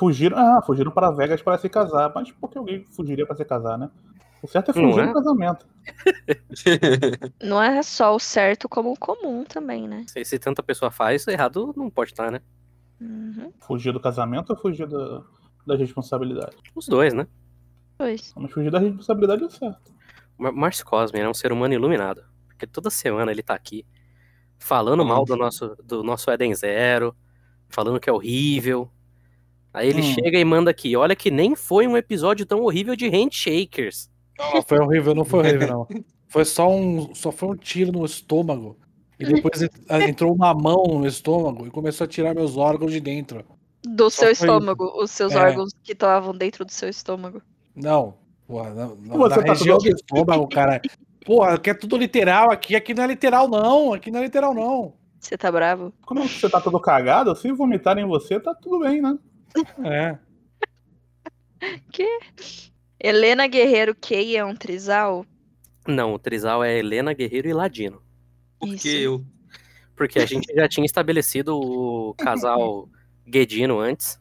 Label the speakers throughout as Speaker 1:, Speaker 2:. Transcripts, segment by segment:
Speaker 1: Fugiram, ah, fugiram para Vegas para se casar, mas por que alguém fugiria para se casar, né? O certo é
Speaker 2: Não
Speaker 1: fugir
Speaker 2: é?
Speaker 1: do casamento.
Speaker 3: Não é só o certo, como o comum também, né?
Speaker 2: Se, se tanta pessoa faz, errado não pode estar, né?
Speaker 3: Uhum.
Speaker 1: Fugir do casamento ou fugir da, da responsabilidade?
Speaker 2: Os dois, né?
Speaker 3: Pois.
Speaker 1: Mas fugir da responsabilidade é o certo.
Speaker 2: Mar- Márcio Cosme é um ser humano iluminado. Porque toda semana ele tá aqui falando
Speaker 3: Uhum.
Speaker 2: mal do nosso, do nosso Eden Zero, falando que é horrível. Aí ele
Speaker 1: Hum.
Speaker 2: chega e manda aqui, olha que nem foi um episódio tão horrível de Handshakers.
Speaker 4: Não, não Ah, foi horrível, não foi horrível, não. Foi só um, só foi um tiro no estômago. E depois en- ah, entrou uma mão no estômago e começou a tirar meus órgãos de dentro.
Speaker 3: Do
Speaker 4: Só
Speaker 3: seu
Speaker 4: foi-
Speaker 3: estômago, os seus
Speaker 4: É.
Speaker 3: órgãos que estavam dentro do seu estômago.
Speaker 4: Não, porra, na, na,
Speaker 1: Você
Speaker 4: na
Speaker 1: tá
Speaker 4: região
Speaker 1: tudo-
Speaker 4: do estômago, cara. Porra, que é tudo literal aqui. Aqui não é literal, não. Aqui não é literal, não.
Speaker 3: Você tá bravo?
Speaker 1: Como você tá todo cagado, se vomitarem em você, tá tudo bem, né?
Speaker 4: É.
Speaker 3: Helena Guerreiro Kay é um trisal?
Speaker 2: Não, o Trisal é Helena, Guerreiro e Ladino.
Speaker 5: Porque
Speaker 3: Isso.
Speaker 5: eu.
Speaker 2: Porque a gente já tinha estabelecido o casal Guedino antes.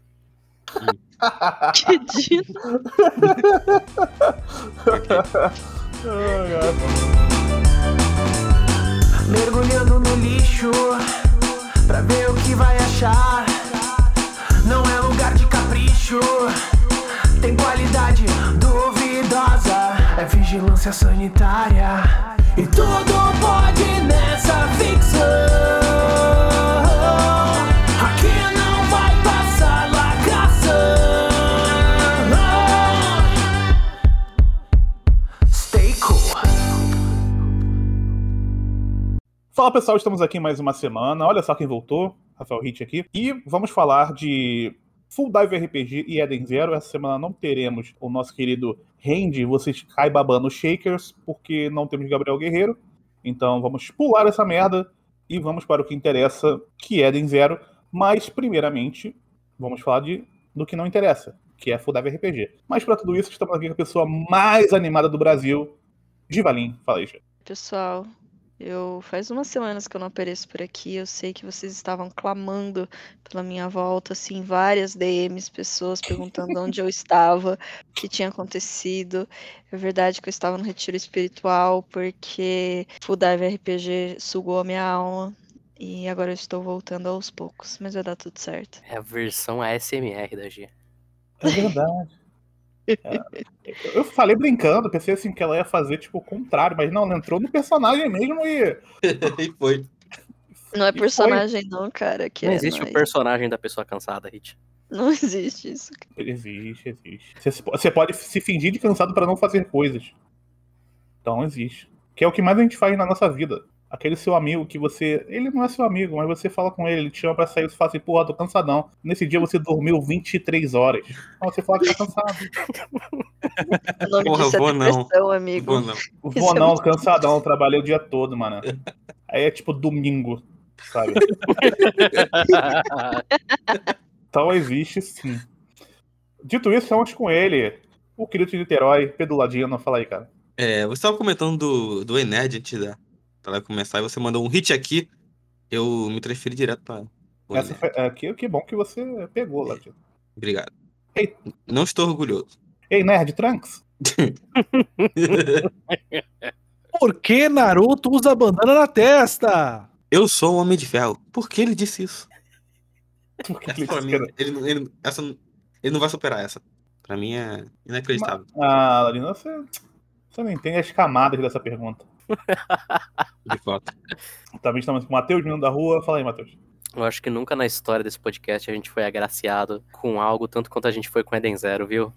Speaker 3: Didi.
Speaker 6: Mergulhando no lixo pra ver o que vai achar. Não é lugar de capricho, tem qualidade duvidosa. É vigilância sanitária e tudo pode nessa ficção. Aqui não vai passar lacração. Stay cool.
Speaker 1: Fala pessoal, estamos aqui mais uma semana. Olha só quem voltou, Rafael Hit aqui. E vamos falar de Full Dive RPG e Eden Zero. Essa semana não teremos o nosso querido Randy, vocês cai babando Shakers, porque não temos Gabriel Guerreiro. Então vamos pular essa merda e vamos para o que interessa, que é Eden Zero. Mas, primeiramente, vamos falar de, do que não interessa, que é Full Dive RPG. Mas, para tudo isso, estamos aqui com a pessoa mais animada do Brasil, Givalim. Fala aí, Gi.
Speaker 3: Pessoal, eu faz umas semanas que eu não apareço por aqui. Eu sei que vocês estavam clamando pela minha volta, assim, várias DMs, pessoas perguntando onde eu estava, o que tinha acontecido. É verdade que eu estava no retiro espiritual porque Full Dive RPG sugou a minha alma. E agora eu estou voltando aos poucos, mas vai dar tudo certo.
Speaker 2: É a versão ASMR da G.
Speaker 1: É verdade. É. Eu falei brincando, pensei assim que ela ia fazer tipo o contrário, mas não, ela entrou no personagem mesmo e.
Speaker 5: e foi.
Speaker 3: Não é
Speaker 1: foi?
Speaker 3: personagem, não, cara. Que
Speaker 2: Não
Speaker 3: é
Speaker 2: existe o
Speaker 3: nóis.
Speaker 2: personagem da pessoa cansada, Hit.
Speaker 3: Não existe isso.
Speaker 1: Existe, existe. Você, se- você pode se fingir de cansado pra não fazer coisas. Então existe. Que é o que mais a gente faz na nossa vida. Aquele seu amigo que você. Ele não é seu amigo, mas você fala com ele, ele te chama pra sair e você fala assim, porra, tô cansadão. Nesse dia você dormiu 23 horas. Então você fala que tá cansado.
Speaker 3: O nome
Speaker 5: Porra,
Speaker 3: disso é
Speaker 5: vou não.
Speaker 3: depressão, amigo.
Speaker 5: Bom, não.
Speaker 1: Vou
Speaker 3: é
Speaker 1: não,
Speaker 3: muito-
Speaker 1: cansadão, trabalhei o dia todo, mano. Aí é tipo domingo, sabe? Tal Então existe sim. Dito isso, estamos com ele, o querido de Niterói, Pedro Ladino. Fala aí, cara.
Speaker 5: É, você estava comentando do, do Ened antes da pra começar, e você mandou um hit aqui, eu me transferi direto pra. o
Speaker 1: Essa
Speaker 5: Ened.
Speaker 1: foi- é, que, que bom que você pegou, Ladino.
Speaker 5: Obrigado.
Speaker 1: Ei.
Speaker 5: Não estou orgulhoso.
Speaker 1: Ei, Nerd Trunks?
Speaker 4: Por que Naruto usa bandana na testa?
Speaker 5: eu sou um homem de ferro. Por que ele disse isso?
Speaker 1: Por que que
Speaker 5: Essa
Speaker 1: ele
Speaker 5: pra mim,
Speaker 1: disse que
Speaker 5: ele, não- ele não- essa não- ele não vai superar essa. Pra mim é inacreditável.
Speaker 1: era- Ah, Ladino, você, você não entende as camadas dessa pergunta.
Speaker 5: De fato.
Speaker 1: Também estamos com o Matheus, menino da rua. Fala aí, Matheus.
Speaker 2: Eu acho que nunca na história desse podcast a gente foi agraciado com algo tanto quanto a gente foi com Eden Zero, viu?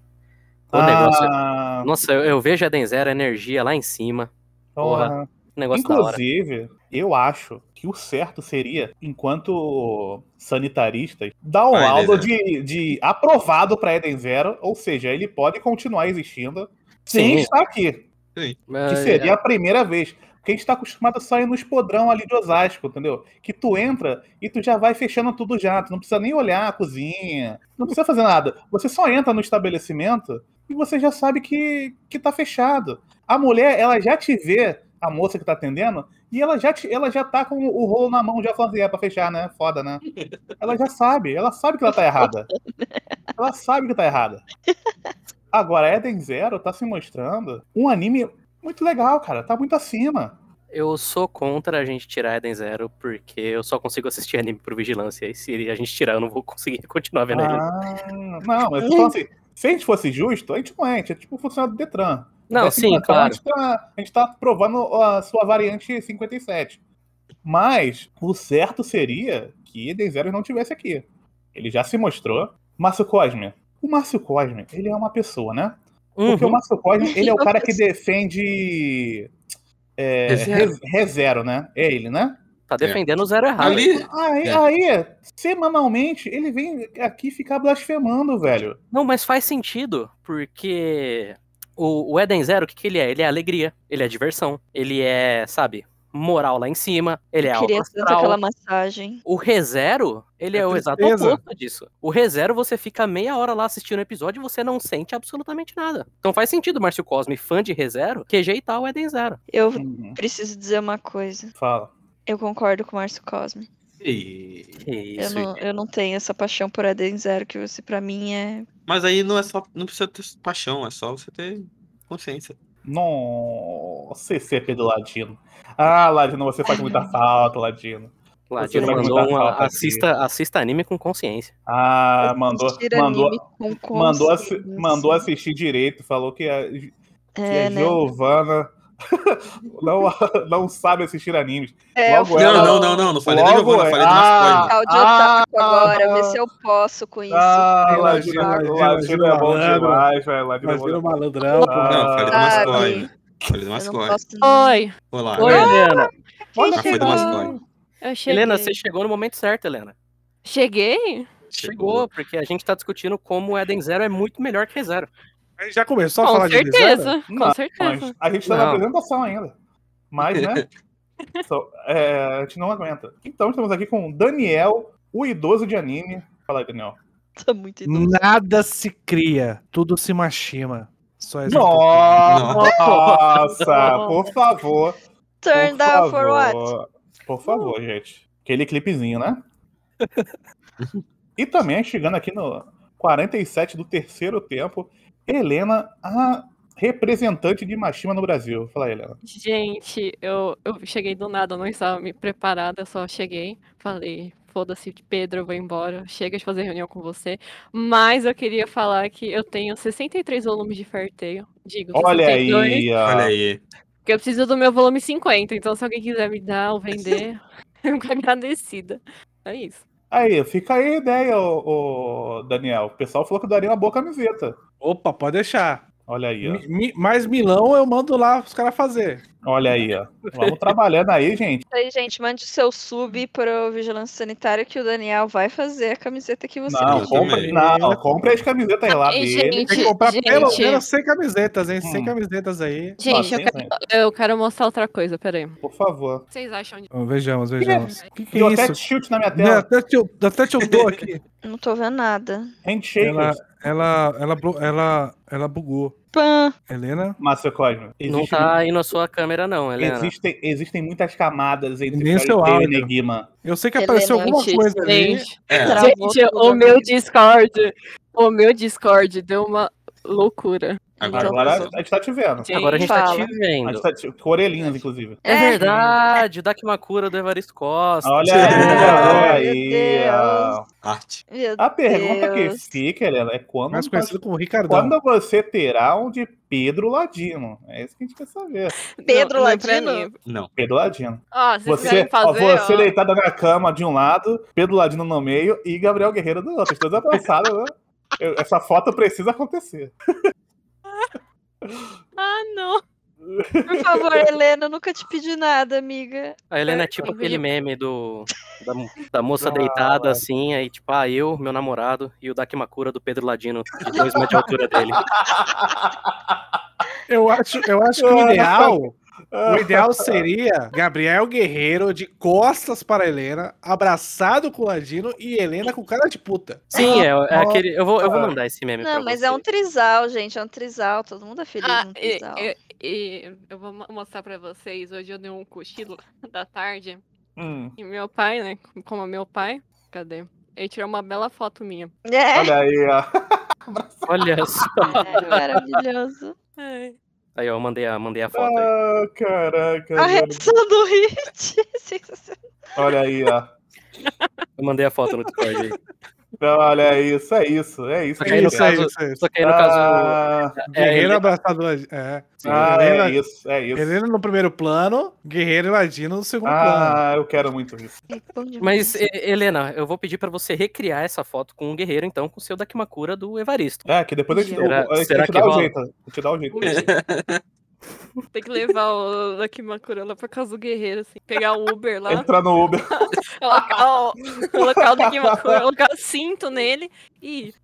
Speaker 2: O negócio. é
Speaker 1: Ah, então,
Speaker 2: Nossa, eu, eu vejo Eden Zero, a energia lá em cima.
Speaker 1: porra.
Speaker 2: um Negócio da hora.
Speaker 1: Inclusive, eu acho que o certo seria, enquanto sanitaristas, dar um
Speaker 5: Ah, Eden
Speaker 1: laudo
Speaker 5: Zero.
Speaker 1: de, de aprovado para Eden Zero, ou seja, ele pode continuar existindo sem
Speaker 2: Sim.
Speaker 1: estar aqui, que
Speaker 2: Mas-
Speaker 1: seria a primeira vez. Porque a gente está acostumado só a ir no podrão ali de Osasco, entendeu? Que tu entra e tu já vai fechando tudo já, tu não precisa nem olhar a cozinha, não precisa fazer nada. Você só entra no estabelecimento e você já sabe que, que tá fechado. A mulher, ela já te vê a moça que tá atendendo, e ela já, te- ela já tá com o rolo na mão, já falando assim, é pra fechar, né? Foda, né? Ela já sabe, ela sabe que ela tá errada. Ela sabe que tá errada. Agora, Eden Zero tá se mostrando um anime muito legal, cara. Tá muito acima.
Speaker 2: Eu sou contra a gente tirar Eden Zero, porque eu só consigo assistir anime pro Vigilância. E se a gente tirar, eu não vou conseguir continuar vendo ele.
Speaker 1: Ah, não, mas eu tô falando assim, se a gente fosse justo, a gente não é, a gente é tipo um funcionário do Detran.
Speaker 2: Não,
Speaker 1: Essa
Speaker 2: sim,
Speaker 1: informação, A gente,
Speaker 2: claro.
Speaker 1: tá, a gente tá provando a sua variante 57. Mas o certo seria que Eden Zero não tivesse aqui. Ele já se mostrou. Márcio Cosme. O Márcio Cosme, ele é uma pessoa, né? Porque o
Speaker 2: Uhum.
Speaker 1: Márcio Cosme, ele é o cara que defende. É,
Speaker 5: Rezero.
Speaker 1: Re- Rezero, né? É ele, né?
Speaker 2: Tá defendendo o zero errado.
Speaker 5: Ali,
Speaker 1: Aí,
Speaker 5: É.
Speaker 1: aí, semanalmente, ele vem aqui ficar blasfemando, velho.
Speaker 2: Não, mas faz sentido, porque o, o Eden Zero, o que, que ele é? Ele é alegria, ele é diversão, ele é, sabe, moral lá em cima, ele é alto
Speaker 3: Queria tanto
Speaker 2: astral.
Speaker 3: aquela massagem.
Speaker 2: O ReZero, ele é,
Speaker 4: É
Speaker 2: o exato
Speaker 4: tristeza.
Speaker 2: oposto disso. O ReZero, você fica meia hora lá assistindo o episódio e você não sente absolutamente nada. Então faz sentido, Márcio Cosme, fã de ReZero, quejeitar o Eden Zero.
Speaker 3: Eu
Speaker 1: Uhum.
Speaker 3: preciso dizer uma coisa.
Speaker 1: Fala.
Speaker 3: Eu concordo com o Márcio Cosme.
Speaker 5: E-
Speaker 2: Que
Speaker 3: Eu
Speaker 2: isso,
Speaker 3: não, eu não tenho essa paixão por Eden Zero que você, pra mim, é.
Speaker 5: Mas aí não é só. Não precisa ter paixão, é só você ter consciência.
Speaker 1: Nossa, CP do Ladino. Ah, Ladino, você faz muita falta, Ladino.
Speaker 2: Ladino
Speaker 1: vai
Speaker 2: mandou
Speaker 1: mandar
Speaker 2: uma.
Speaker 1: falta aqui.
Speaker 2: Assista, assista anime com consciência.
Speaker 1: Ah, mandou,
Speaker 3: assistir
Speaker 1: mandou,
Speaker 3: anime com
Speaker 1: mandou, assi-
Speaker 3: consciência.
Speaker 1: mandou assistir direito, falou que a, que
Speaker 3: É,
Speaker 1: a
Speaker 3: né?
Speaker 1: Giovana não, não sabe assistir animes.
Speaker 3: É, eu
Speaker 1: Logo
Speaker 3: fui-
Speaker 1: ela-
Speaker 5: Não, não, não, não. Não falei da
Speaker 1: Logo
Speaker 5: Giovana,
Speaker 1: é-
Speaker 5: falei do Mascote.
Speaker 3: Tal de
Speaker 1: Ah,
Speaker 3: otaku agora, ver se eu posso com isso.
Speaker 1: Ah,
Speaker 4: Sim,
Speaker 1: Ladino,
Speaker 4: Ladino,
Speaker 1: Ladino é bom
Speaker 4: Ladino.
Speaker 1: demais, velho. Ladino é
Speaker 4: Mas
Speaker 1: bom
Speaker 4: vira
Speaker 1: demais.
Speaker 4: malandrão, pô.
Speaker 1: Ah.
Speaker 5: Não, falei do
Speaker 3: Sabe?
Speaker 5: Mascote. Falei do
Speaker 3: Eu não
Speaker 5: Mascote.
Speaker 3: posso não.
Speaker 5: Olá.
Speaker 2: Oi, Helena.
Speaker 1: Olha
Speaker 5: Já foi do
Speaker 1: que-
Speaker 5: Mascote.
Speaker 7: Eu cheguei.
Speaker 2: Helena, você chegou no momento certo, Helena.
Speaker 7: Cheguei?
Speaker 2: Chegou, porque a gente tá discutindo como o Eden Zero é muito melhor que Rezero.
Speaker 4: Aí Já começou a
Speaker 7: com
Speaker 4: falar de design?
Speaker 7: certeza.
Speaker 1: Não,
Speaker 7: Com certeza.
Speaker 1: Mas a gente tá na
Speaker 2: Não.
Speaker 1: apresentação ainda. Mas, né? só- é, a gente não aguenta. Então, estamos aqui com o Daniel, o idoso de anime. Fala aí, Daniel.
Speaker 3: Tá muito idoso.
Speaker 4: Nada se cria, tudo se machima. Só isso.
Speaker 1: Nossa, por favor.
Speaker 3: Turn
Speaker 1: por
Speaker 3: down for
Speaker 1: favor.
Speaker 3: what?
Speaker 1: Por favor, gente. Aquele clipezinho, né? e também chegando aqui no 47 do terceiro tempo, Helena, a representante de Machima no Brasil. Fala aí, Helena.
Speaker 7: Gente, eu, eu cheguei do nada, eu não estava me preparada, eu só cheguei. Falei, foda-se, Pedro, eu vou embora. Chega de fazer reunião com você. Mas eu queria falar que eu tenho 63 volumes de farteio. Digo,
Speaker 1: Olha
Speaker 7: 62,
Speaker 1: aí, ó.
Speaker 5: Olha aí.
Speaker 7: Porque eu preciso do meu volume 50. Então, se alguém quiser me dar ou vender, eu fico agradecida. É isso.
Speaker 1: Aí, fica aí a ideia, ô, ô, Daniel. O pessoal falou que daria uma boa camiseta.
Speaker 4: Opa, pode deixar.
Speaker 1: Olha aí, ó.
Speaker 4: Mi- mi- mais Milão eu mando lá os caras fazer.
Speaker 1: Olha aí, ó. Vamos trabalhando aí, gente.
Speaker 3: Isso aí, gente, mande o seu sub pro Vigilância Sanitária que o Daniel vai fazer a camiseta que você
Speaker 1: Não,
Speaker 5: Eu
Speaker 3: quer.
Speaker 1: compra,
Speaker 5: também.
Speaker 1: não, compra as camisetas lá
Speaker 7: Ei,
Speaker 1: dele.
Speaker 4: Tem que comprar
Speaker 7: gente,
Speaker 4: pelo menos né? 100 camisetas, hein? 100
Speaker 1: Hum.
Speaker 4: camisetas aí.
Speaker 7: gente, eu
Speaker 1: Nossa,
Speaker 7: quero, eu quero mostrar outra coisa, peraí. O
Speaker 1: Por favor.
Speaker 7: que vocês acham de.
Speaker 4: Ó, vejamos, vejamos. O que, que
Speaker 1: Deu
Speaker 4: é
Speaker 1: até
Speaker 4: isso?
Speaker 1: tilt na minha
Speaker 4: Né,
Speaker 1: tela.
Speaker 4: até, te, eu- até te eu dou aqui.
Speaker 3: Não tô vendo nada.
Speaker 1: Handshakers.
Speaker 4: ela, ela, ela, blo- ela, ela bugou.
Speaker 3: Pam!
Speaker 4: Helena?
Speaker 1: Márcio Cosme.
Speaker 2: Não
Speaker 1: Existe, um
Speaker 2: tá indo a sua câmera, não, Helena.
Speaker 1: existem, existem muitas camadas entre
Speaker 4: Nem seu
Speaker 1: Fairy Tail
Speaker 4: áudio.
Speaker 1: e Negima.
Speaker 4: Eu sei que apareceu alguma
Speaker 7: Gente,
Speaker 4: coisa ali.
Speaker 7: gente,
Speaker 5: É,
Speaker 2: Então,
Speaker 3: Tra- Travou
Speaker 7: Gente,
Speaker 3: tudo
Speaker 7: o
Speaker 3: aqui.
Speaker 7: meu Discord, o meu Discord deu uma loucura.
Speaker 5: agora.
Speaker 2: então,
Speaker 1: Agora a gente tá te vendo.
Speaker 7: Gente,
Speaker 2: Agora a gente tá
Speaker 3: Fala.
Speaker 2: te
Speaker 1: A
Speaker 2: vendo.
Speaker 1: gente tá te... Com orelhinhas, inclusive.
Speaker 2: É verdade, o Dakimakura do Evaristo Costa.
Speaker 1: Olha
Speaker 3: Ai,
Speaker 1: aí,
Speaker 3: meu
Speaker 1: olha aí. ó.
Speaker 5: Arte.
Speaker 3: Meu
Speaker 1: A pergunta
Speaker 3: Deus.
Speaker 1: que fica, Helena, é quando
Speaker 4: Mais
Speaker 1: nós
Speaker 4: conhecido como Ricardão.
Speaker 1: Quando você terá um de Pedro Ladino? É isso que a gente quer saber.
Speaker 3: Pedro
Speaker 7: Não, não é pra
Speaker 3: Ladino?
Speaker 7: mim.
Speaker 5: Não.
Speaker 1: Pedro Ladino.
Speaker 7: Ó, vocês
Speaker 1: Você,
Speaker 7: querem fazer,
Speaker 1: ó, você
Speaker 7: ó.
Speaker 1: deitada na cama de um lado, Pedro Ladino no meio e Gabriel Guerreiro do outro. Os dois abraçados, né? Eu- Essa foto precisa acontecer.
Speaker 7: Ah, não.
Speaker 3: Por favor, Helena, eu nunca te pedi nada, amiga.
Speaker 2: A Helena é tipo
Speaker 7: Tranquilo.
Speaker 2: aquele meme do, da, da moça
Speaker 1: Ah,
Speaker 2: deitada
Speaker 1: é.
Speaker 2: assim, aí tipo, ah, eu, meu namorado e o Dakimakura do Pedro Ladino, de dois metros de altura dele.
Speaker 4: Eu acho, eu acho que o ideal O
Speaker 1: Ah,
Speaker 4: ideal seria Gabriel Guerreiro de costas para Helena, abraçado com o Ladino e Helena com cara de puta.
Speaker 2: Sim, é, é aquele. Eu vou, eu
Speaker 1: Ah.
Speaker 2: vou mandar esse meme. pra
Speaker 3: Não, mas é um
Speaker 2: vocês.
Speaker 3: trisal, gente. É um trisal. Todo mundo é feliz
Speaker 7: Ah,
Speaker 3: num
Speaker 7: e,
Speaker 3: trisal.
Speaker 7: e- e eu vou mo- mostrar pra vocês. Hoje eu dei um cochilo da tarde
Speaker 1: Hum,
Speaker 7: e meu pai, né? Como é meu pai, cadê? Ele tirou uma bela foto minha.
Speaker 3: É,
Speaker 1: olha aí, ó.
Speaker 2: Olha só.
Speaker 3: é maravilhoso.
Speaker 2: Aí, ó, eu mandei a, mandei a foto. aí.
Speaker 1: Ah, caraca.
Speaker 3: A
Speaker 1: velho.
Speaker 3: reação do Hit. sensacional.
Speaker 1: Olha aí, ó.
Speaker 2: Eu mandei a foto no Discord aí.
Speaker 1: Então, olha isso, é isso, é isso.
Speaker 2: Só que aí, no
Speaker 1: isso,
Speaker 2: caso, só que aí, no caso.
Speaker 1: Ah,
Speaker 2: é,
Speaker 4: Guerreiro
Speaker 2: ele-
Speaker 4: abraçado. Ladino. É.
Speaker 1: ah,
Speaker 4: Helena,
Speaker 1: é isso, é isso.
Speaker 4: Helena no primeiro plano, Guerreiro e Ladino no segundo plano.
Speaker 1: Ah, eu quero muito isso.
Speaker 3: É bom demais.
Speaker 2: Mas, E- Helena, eu vou pedir pra você recriar essa foto com o guerreiro, então, com o seu Dakimakura do Evaristo.
Speaker 1: É, que depois eu te,
Speaker 2: Será-
Speaker 1: eu- eu te
Speaker 2: será que
Speaker 1: dá o
Speaker 2: rola?
Speaker 1: jeito. Eu te dá o jeito.
Speaker 5: tá?
Speaker 7: Tem que levar o Lakimakura lá pra casa do guerreiro, assim. Pegar o Uber lá,
Speaker 1: Entrar no Uber.
Speaker 7: colocar o, colocar o Lakimakura, colocar o cinto nele e.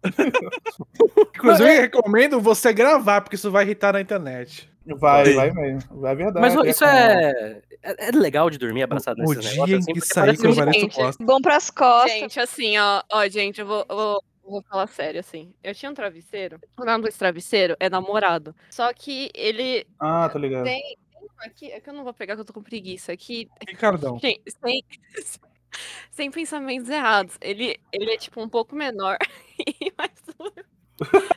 Speaker 4: Inclusive,
Speaker 1: é-
Speaker 4: eu recomendo você gravar, porque isso vai irritar na internet.
Speaker 1: Vai,
Speaker 5: Sim.
Speaker 1: vai mesmo. É verdade.
Speaker 2: Mas ó, isso
Speaker 1: com-
Speaker 2: é, é. é legal de dormir abraçado
Speaker 4: O
Speaker 2: nesses
Speaker 4: dia
Speaker 2: negócios.
Speaker 4: em
Speaker 2: assim,
Speaker 4: que
Speaker 2: porque
Speaker 4: sair
Speaker 2: parece
Speaker 4: com o
Speaker 2: um-
Speaker 4: Evaristo
Speaker 7: gente,
Speaker 4: Costa.
Speaker 3: Bom pras costas.
Speaker 7: Gente, assim, ó, ó, gente, eu vou, eu vou, eu vou falar sério, assim. Eu tinha um travesseiro. O nome desse travesseiro é namorado. Só que ele.
Speaker 1: Ah, tá ligado.
Speaker 7: Tem- Aqui, é que eu não vou pegar que eu tô com preguiça. Aqui,
Speaker 4: Ricardão.
Speaker 7: gente, sem, sem pensamentos errados. Ele, ele é tipo um pouco menor e mais duro.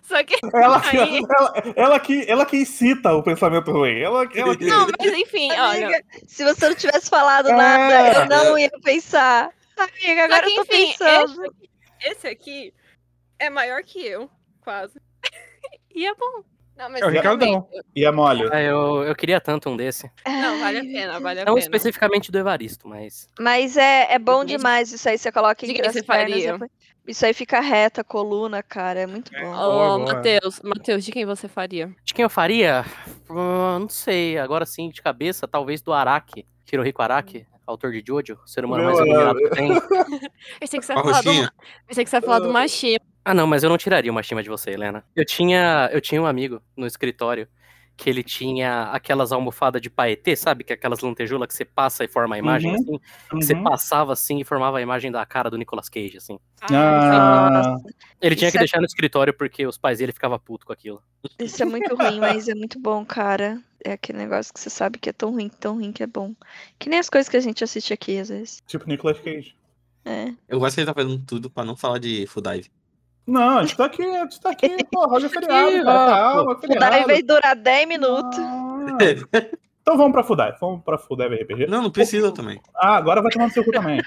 Speaker 7: Só que.
Speaker 1: Ela,
Speaker 7: aí-
Speaker 1: ela, ela que, ela que incita o pensamento ruim. Ela, ela que...
Speaker 7: Não, mas enfim, olha.
Speaker 3: Amiga, se você não tivesse falado
Speaker 2: Ah.
Speaker 1: É.
Speaker 3: nada, eu não ia pensar. Amiga,
Speaker 7: Só
Speaker 3: agora
Speaker 7: que,
Speaker 3: eu tô
Speaker 7: enfim,
Speaker 3: pensando.
Speaker 7: Esse, esse aqui é maior que eu, quase. E é bom. Não, mas
Speaker 4: É o
Speaker 7: realmente,
Speaker 4: Ricardão.
Speaker 1: E é mole.
Speaker 2: Ah, eu, eu queria tanto um desse.
Speaker 7: é, Não, vale a
Speaker 3: Ai,
Speaker 7: pena, vale a
Speaker 2: Não
Speaker 7: pena.
Speaker 2: especificamente do Evaristo, mas.
Speaker 3: Mas é, é bom
Speaker 7: Diga aí.
Speaker 3: demais isso aí, você coloca
Speaker 7: Diga
Speaker 3: entre
Speaker 7: aí,
Speaker 3: as
Speaker 7: Uhum. você
Speaker 3: pernas.
Speaker 7: faria?
Speaker 3: e põe- Isso aí fica reta, a coluna, cara, é muito bom.
Speaker 4: Boa,
Speaker 7: Ô,
Speaker 4: boa.
Speaker 7: Matheus, Matheus, de quem você faria?
Speaker 2: De quem eu faria? Ah, não sei. Agora sim, de cabeça, talvez do Araki. Hirohiko Araki, autor de Jojo, o ser humano
Speaker 1: Meu,
Speaker 2: mais iluminado que tem.
Speaker 7: Pensei que você
Speaker 5: Com a
Speaker 7: ia falar do,
Speaker 5: roxinha?
Speaker 7: pensei que você ia falar do Machima.
Speaker 2: Ah, não, mas eu não tiraria uma estima de você, Helena. Eu tinha, eu tinha um amigo no escritório que ele tinha aquelas almofadas de paetê, sabe? Que é aquelas lantejulas que você passa e forma a imagem,
Speaker 1: Uhum,
Speaker 2: assim. Que você passava, assim, e formava a imagem da cara do Nicolas Cage, assim.
Speaker 1: Ah,
Speaker 2: Ele tinha que
Speaker 3: Isso é-
Speaker 2: deixar no escritório porque os pais dele ficavam putos com aquilo.
Speaker 3: Isso é muito ruim, mas é muito bom, cara. É aquele negócio que você sabe que é tão ruim, tão ruim que é bom. Que nem as coisas que a gente assiste aqui, às vezes.
Speaker 1: tipo Nicolas Cage.
Speaker 3: É.
Speaker 5: Eu gosto que ele tá fazendo tudo pra não falar de Fudive.
Speaker 1: Não, a gente tá aqui, a gente tá aqui, porra, hoje é
Speaker 2: aqui,
Speaker 1: feriado, cara,
Speaker 2: ó,
Speaker 1: calma, é
Speaker 3: O Davi
Speaker 1: feriado.
Speaker 3: vai durar 10 minutos.
Speaker 1: Ah. Então vamos pra Fudai, vamos pra Fudai RPG.
Speaker 5: Não, não precisa também.
Speaker 1: Ah, agora vai tomar no seu cu também.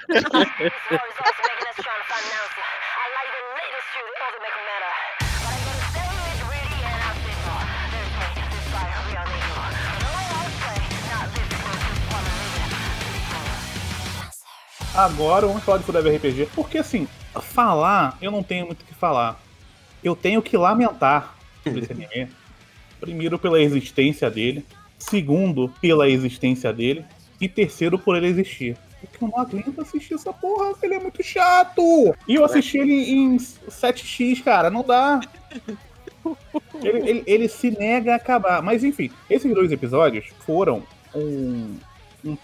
Speaker 1: Agora vamos falar de Fudai RPG, porque assim, falar, eu não tenho muito o que falar. Eu tenho que lamentar sobre esse anime. Primeiro, pela existência dele. Segundo, pela existência dele. E terceiro, por ele existir. Porque eu não aguento assistir essa porra, ele é muito chato. E eu assisti ele em 7x, cara, não dá. Ele, ele- ele se nega a acabar. Mas enfim, esses dois episódios foram um, um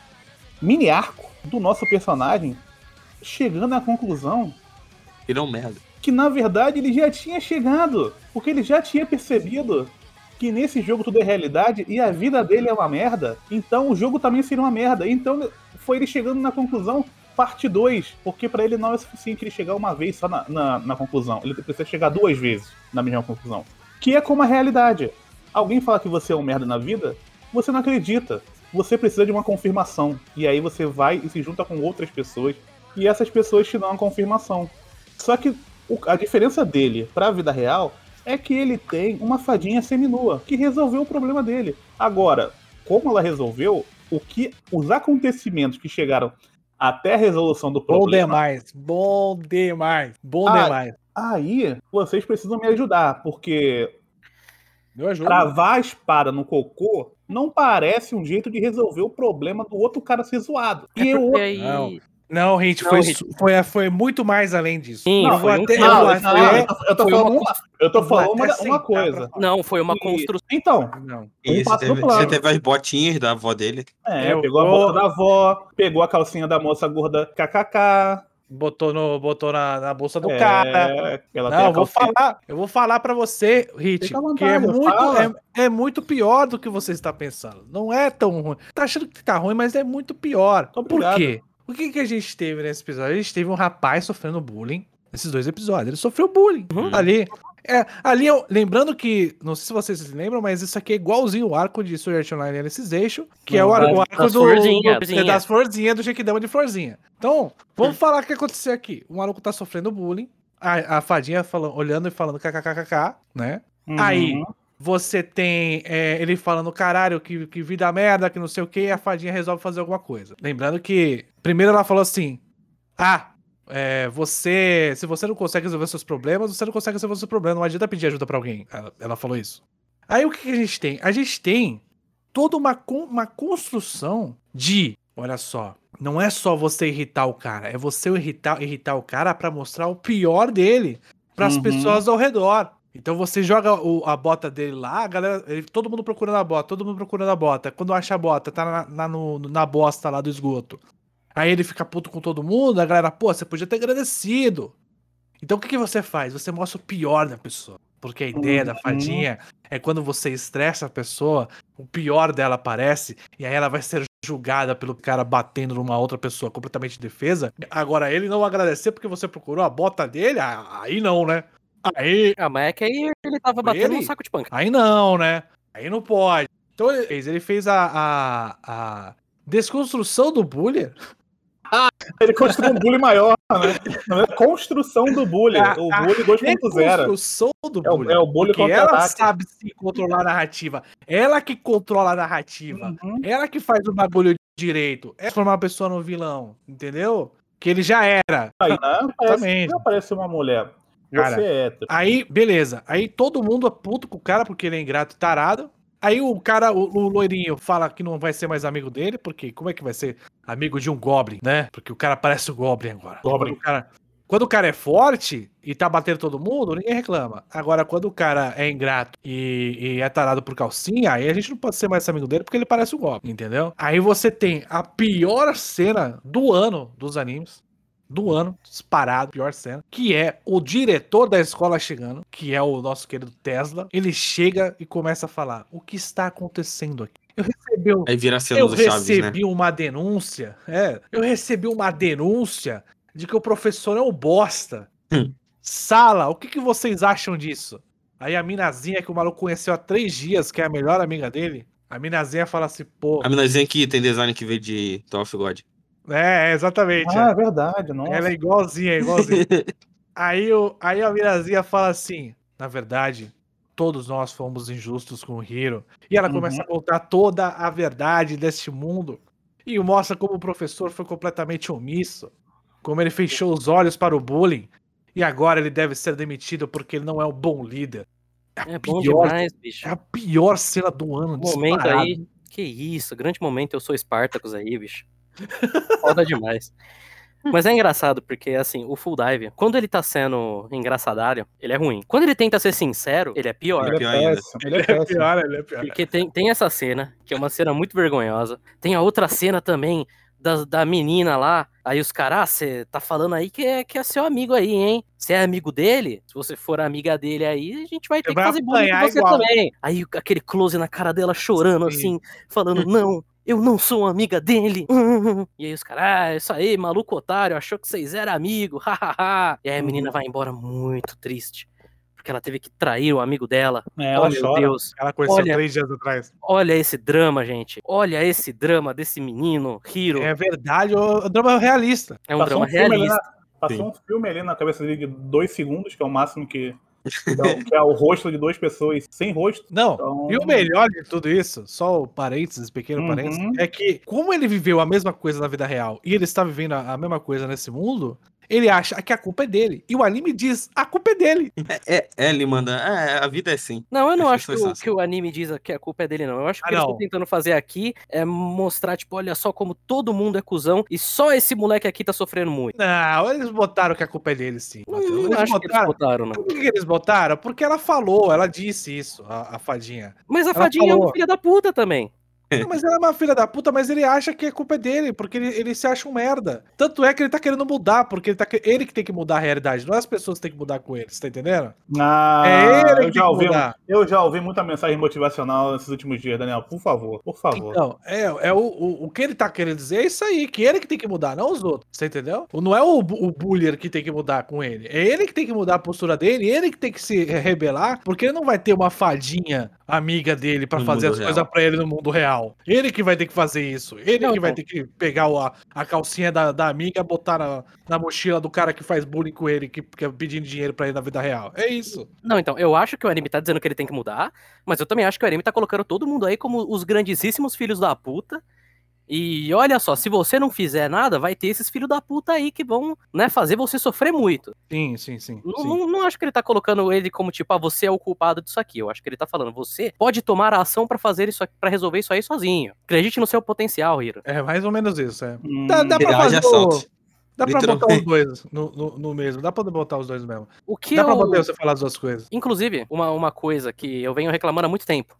Speaker 1: mini arco do nosso personagem chegando à conclusão
Speaker 5: Ele é um merda.
Speaker 1: que na verdade ele já tinha chegado, porque ele já tinha percebido que nesse jogo tudo é realidade e a vida dele é uma merda, então o jogo também seria uma merda. Então foi ele chegando na conclusão, parte 2, porque pra ele não é suficiente ele chegar uma vez só na, na, na conclusão, ele precisa chegar duas vezes na mesma conclusão, que é como a realidade. Alguém fala que você é um merda na vida, você não acredita. Você precisa de uma confirmação. E aí você vai e se junta com outras pessoas. E essas pessoas te dão a confirmação. Só que o- a diferença dele pra vida real é que ele tem uma fadinha seminua que resolveu o problema dele. Agora, como ela resolveu, o que os acontecimentos que chegaram até a resolução do
Speaker 4: Bom
Speaker 2: né?
Speaker 1: problema
Speaker 4: demais. Bom demais. Bom
Speaker 1: Ah,
Speaker 4: demais.
Speaker 1: Aí, vocês precisam me ajudar, porque
Speaker 4: Meu ajuda.
Speaker 1: cravar a espada no cocô não parece um jeito de resolver o problema do outro cara ser zoado. E
Speaker 2: É
Speaker 1: eu,
Speaker 2: porque aí-
Speaker 4: Não. Não, gente,
Speaker 2: Não,
Speaker 4: foi,
Speaker 2: gente.
Speaker 4: foi, foi muito mais além disso.
Speaker 2: Sim,
Speaker 4: eu
Speaker 2: foi
Speaker 4: vou
Speaker 2: um
Speaker 4: até.
Speaker 2: caos.
Speaker 4: É, eu vou
Speaker 1: Não,
Speaker 4: até-
Speaker 1: não, eu tô- eu tô
Speaker 4: foi
Speaker 1: falando
Speaker 4: uma-
Speaker 1: uma, eu tô
Speaker 4: vou
Speaker 1: falando
Speaker 4: até
Speaker 1: uma- uma
Speaker 4: sentar
Speaker 1: coisa.
Speaker 4: pra-
Speaker 2: Não, foi uma
Speaker 1: E-
Speaker 2: construção.
Speaker 1: Então,
Speaker 4: Não.
Speaker 1: Um
Speaker 5: E você
Speaker 1: passo
Speaker 5: teve,
Speaker 1: do plano.
Speaker 5: você teve as botinhas da avó dele.
Speaker 1: é,
Speaker 4: Eu
Speaker 1: pegou a
Speaker 4: vou-
Speaker 1: boca da avó, pegou a calcinha da moça gorda kkk.
Speaker 4: Botou, no, botou na, na bolsa do
Speaker 1: é,
Speaker 4: cara.
Speaker 1: Ela tem
Speaker 4: Não,
Speaker 1: a
Speaker 4: eu vou
Speaker 1: calcinha-
Speaker 4: falar. Eu vou falar pra você, Hit,
Speaker 1: Fica à vontade,
Speaker 4: que é
Speaker 1: fala.
Speaker 4: muito, é, é muito pior do que você está pensando. Não é tão ruim. Tá achando que tá ruim, mas é muito pior.
Speaker 1: Obrigado.
Speaker 4: Por quê? O que, que a gente teve nesse episódio? A gente teve um rapaz sofrendo bullying. Nesses dois episódios. Ele sofreu bullying.
Speaker 2: Uhum.
Speaker 4: Ali. É, ali, eu- lembrando que, não sei se vocês se lembram, mas isso aqui é igualzinho o arco de Sword Art Online Nesses Eixo, que é o, ar- o arco
Speaker 2: das
Speaker 4: do,
Speaker 2: florzinhas, Hum.
Speaker 4: do-
Speaker 2: florzinha.
Speaker 4: das florzinhas do Jequidama de Florzinha. Então, vamos falar o que aconteceu aqui. O maluco tá sofrendo bullying, a, a fadinha falando, olhando e falando kkkk, né?
Speaker 1: Uhum.
Speaker 4: Aí, você tem é, ele falando, caralho, que, que vida merda, que não sei o que, e a fadinha resolve fazer alguma coisa. Lembrando que, primeiro ela falou assim, ah, é, você, se você não consegue resolver seus problemas, você não consegue resolver seus problemas, não adianta pedir ajuda pra alguém. Ela, ela falou isso. Aí o que, que a gente tem? A gente tem toda uma, con- uma construção de, olha só, não é só você irritar o cara, é você irritar, irritar o cara pra mostrar o pior dele pras
Speaker 1: Uhum.
Speaker 4: pessoas ao redor. Então você joga o- a bota dele lá, a galera, ele- todo mundo procurando a bota, todo mundo procurando a bota. Quando acha a bota, tá na, na, no- na bosta lá do esgoto. Aí ele fica puto com todo mundo, a galera, pô, você podia ter agradecido. Então o que, que você faz? Você mostra o pior da pessoa. Porque a ideia da
Speaker 1: Uhum.
Speaker 4: fadinha é quando você estressa a pessoa, o pior dela aparece, e aí ela vai ser julgada pelo cara batendo numa outra pessoa completamente defesa. Agora, ele não agradecer porque você procurou a bota dele, ah, aí não, né? Aí,
Speaker 2: Ah, mas é que aí ele tava batendo
Speaker 4: Ele?
Speaker 2: um saco de panca.
Speaker 4: aí não, né? Aí não pode. Então ele fez, ele fez a, a, a desconstrução do bullying.
Speaker 1: Ele construiu um bullying maior, né? Na verdade, Construção do bullying.
Speaker 4: Ah,
Speaker 1: O
Speaker 4: ah,
Speaker 1: bullying 2.0.
Speaker 4: Desconstrução do
Speaker 1: É
Speaker 4: bullying.
Speaker 1: o, é o bullying
Speaker 4: Porque
Speaker 1: contra
Speaker 4: ela
Speaker 1: ataque.
Speaker 4: sabe se controlar a narrativa. Ela que controla a narrativa.
Speaker 1: Uhum.
Speaker 4: Ela que faz o bagulho direito. É transformar a pessoa no vilão, entendeu? Que ele já é, era.
Speaker 1: Aí, né? Parece,
Speaker 4: Exatamente.
Speaker 1: não aparece uma mulher.
Speaker 4: Cara,
Speaker 1: Você é hétero.
Speaker 4: Aí, beleza. Aí todo mundo é puto com o cara porque ele é ingrato e tarado. Aí o cara, o, o loirinho, fala que não vai ser mais amigo dele, porque como é que vai ser amigo de um Goblin, né? Porque o cara parece o Goblin agora.
Speaker 1: Goblin.
Speaker 4: Quando o cara, quando o cara é forte e tá batendo todo mundo, ninguém reclama. Agora, quando o cara é ingrato e, e é tarado por calcinha, aí a gente não pode ser mais amigo dele porque ele parece o Goblin, entendeu? Aí você tem a pior cena do ano dos animes do ano, disparado, pior cena, que é o diretor da escola chegando, que é o nosso querido Tesla. Ele chega e começa a falar: o que está acontecendo aqui? Eu recebi, um-
Speaker 5: Aí vira a cena
Speaker 4: eu
Speaker 5: do Chaves, né?
Speaker 4: recebi uma denúncia. É, eu recebi uma denúncia de que o professor é um bosta.
Speaker 5: Hum.
Speaker 4: Sala, o que, que vocês acham disso? Aí a minazinha que o maluco conheceu há três dias, que é a melhor amiga dele, a minazinha fala assim, pô.
Speaker 5: A menorzinha que tem design que veio de Top God.
Speaker 4: É, é, exatamente. é.
Speaker 1: Ah, é verdade, nossa.
Speaker 4: Ela é igualzinha, é igualzinha. aí, o, aí a Mirazinha fala assim: na verdade, todos nós fomos injustos com o Hiro. E ela começa
Speaker 2: Uhum.
Speaker 4: a contar toda a verdade deste mundo. E mostra como o professor foi completamente omisso. Como ele fechou os olhos para o bullying. E agora ele deve ser demitido porque ele não é um bom líder.
Speaker 2: É bom
Speaker 4: pior-
Speaker 2: demais, bicho.
Speaker 4: É a pior cena do ano.
Speaker 2: momento
Speaker 4: disparado.
Speaker 2: aí. Que isso, grande momento, eu sou Spartacus aí, bicho. Foda demais. Mas é engraçado, porque assim, o Full Dive, quando ele tá sendo engraçadário, ele é ruim. Quando ele tenta ser sincero, ele é pior.
Speaker 1: Ele é
Speaker 5: pior ainda.
Speaker 1: péssimo. Ele é péssimo.
Speaker 4: Pior, ele é pior.
Speaker 2: Porque tem, tem essa cena, que é uma cena muito vergonhosa. Tem a outra cena também, da, da menina lá. Aí os caras, ah, você tá falando aí que é, que é seu amigo aí, hein? Você é amigo dele? Se você for amiga dele aí, a gente vai ter
Speaker 4: vai
Speaker 2: que fazer bullying com
Speaker 4: apanhar
Speaker 2: você
Speaker 4: igual.
Speaker 2: também. Aí o- aquele close na cara dela chorando
Speaker 4: Sim.
Speaker 2: assim, falando, não... Eu não sou amiga dele. E aí os caras, ah, isso aí, maluco otário, achou que vocês eram amigos. hahaha. e aí a
Speaker 4: Uhum.
Speaker 2: menina vai embora muito triste. Porque ela teve que trair o amigo dela.
Speaker 1: É, ela
Speaker 2: oh, meu
Speaker 1: chora.
Speaker 2: Deus.
Speaker 4: Ela conheceu
Speaker 2: Olha-
Speaker 4: três dias atrás.
Speaker 2: Olha esse drama, gente. Olha esse drama desse menino, Hiro. É,
Speaker 4: É verdade, o o drama é realista.
Speaker 2: um
Speaker 1: Passou
Speaker 2: drama
Speaker 1: um filme,
Speaker 2: realista.
Speaker 1: Passou
Speaker 5: Sim.
Speaker 1: um filme ali na cabeça dele de dois segundos, que é o máximo que. que é o- que é o rosto de duas pessoas sem rosto.
Speaker 4: Não,
Speaker 1: Então-
Speaker 4: e o melhor de tudo isso, só o parênteses, pequeno
Speaker 1: Uhum.
Speaker 4: parênteses, é que como ele viveu a mesma coisa na vida real e ele está vivendo a, a mesma coisa nesse mundo, Ele acha que a culpa é dele. E o anime diz: a culpa é dele.
Speaker 5: É, é, é, ele manda. É, a vida é assim.
Speaker 2: Não, eu não
Speaker 5: As
Speaker 2: acho que
Speaker 5: pessoas
Speaker 2: o,
Speaker 5: são assim.
Speaker 2: que o anime diz que a culpa é dele, não. Eu acho que o
Speaker 4: Ah,
Speaker 2: que eles estão
Speaker 4: não.
Speaker 2: tentando fazer aqui é mostrar, tipo, olha só como todo mundo é cuzão e só esse moleque aqui tá sofrendo muito.
Speaker 4: Não, eles botaram que a culpa é dele, sim.
Speaker 2: Não,
Speaker 4: Matheus.
Speaker 2: não acho que eles botaram, não.
Speaker 4: Por que, que eles botaram? Porque ela falou, ela disse isso, a, a fadinha.
Speaker 2: Mas a
Speaker 4: Ela
Speaker 2: fadinha é
Speaker 4: falou.
Speaker 2: uma filha da puta também.
Speaker 4: Não, mas ela é uma filha da puta, mas ele acha que a culpa é dele, porque ele, ele se acha um merda. Tanto é que ele tá querendo mudar, porque ele, tá, que- ele que tem que mudar a realidade, não é as pessoas que tem que mudar com ele, você tá entendendo?
Speaker 1: Ah,
Speaker 4: é ele
Speaker 1: eu
Speaker 4: que tem
Speaker 1: já
Speaker 4: que
Speaker 1: ouvi, um
Speaker 4: mudar.
Speaker 1: eu já ouvi muita mensagem motivacional nesses últimos dias, Daniel. Por favor, por favor.
Speaker 4: Então, é, é o, o, o que ele tá querendo dizer é isso aí, que ele que tem que mudar, não os outros. Você entendeu? Não é o, bu- o bullier que tem que mudar com ele. É ele que tem que mudar a postura dele, ele que tem que se rebelar, porque ele não vai ter uma fadinha amiga dele pra
Speaker 5: No
Speaker 4: fazer
Speaker 5: mundo
Speaker 4: as
Speaker 5: real.
Speaker 4: coisas pra ele no mundo real. Ele que vai ter que fazer isso. Ele
Speaker 2: Não,
Speaker 4: que vai
Speaker 2: não.
Speaker 1: então.
Speaker 4: ter que pegar o- a, a calcinha da, da amiga, botar na, na mochila do cara que faz bullying com ele, que fica pedindo dinheiro pra ele na vida real. É isso.
Speaker 2: Não, então, eu acho que o anime tá dizendo que ele tem que mudar, mas eu também acho que o anime tá colocando todo mundo aí como os grandíssimos filhos da puta. E olha só, se você não fizer nada, vai ter esses filhos da puta aí que vão, né, fazer você sofrer muito.
Speaker 4: Sim, sim, sim.
Speaker 2: Não,
Speaker 4: sim.
Speaker 2: não- não acho que ele tá colocando ele como tipo, ah, você é o culpado disso aqui. Eu acho que ele tá falando, você pode tomar a ação pra fazer isso, para resolver isso aí sozinho. Acredite no seu potencial, Hiro.
Speaker 4: É mais ou menos isso, é.
Speaker 1: Hum,
Speaker 4: Dá, dá pra
Speaker 5: Verdade,
Speaker 4: fazer o...
Speaker 5: assalto.
Speaker 4: Dá pra botar os
Speaker 5: Literalmente.
Speaker 4: dois no, no, no mesmo. Dá pra botar os dois mesmo.
Speaker 2: O que
Speaker 4: Dá
Speaker 2: eu...
Speaker 4: pra botar você falar as duas coisas.
Speaker 2: Inclusive, uma, uma coisa que eu venho reclamando há muito tempo,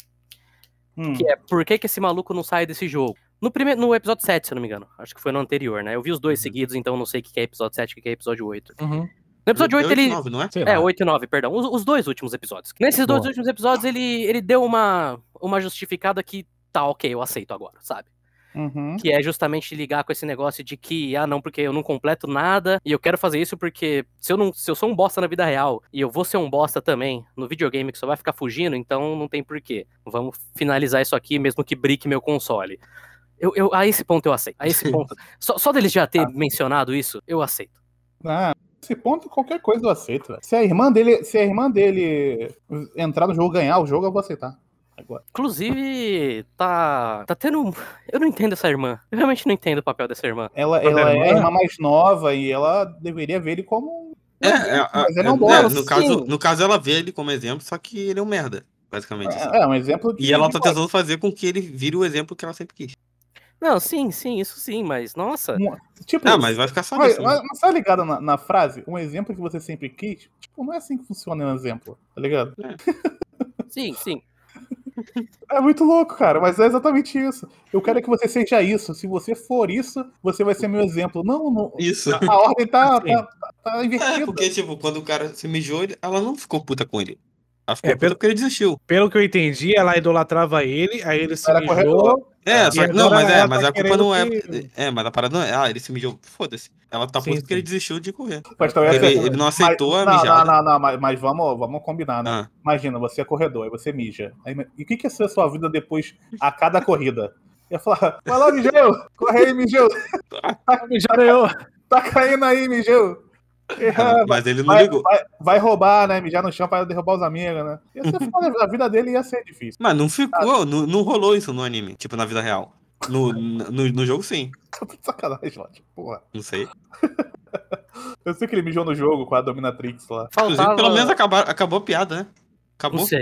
Speaker 1: hum.
Speaker 2: que é por que, que esse maluco não sai desse jogo? No, primeiro, no episódio 7, se eu não me engano. Acho que foi no anterior, né? Eu vi os dois seguidos, então eu não sei o que que é episódio 7 e o que que é episódio 8.
Speaker 5: Uhum.
Speaker 2: No episódio 8 ele,
Speaker 5: 9, não é?
Speaker 4: Sei lá.
Speaker 2: É, 8 e 9, perdão. Os, os dois últimos episódios. Nesses dois
Speaker 4: Boa.
Speaker 2: últimos episódios, ele, ele deu uma, uma justificada que tá ok, eu aceito agora, sabe?
Speaker 1: Uhum.
Speaker 2: Que é justamente ligar com esse negócio de que, ah, não, porque eu não completo nada e eu quero fazer isso porque se eu, não, se eu sou um bosta na vida real e eu vou ser um bosta também no videogame que só vai ficar fugindo, então não tem porquê. Vamos finalizar isso aqui mesmo que brique meu console. Eu, eu- a esse ponto eu aceito. A esse ponto. Só, só deles já ter
Speaker 4: Tá.
Speaker 2: mencionado isso, eu aceito.
Speaker 1: Ah, nesse ponto, qualquer coisa eu aceito, velho. Se a irmã dele, se a irmã dele entrar no jogo, ganhar o jogo, eu vou aceitar. Agora.
Speaker 2: Inclusive, tá. Tá tendo. um- Eu não entendo essa irmã. Eu realmente não entendo o papel dessa irmã.
Speaker 1: Ela,
Speaker 4: Quando
Speaker 1: ela é
Speaker 4: a irmã-
Speaker 1: a irmã mais nova e ela deveria ver ele como. um-
Speaker 5: É, é, é,
Speaker 1: Mas
Speaker 5: é,
Speaker 1: ele é um bosta,
Speaker 5: no,
Speaker 1: sim.
Speaker 5: caso, no caso, ela vê ele como exemplo, só que ele é um merda, basicamente. assim.
Speaker 1: É, é um exemplo de.
Speaker 5: E ela tá
Speaker 1: de-
Speaker 5: tentando fazer com que ele vire o exemplo que ela sempre quis.
Speaker 2: Não, sim, sim, isso sim, mas nossa.
Speaker 1: Tipo,
Speaker 5: Ah, mas vai ficar só
Speaker 1: mas,
Speaker 5: nisso.
Speaker 1: mas,
Speaker 5: né?
Speaker 1: mas tá ligado na, na frase? Um exemplo que você sempre quis? Tipo, não é assim que funciona um exemplo, tá ligado?
Speaker 2: Sim, sim.
Speaker 1: É muito louco, cara, mas é exatamente isso. Eu quero que você seja isso. Se você for isso, você vai ser meu exemplo. Não, não.
Speaker 5: Isso.
Speaker 1: A ordem tá,
Speaker 4: Sim.
Speaker 1: tá, tá, tá invertida.
Speaker 5: É, porque, tipo, quando o cara se mijou, ele- ela não ficou puta com ele. Ela ficou
Speaker 4: É,
Speaker 5: puta
Speaker 4: pelo-
Speaker 5: porque ele desistiu.
Speaker 4: Pelo que eu entendi, ela idolatrava ele, aí ele se
Speaker 1: Era
Speaker 4: mijou.
Speaker 1: corredor.
Speaker 5: É,
Speaker 4: E
Speaker 5: só que. Não,
Speaker 4: agora
Speaker 5: mas é,
Speaker 4: ela
Speaker 5: mas
Speaker 4: tá
Speaker 5: a culpa não é.
Speaker 4: querendo
Speaker 5: É, mas a parada não é. Ah, ele se mijou. Foda-se. Ela tá
Speaker 4: Sim,
Speaker 5: puta
Speaker 4: sim.
Speaker 5: porque ele desistiu de correr.
Speaker 1: Mas também
Speaker 5: Ele,
Speaker 1: essa-
Speaker 5: ele não aceitou
Speaker 1: mas,
Speaker 5: a
Speaker 1: não,
Speaker 5: mijada.
Speaker 1: Não, não, não, mas, mas vamos, vamos combinar, né?
Speaker 5: Ah,
Speaker 1: Imagina, você é corredor, aí você mija. Aí, e o que, que ia ser a sua vida depois, a cada corrida? Ia falar, vai lá, Migeu! Corre aí, Migeu!
Speaker 4: Eu.
Speaker 1: Tá caindo aí, Migeu!
Speaker 5: ah, mas ele não
Speaker 1: Vai,
Speaker 5: ligou.
Speaker 1: vai- vai roubar, né? Mijar no chão pra derrubar os amigos, né? Ia ser foda, a vida dele ia ser difícil.
Speaker 5: Mas não
Speaker 4: Tá.
Speaker 5: ficou, não, não rolou isso no anime, tipo, na vida real. No, no, no jogo, sim.
Speaker 1: Tá de sacanagem, Lorde. Porra.
Speaker 5: Não sei.
Speaker 1: Eu sei que ele mijou no jogo com a Dominatrix lá.
Speaker 5: Inclusive,
Speaker 2: Faltava...
Speaker 5: pelo menos acabar, acabou a piada, né? Acabou.
Speaker 2: Não sei,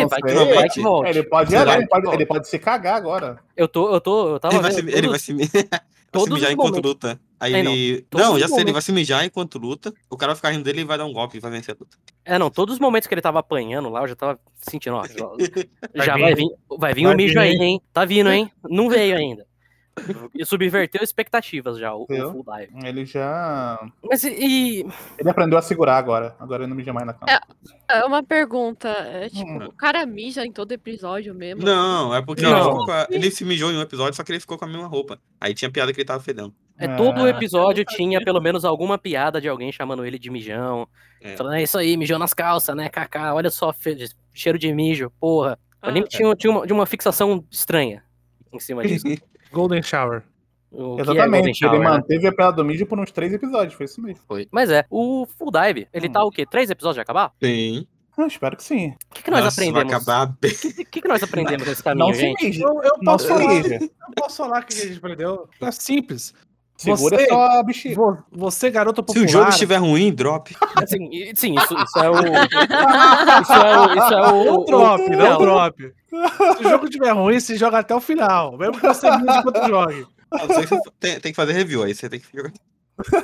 Speaker 1: Não
Speaker 2: vai,
Speaker 1: sei.
Speaker 2: Que, vai que
Speaker 5: É,
Speaker 2: volte.
Speaker 1: Ele pode,
Speaker 5: Será?
Speaker 1: ele, pode, ele pode se cagar agora.
Speaker 2: Eu tô, eu tô, eu tava
Speaker 5: Ele vai, se,
Speaker 2: vendo
Speaker 5: ele vai
Speaker 2: todos-
Speaker 5: se, mi- vai se
Speaker 2: todos
Speaker 5: mijar
Speaker 2: os
Speaker 5: enquanto
Speaker 2: momentos.
Speaker 5: luta. Aí
Speaker 2: É, não.
Speaker 5: ele.
Speaker 2: Todos
Speaker 5: Não,
Speaker 2: os
Speaker 5: já sei, ele vai
Speaker 2: momentos.
Speaker 5: se mijar enquanto luta. O cara vai ficar rindo dele e vai dar um golpe e vai vencer a luta.
Speaker 2: É, não, todos os momentos que ele tava apanhando lá, eu já tava sentindo, ó, já- já
Speaker 4: vir.
Speaker 2: vai vir, vai vir
Speaker 4: Vai
Speaker 2: o mijo
Speaker 4: vir.
Speaker 2: aí, hein? Tá vindo, hein? Não veio ainda. E subverteu expectativas já, o, o
Speaker 1: Viu?
Speaker 2: full dive.
Speaker 1: Ele já.
Speaker 2: Mas e, e-
Speaker 1: Ele aprendeu a segurar agora. Agora ele não mija mais na cama.
Speaker 7: É. É uma pergunta. É, tipo,
Speaker 1: Hum.
Speaker 7: o cara mija em todo episódio mesmo.
Speaker 5: Não, é porque
Speaker 2: Não.
Speaker 5: Ele, ficou com a- ele se mijou em um episódio, só que ele ficou com a mesma roupa. Aí tinha piada que ele tava fedendo.
Speaker 2: É, todo
Speaker 1: Ah.
Speaker 2: episódio tinha pelo menos alguma piada de alguém chamando ele de mijão.
Speaker 5: É.
Speaker 2: Falando, é isso aí, mijão nas calças, né, Kaká? Olha só, fe- cheiro de mijo, porra. O
Speaker 7: Ah.
Speaker 2: anime tinha, tinha uma, de uma fixação estranha em cima disso.
Speaker 4: Golden Shower.
Speaker 2: O que é Golden
Speaker 1: Exatamente.
Speaker 2: Shower,
Speaker 1: ele
Speaker 2: né?
Speaker 1: manteve a piada do mídia por uns três episódios. Foi isso mesmo.
Speaker 2: Foi. Mas é, o Full Dive, ele
Speaker 1: Hum.
Speaker 2: tá o quê? Três episódios de acabar?
Speaker 5: Sim.
Speaker 1: Ah, espero que sim.
Speaker 2: O que, que nós
Speaker 5: Nossa,
Speaker 2: aprendemos?
Speaker 5: Vai acabar bem.
Speaker 2: O que, que, que nós aprendemos nesse
Speaker 1: Não
Speaker 2: caminho,
Speaker 1: se
Speaker 2: gente?
Speaker 5: é
Speaker 1: mija.
Speaker 4: Eu, eu
Speaker 1: Não
Speaker 4: posso
Speaker 1: se
Speaker 4: falar.
Speaker 1: mija.
Speaker 4: Eu posso falar que a gente perdeu. É simples.
Speaker 1: Segura
Speaker 4: Você-
Speaker 1: essa bexiga.
Speaker 4: Vo- Você, garoto
Speaker 5: Se o
Speaker 4: popular.
Speaker 5: jogo estiver ruim, drop.
Speaker 2: Assim, e- sim, isso, isso é o. Isso é o. Isso é o,
Speaker 4: Não drop,
Speaker 2: o-
Speaker 4: não drop. Se o jogo estiver ruim, se joga até o final. Mesmo que você mude enquanto jogue.
Speaker 5: A não ser que você tem, tem que fazer review aí, você tem que jogar.
Speaker 2: tá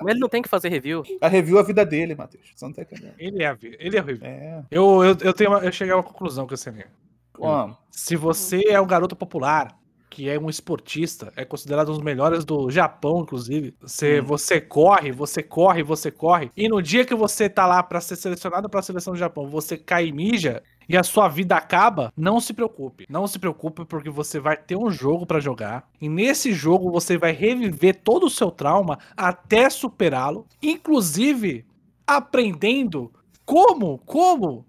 Speaker 2: Mas ele não tem que fazer review.
Speaker 1: A review é a vida dele, Matheus. Você não tá entendendo.
Speaker 4: Ele é, vi- ele é horrível.
Speaker 1: É.
Speaker 4: Eu, eu, eu, tenho uma- eu cheguei a uma conclusão com esse anime.
Speaker 1: Como?
Speaker 4: Se você é um garoto popular, que é um esportista, é considerado um dos melhores do Japão, inclusive. Você, você corre, você corre, você corre. E no dia que você tá lá pra ser selecionado pra seleção do Japão, você cai e mija e a sua vida acaba, não se preocupe. Não se preocupe porque você vai ter um jogo pra jogar. E nesse jogo você vai reviver todo o seu trauma até superá-lo, inclusive aprendendo como, como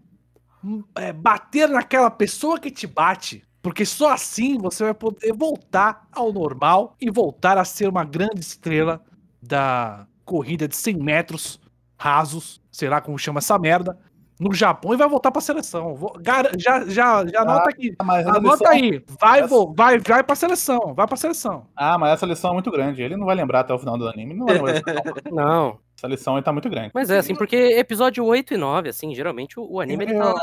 Speaker 4: é, bater naquela pessoa que te bate. Porque só assim você vai poder voltar ao normal e voltar a ser uma grande estrela da corrida de 100 metros rasos, sei lá como chama essa merda, no Japão e vai voltar pra seleção. Vou- gar- Já, já, já anota aqui.
Speaker 1: Ah, mas essa
Speaker 4: Anota
Speaker 1: lição...
Speaker 4: aí. Vai, vo- vai, vai pra seleção. Vai pra seleção.
Speaker 1: ah, mas essa lição é muito grande. Ele não vai lembrar até o final do anime. Não vai lembrar. dessa lição.
Speaker 2: Não.
Speaker 1: essa lição aí tá muito grande.
Speaker 2: Mas é assim, porque episódio 8 e 9, assim, geralmente o, o anime ele tá.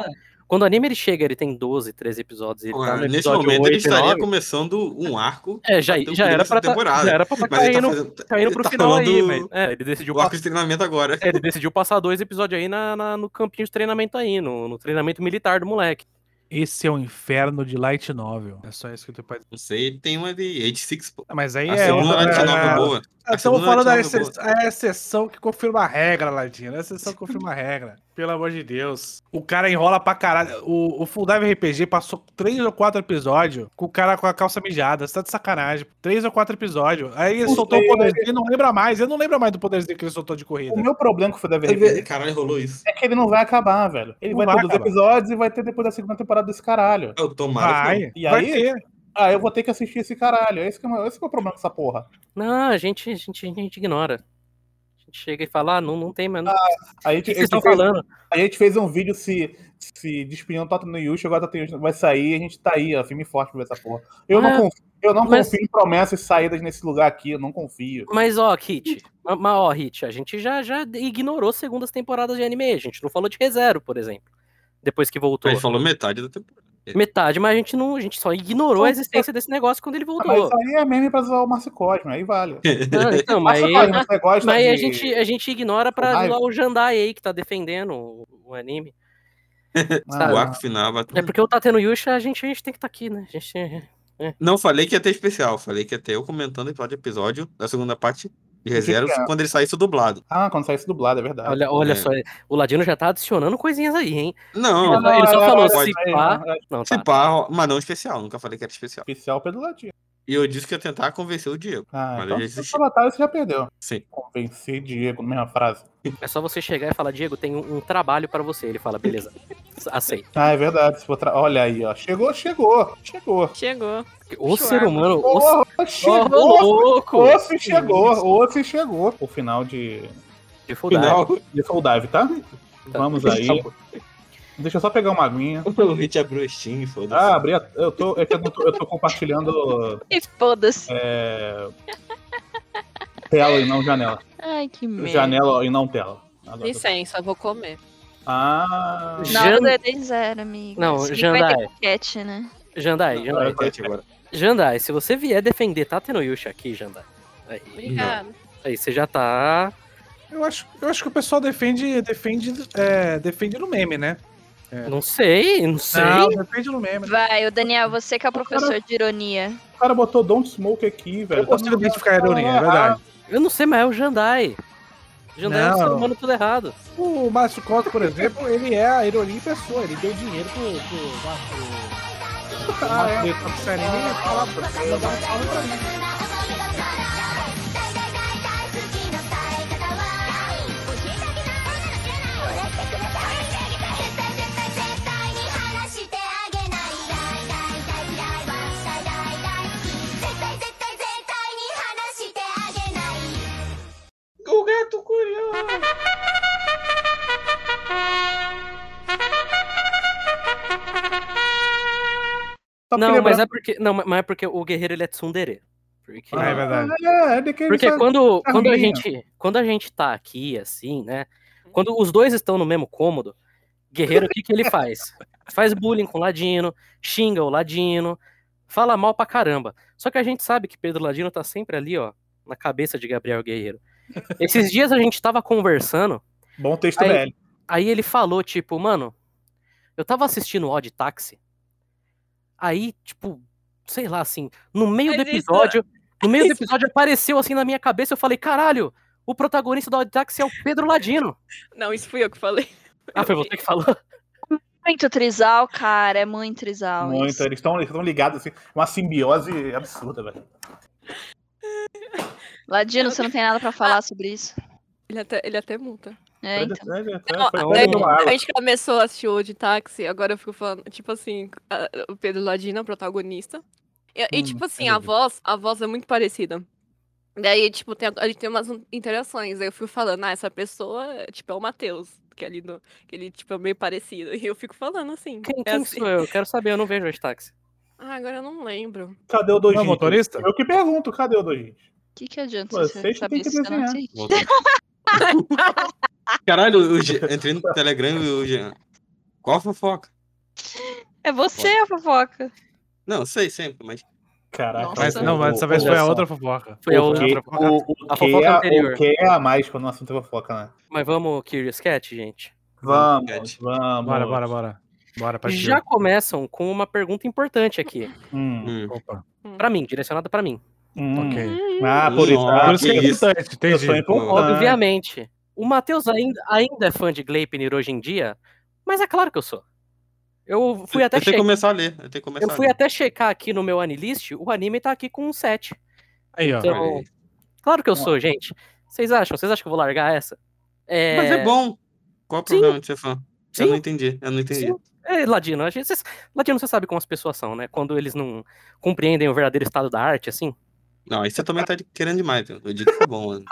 Speaker 2: Quando o anime ele chega, ele tem 12, 13 episódios. Ele tá no
Speaker 5: Nesse
Speaker 2: episódio
Speaker 5: momento
Speaker 2: 8
Speaker 5: ele
Speaker 2: e
Speaker 5: estaria
Speaker 2: 9.
Speaker 5: começando um arco.
Speaker 2: É, já,
Speaker 5: até o
Speaker 2: já,
Speaker 5: fim
Speaker 2: era
Speaker 5: dessa
Speaker 2: pra tá,
Speaker 5: temporada.
Speaker 2: já era pra tá
Speaker 5: Mas ele tá
Speaker 2: caindo,
Speaker 5: fazendo-
Speaker 2: caindo
Speaker 5: ele
Speaker 2: pro
Speaker 5: tá
Speaker 2: final aí,
Speaker 5: falando
Speaker 2: velho. É, ele decidiu
Speaker 5: O
Speaker 2: passar
Speaker 5: arco de treinamento agora.
Speaker 2: É, ele decidiu passar dois episódios aí na, na- no campinho de treinamento aí, no, no treinamento militar do moleque.
Speaker 4: Esse é o inferno de Light Novel. É só isso que eu tenho pra dizer.
Speaker 5: Não sei, ele tem uma de 86, pô.
Speaker 4: Mas aí
Speaker 5: A
Speaker 4: é.
Speaker 5: segunda
Speaker 4: outra-
Speaker 5: Light
Speaker 4: é-
Speaker 5: Novel boa. A
Speaker 4: Estamos
Speaker 5: segunda
Speaker 4: falando da
Speaker 5: Light Novel
Speaker 4: exce- é a exceção que confirma a regra, Ladino. A exceção que confirma a regra. Pelo amor de Deus. O cara enrola pra caralho. O, o Full Dive RPG passou três ou quatro episódios com o cara com a calça mijada. Você tá de sacanagem. Três ou quatro episódios. Aí ele
Speaker 1: Puta,
Speaker 4: soltou o
Speaker 1: eu-
Speaker 4: poderzinho. Ele não lembra mais. Ele não lembra mais do poderzinho que ele soltou de corrida.
Speaker 1: O meu problema com o Fudev
Speaker 5: É
Speaker 1: RPG
Speaker 5: ver- Caralho, rolou isso.
Speaker 1: é que ele não vai acabar, velho. Ele
Speaker 4: Não
Speaker 1: vai,
Speaker 4: vai
Speaker 1: ter dois
Speaker 4: acabar.
Speaker 1: episódios e vai ter depois da segunda temporada desse caralho.
Speaker 5: Eu tomara. que
Speaker 4: Vai.
Speaker 5: não.
Speaker 1: E
Speaker 4: vai
Speaker 1: aí-
Speaker 4: ter.
Speaker 1: Ah, eu vou ter que assistir esse caralho. Esse que é o meu, esse que é o problema com essa porra.
Speaker 2: Não, a gente, a gente, a gente ignora. A gente chega e fala, ah, não, não tem, mano.
Speaker 1: Aí, tipo, a
Speaker 2: o que
Speaker 1: gente-
Speaker 2: que vocês
Speaker 1: a
Speaker 2: estão
Speaker 1: gente fez-
Speaker 2: falando?
Speaker 1: a gente fez um vídeo se, se despedindo do Tata no Yushi, agora o Tata no Yushi vai sair, a gente tá aí, ó, firme e forte pra ver essa porra. Eu
Speaker 2: É,
Speaker 1: não confio. Eu não
Speaker 2: mas-
Speaker 1: confio em promessas e saídas nesse lugar aqui, eu não confio.
Speaker 2: Mas ó, Kit, ma- mas ó, Hit, a gente já, já ignorou segundas temporadas de anime. A gente não falou de ReZero, por exemplo. Depois que voltou.
Speaker 5: Ele falou metade do tempo.
Speaker 2: Metade, mas a gente não. A gente só ignorou a existência desse negócio quando ele
Speaker 1: Ah, mas
Speaker 2: voltou.
Speaker 1: isso aí é meme pra zoar o Márcio Cosme, aí vale.
Speaker 2: Ah, então, mas
Speaker 1: Márcio
Speaker 2: aí,
Speaker 1: Cosme, você gosta
Speaker 2: mas aí a,
Speaker 1: de-
Speaker 2: gente, a gente ignora pra
Speaker 1: Raiva.
Speaker 2: zoar o Jandai aí que tá defendendo o, o anime.
Speaker 1: Ah,
Speaker 5: o arco final. vai-
Speaker 2: É porque o Tateno Yusha, a gente, a gente tem que estar aqui, né? A gente...
Speaker 5: Não, falei que ia ter especial. Falei que ia ter eu comentando episódio a episódio da segunda parte de
Speaker 1: que
Speaker 5: Rezero
Speaker 1: que é?
Speaker 5: quando ele saísse dublado.
Speaker 1: Ah, quando sai isso dublado, é verdade.
Speaker 2: Olha, olha
Speaker 5: É.
Speaker 2: só, o Ladino já tá adicionando coisinhas aí, hein?
Speaker 5: Não,
Speaker 2: Ele só
Speaker 1: é,
Speaker 2: falou
Speaker 1: é,
Speaker 2: se
Speaker 1: é,
Speaker 2: pá.
Speaker 1: é, é
Speaker 2: Não, tá.
Speaker 5: se pá, ó, mas não especial. Nunca falei que era especial.
Speaker 1: Especial Pedro Ladinho.
Speaker 5: E eu disse que ia tentar convencer o Diego.
Speaker 1: Ah,
Speaker 5: Mas
Speaker 1: então
Speaker 5: ele
Speaker 1: se
Speaker 5: existe.
Speaker 1: você batalha, você já perdeu.
Speaker 5: Sim.
Speaker 1: Convenci Diego, na mesma frase.
Speaker 2: É só você chegar e falar, Diego, tem um, um trabalho pra você. Ele fala, beleza, aceito.
Speaker 1: Ah, é verdade. se for tra- Olha aí, ó. Chegou, chegou, chegou.
Speaker 7: Chegou.
Speaker 2: O
Speaker 7: Sure.
Speaker 2: ser humano... O... ser-
Speaker 1: Porra,
Speaker 2: Ô,
Speaker 1: chegou.
Speaker 2: louco!
Speaker 1: Ou se chegou, ou se chegou. O final de,
Speaker 2: De full dive.
Speaker 5: Final,
Speaker 1: de Soul Dive, tá? Vamos aí. Deixa eu só pegar uma aguinha.
Speaker 5: o Hit abriu o Steam, foda-se.
Speaker 1: Ah, abri a... eu, tô... é que eu não tô- eu tô compartilhando
Speaker 3: E foda-se.
Speaker 1: é, tela e não janela.
Speaker 3: Ai, que merda.
Speaker 1: Janela e não tela. Agora eu tô-
Speaker 7: Licença, vou comer.
Speaker 1: Ah,
Speaker 2: Jan-
Speaker 3: Não, do Eden Zero, amigo.
Speaker 2: Não,
Speaker 3: Esse aqui
Speaker 2: Jandai.
Speaker 3: Vai
Speaker 4: é.
Speaker 3: ter enquete, né?
Speaker 2: Jandai,
Speaker 5: Agora
Speaker 2: Jandai,
Speaker 5: eu tô aqui agora.
Speaker 2: Jandai, se você vier defender Tateno Yusha aqui, Jandai, aí,
Speaker 7: Obrigada.
Speaker 2: aí você já tá...
Speaker 4: Eu acho, eu acho que o pessoal defende, defende, é, defende no meme, né?
Speaker 2: Não sei, não sei.
Speaker 4: Não, defende no meme.
Speaker 3: Vai, o Daniel, você que é o professor de ironia.
Speaker 1: o cara botou Don't Smoke aqui, velho.
Speaker 4: Eu consigo
Speaker 1: Tá mandando-
Speaker 4: identificar a ironia, é
Speaker 1: Ah,
Speaker 4: verdade.
Speaker 2: Eu não sei, mas é o Jandai. Jandai é um ser
Speaker 4: Não.
Speaker 2: humano tudo errado.
Speaker 4: O Márcio Costa, por exemplo, ele é a ironia em pessoa. Ele deu dinheiro pro. pro. pro. pro.
Speaker 1: Ah, é.
Speaker 4: Matheus Capsarini e fala pra mandar um salve pra mim.
Speaker 6: O gato curioso.
Speaker 1: Só porque
Speaker 2: Não,
Speaker 1: lembrando-
Speaker 2: mas é porque, não, mas é porque o guerreiro ele é tsundere. Porque,
Speaker 4: Ah, é verdade.
Speaker 1: É, é de que ele
Speaker 2: porque
Speaker 1: faz-
Speaker 2: quando,
Speaker 1: tá
Speaker 2: quando, a
Speaker 1: ruim,
Speaker 2: gente, quando a gente tá aqui, assim, né? Quando os dois estão no mesmo cômodo, Guerreiro, o que, que ele faz? Faz bullying com o Ladino, xinga o Ladino, fala mal pra caramba. Só que a gente sabe que Pedro Ladino tá sempre ali, ó, na cabeça de Gabriel Guerreiro. Esses dias a gente tava conversando
Speaker 1: Bom texto
Speaker 2: Aí-
Speaker 1: BL.
Speaker 2: Aí ele falou, tipo, mano, eu tava assistindo o Odd Taxi. Aí, tipo, sei lá, assim, no meio
Speaker 7: Mas
Speaker 2: do
Speaker 7: isso-
Speaker 2: episódio, no meio do episódio apareceu assim na minha cabeça, eu falei, caralho, o protagonista do Odd Taxi é o Pedro Ladino.
Speaker 7: Não, isso fui eu que falei.
Speaker 2: Ah, foi você que falou?
Speaker 7: É
Speaker 3: Muito trisal, cara. É muito trisal.
Speaker 1: Muito,
Speaker 3: isso.
Speaker 1: eles estão eles tão ligados, assim, uma simbiose absurda, velho.
Speaker 3: Ladino, você não tem
Speaker 1: Ah.
Speaker 3: nada pra falar sobre isso?
Speaker 7: Ele até, ele até multa.
Speaker 3: É, então.
Speaker 1: É, é, é,
Speaker 7: Não,
Speaker 1: foi
Speaker 2: até
Speaker 1: até uma
Speaker 7: A
Speaker 1: água.
Speaker 7: gente começou a assistir o de táxi, agora eu fico falando, tipo assim, a- o Pedro Ladino é o protagonista. E, e,
Speaker 1: Hum,
Speaker 7: tipo assim,
Speaker 1: sem
Speaker 7: a
Speaker 1: dúvida.
Speaker 7: voz, a voz é muito parecida. Daí, tipo, tem, a gente tem umas interações. Aí eu fico falando, ah, essa pessoa, tipo, é o Matheus, que ali no, que ele, tipo, é meio parecido. E eu fico falando assim.
Speaker 2: Quem,
Speaker 7: é
Speaker 2: quem
Speaker 7: assim.
Speaker 2: sou eu? Eu Quero saber, eu não vejo Odd Taxi.
Speaker 7: Ah, agora eu não lembro.
Speaker 1: Cadê o
Speaker 4: Não é
Speaker 1: Dojinho?
Speaker 4: motorista?
Speaker 1: Eu que pergunto, cadê o Dojinho?
Speaker 3: O que, que adianta
Speaker 1: Vocês
Speaker 3: você
Speaker 1: que
Speaker 3: saber
Speaker 1: têm que
Speaker 3: se você não
Speaker 1: desenhar.
Speaker 3: assiste?
Speaker 5: Voltou. Caralho, eu ge- entrei no Telegram e o Jean. Qual a fofoca?
Speaker 3: É você a fofoca.
Speaker 5: Não, sei sempre, mas.
Speaker 1: Caraca.
Speaker 3: Nossa.
Speaker 4: Mas, não, mas dessa vez foi a outra fofoca.
Speaker 2: Foi a
Speaker 1: o
Speaker 2: outra
Speaker 1: que-
Speaker 2: fofoca.
Speaker 1: o- o
Speaker 2: A
Speaker 1: que
Speaker 2: fofoca
Speaker 1: é-
Speaker 2: anterior.
Speaker 1: O que é a mais quando o assunto é fofoca, né?
Speaker 2: Mas vamos, Curious Cat, gente.
Speaker 1: Vamos, vamos.
Speaker 4: Bora, bora, bora. Bora, partiu.
Speaker 2: Já começam com uma pergunta importante aqui.
Speaker 1: Hum,
Speaker 5: Hum.
Speaker 4: Opa,
Speaker 2: Pra mim, direcionada pra mim.
Speaker 1: hum.
Speaker 4: ok.
Speaker 1: Ah, por isso.
Speaker 5: Nossa,
Speaker 1: ah,
Speaker 4: Por isso que é
Speaker 5: que isso.
Speaker 4: importante,
Speaker 1: eu sou
Speaker 4: entendi.
Speaker 1: importante.
Speaker 2: Obviamente. Ah. O Matheus ainda, ainda é fã de Gleipnir hoje em dia, mas é claro que eu sou. Eu fui até
Speaker 5: eu tenho que
Speaker 2: checar.
Speaker 5: começar a ler. Eu tenho que começar né?
Speaker 2: Eu fui
Speaker 5: a ler.
Speaker 2: até checar aqui no meu Anilist, o anime tá aqui com um 7.
Speaker 4: Aí, ó.
Speaker 2: Então,
Speaker 5: Olha aí.
Speaker 2: claro que eu sou, gente. Vocês acham? Vocês acham que eu vou largar essa? É...
Speaker 5: Mas é bom. Qual o
Speaker 2: Sim.
Speaker 5: problema de ser fã? Eu
Speaker 2: Sim.
Speaker 5: não entendi. Eu não entendi.
Speaker 2: Sim. É, Ladino, a gente, vocês- Ladino, você sabe como as pessoas são, né? Quando eles não compreendem o verdadeiro estado da arte, assim.
Speaker 5: Não, aí você também tá de- querendo demais. Eu digo que tá bom, mano.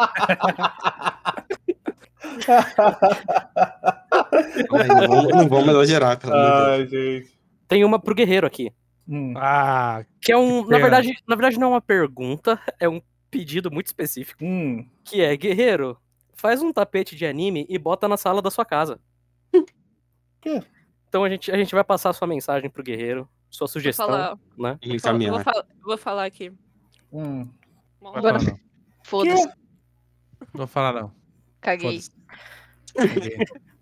Speaker 5: Aí, não, vamos, não vamos exagerar, pelo amor de Deus.
Speaker 1: Ai, gente.
Speaker 2: Tem uma pro guerreiro aqui.
Speaker 1: Hum.
Speaker 4: Ah,
Speaker 2: Que é um.
Speaker 4: Que
Speaker 2: na,
Speaker 4: pena.
Speaker 2: verdade, na verdade, não é uma pergunta, é um pedido muito específico.
Speaker 1: Hum.
Speaker 2: que é guerreiro, faz um tapete de anime e bota na sala da sua casa.
Speaker 1: Quê?
Speaker 2: Então a gente, a gente vai passar a sua mensagem pro guerreiro, sua
Speaker 7: Vou
Speaker 2: sugestão,
Speaker 7: falar,
Speaker 2: né?
Speaker 5: Me
Speaker 7: vou, vou
Speaker 5: encaminhar.
Speaker 7: fal- vou falar aqui.
Speaker 1: Hum.
Speaker 4: não
Speaker 7: Bom,
Speaker 4: vai falar não.
Speaker 3: Foda-se.
Speaker 4: Não vou falar não.
Speaker 3: Caguei.
Speaker 4: Foda-se.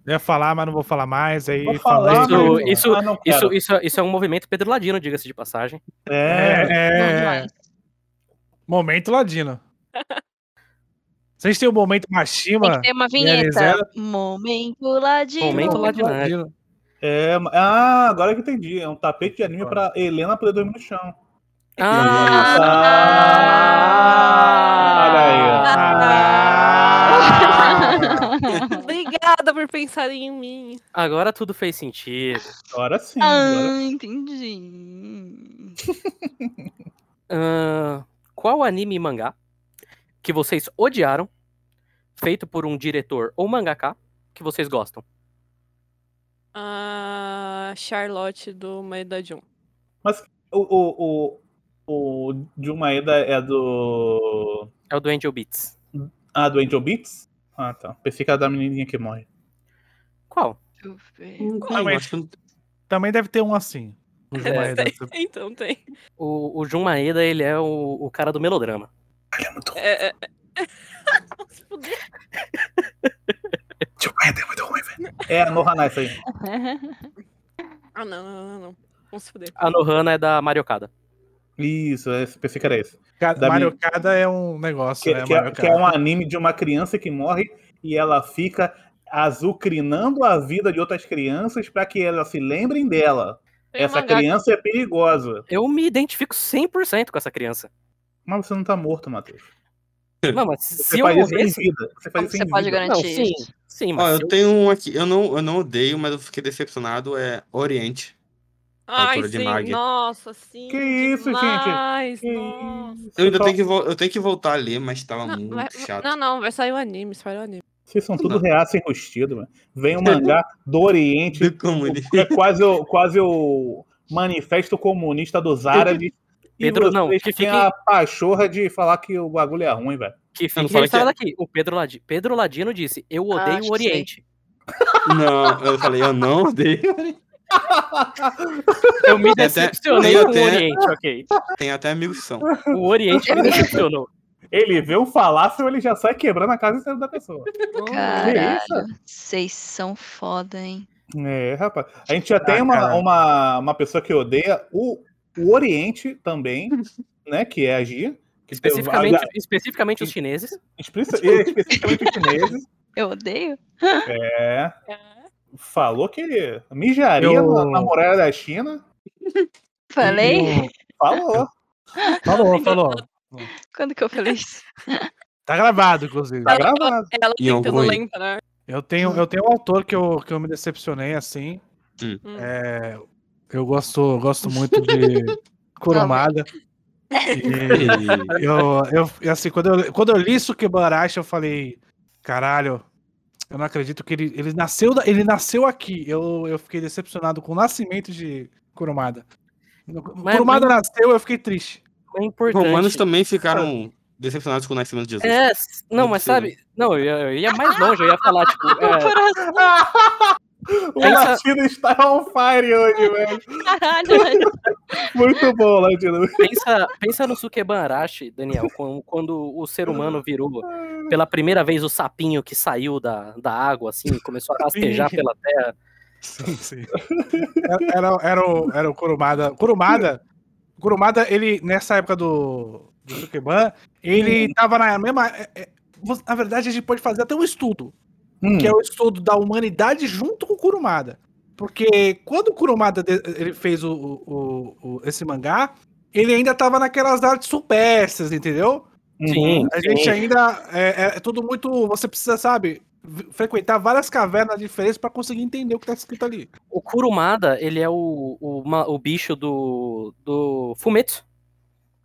Speaker 4: Eu ia falar, mas não vou falar mais. Aí
Speaker 1: Vou
Speaker 4: falei.
Speaker 1: falar,
Speaker 2: Isso-
Speaker 1: mas não-
Speaker 2: isso-
Speaker 1: ah, não quero.
Speaker 2: Isso, isso, é- isso é um movimento Pedro Ladino, diga-se de passagem.
Speaker 1: É.
Speaker 3: Bom
Speaker 4: É, é, é.
Speaker 3: demais.
Speaker 4: Momento ladino. Vocês têm o momento
Speaker 3: Tem que
Speaker 4: Mashima?
Speaker 3: ter uma
Speaker 4: zero.
Speaker 3: vinheta. Momento ladinho.
Speaker 2: Momento ladinho.
Speaker 1: é. Ah, agora que eu entendi. É um tapete de anime pra Helena poder dormir no chão.
Speaker 2: Ah,
Speaker 1: Olha aí. ó.
Speaker 4: Ah!
Speaker 7: Obrigada por pensarem em mim.
Speaker 2: agora tudo fez sentido.
Speaker 1: Agora sim. agora-
Speaker 3: Ah, entendi.
Speaker 2: Ahn, qual anime e mangá que vocês odiaram, feito por um diretor ou mangaka, que vocês gostam?
Speaker 7: A Charlotte do Maeda Jun.
Speaker 1: O, o, o, o de uma Eda é do.
Speaker 2: É o do Angel Beats.
Speaker 1: Ah, do Angel Beats? Ah, tá. Pensei que era da menininha que morre.
Speaker 2: Qual?
Speaker 3: Deixa eu ver.
Speaker 1: Hum,
Speaker 5: Não,
Speaker 4: Ah, mas-
Speaker 5: acho que não-
Speaker 4: Também deve ter um assim. O Juma
Speaker 7: É,
Speaker 4: Eda.
Speaker 7: Então tem.
Speaker 2: O, o Jun Maeda, ele é o, o cara do melodrama.
Speaker 7: É, é, é. Se fuder.
Speaker 1: Tipo, é, é muito ruim, velho. É, a Nohana essa aí.
Speaker 7: Ah, não, não, não, não. Vamos se fuder.
Speaker 2: A Nohana é da Mariocada.
Speaker 1: Isso, esse- pensei que era esse.
Speaker 4: Ca-
Speaker 1: Da
Speaker 4: Mario Kada é um negócio,
Speaker 1: Que,
Speaker 4: né?
Speaker 1: que é,
Speaker 4: Mario
Speaker 1: que é
Speaker 4: Kada.
Speaker 1: um anime de uma criança que morre e ela fica azucrinando a vida de outras crianças pra que elas se lembrem dela.
Speaker 7: Tem um
Speaker 1: Essa
Speaker 7: mangá-
Speaker 1: criança é perigosa.
Speaker 2: Eu me identifico 100% com essa criança.
Speaker 1: Mas você não tá morto, Matheus.
Speaker 2: Não, mas
Speaker 1: Você
Speaker 2: se eu
Speaker 1: faz isso em
Speaker 2: morresse...
Speaker 1: vida. Você faz
Speaker 3: Como
Speaker 1: isso
Speaker 3: você
Speaker 1: em
Speaker 3: pode
Speaker 1: vida.
Speaker 3: garantir
Speaker 2: Não, sim,
Speaker 3: isso?
Speaker 2: sim,
Speaker 5: Ó,
Speaker 2: mas se
Speaker 5: eu
Speaker 2: eu-
Speaker 5: tenho um aqui. Eu não, eu não odeio, mas eu fiquei decepcionado. É Oriente.
Speaker 7: Ai,
Speaker 5: Autora de
Speaker 7: sim,
Speaker 5: Mag.
Speaker 7: nossa, sim.
Speaker 1: Que isso, gente?
Speaker 7: demais,
Speaker 1: Que
Speaker 7: nossa.
Speaker 1: isso,
Speaker 5: Eu ainda
Speaker 1: só-
Speaker 5: tenho que, vol- eu tenho que voltar a ler, mas tava
Speaker 7: Não,
Speaker 5: muito
Speaker 7: vai-
Speaker 5: chato.
Speaker 7: não, não, vai sair o anime, sai o anime.
Speaker 1: Vocês são tudo reaça enrustido, mano. Vem um mangá do Oriente.
Speaker 5: Do comunismo.
Speaker 1: É quase o, quase o manifesto comunista dos árabes.
Speaker 2: Pedro, não,
Speaker 1: vocês
Speaker 2: que
Speaker 1: têm
Speaker 2: fique-
Speaker 1: a pachorra de falar que o bagulho é ruim, velho.
Speaker 2: Que
Speaker 5: Não
Speaker 2: fique
Speaker 5: fala que é.
Speaker 2: registrado aqui. O Pedro, Ladi... Pedro Ladino disse: Eu odeio
Speaker 3: Ah, acho
Speaker 2: o
Speaker 3: que sei.
Speaker 2: Oriente.
Speaker 5: Não, eu falei, eu não odeio.
Speaker 2: Eu me
Speaker 5: Tem até-
Speaker 2: decepcionei
Speaker 5: tem
Speaker 2: com
Speaker 5: até-
Speaker 2: o Oriente, ok.
Speaker 5: Tem até amigos que são.
Speaker 2: O Oriente me decepcionou.
Speaker 1: Ele vê um falácio, ele já sai quebrando a casa inteira da pessoa.
Speaker 3: Caralho,
Speaker 1: Que isso?
Speaker 3: vocês são foda, hein?
Speaker 1: É, rapaz. A gente já
Speaker 2: Ah,
Speaker 1: tem uma,
Speaker 5: caralho.
Speaker 1: uma, uma pessoa que odeia o, o Oriente também, né? Que é a Gia. Que tem-
Speaker 2: Especificamente, especificamente os chineses. é
Speaker 1: Especi- é especificamente os chineses.
Speaker 3: Eu odeio?
Speaker 1: É. Falou que mijaria
Speaker 4: Eu-
Speaker 1: na, na muralha da China.
Speaker 3: Falei?
Speaker 1: Falou.
Speaker 4: Falou, falou.
Speaker 3: Quando que eu falei isso?
Speaker 4: Tá gravado, inclusive.
Speaker 1: Tá gravado.
Speaker 7: Ela
Speaker 5: E é um
Speaker 7: tentando
Speaker 5: ruim.
Speaker 7: lembrar.
Speaker 4: Eu tenho, eu tenho um autor que eu, que eu me decepcionei assim.
Speaker 5: Hum.
Speaker 4: É, eu gosto, gosto muito de Kurumada. E
Speaker 5: E-
Speaker 4: eu, eu, e assim, quando eu, quando eu li isso Barashi, eu falei, caralho, eu não acredito que ele, ele nasceu, da- ele nasceu aqui. Eu, eu fiquei decepcionado com o nascimento de Kurumada.
Speaker 2: Mas-
Speaker 4: Kurumada nasceu, eu fiquei triste.
Speaker 2: É
Speaker 5: Os
Speaker 2: importante. Ah.
Speaker 5: romanos também ficaram decepcionados com o nascimento de Jesus.
Speaker 2: É, s- não, mas sabe. Não, eu ia, eu ia mais longe, eu ia falar, tipo. é,
Speaker 1: O
Speaker 2: Pensa-
Speaker 1: Latino está on fire hoje, velho.
Speaker 3: Caralho,
Speaker 1: Muito bom, Latino.
Speaker 2: pensa, pensa no Sukeban Arashi, Daniel, com- quando o ser humano virou pela primeira vez o sapinho que saiu da, da água, assim, e começou a rastejar pela terra.
Speaker 4: Sim, sim. Era, era, era o, era o Kurumada. Kurumada, Kurumada, ele, nessa época do, do Sukeban, ele tava na mesma. é- é- vo- na verdade, a gente pode fazer até um estudo, que é o estudo da humanidade junto com o Kurumada. Porque quando o Kurumada de- ele fez o, o- o- esse mangá, ele ainda tava naquelas artes supérstias, entendeu?
Speaker 2: Sim,
Speaker 4: Uhum. A
Speaker 2: sim.
Speaker 4: gente ainda. É, é tudo muito. Você precisa, sabe, v- frequentar várias cavernas diferentes para conseguir entender o que tá escrito ali.
Speaker 2: O Kurumada, ele é o, o, ma- o bicho do, do Fumetsu.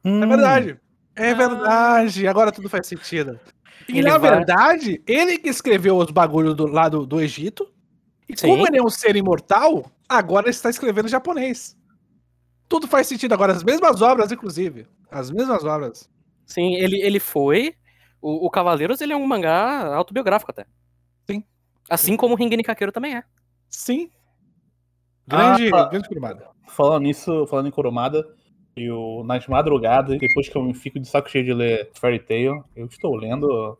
Speaker 1: Hum.
Speaker 4: É verdade. É verdade. Agora tudo faz sentido. E
Speaker 2: Ele
Speaker 4: na
Speaker 2: vai-
Speaker 4: verdade, ele que escreveu os bagulhos do lado do Egito. E
Speaker 2: Sim.
Speaker 4: como ele é um ser imortal, agora ele está escrevendo em japonês. Tudo faz sentido agora. As mesmas obras, inclusive. As mesmas obras.
Speaker 2: Sim, ele, ele foi. O, o Cavaleiros, ele é um mangá autobiográfico até.
Speaker 4: Sim.
Speaker 2: Assim como o Ringen Kakeiro também é.
Speaker 4: Sim. Grande,
Speaker 1: Ah,
Speaker 4: grande curvada.
Speaker 1: Falando nisso, falando em Kurumada, eu, nas madrugadas, depois que eu fico de saco cheio de ler Fairy Tail, eu estou lendo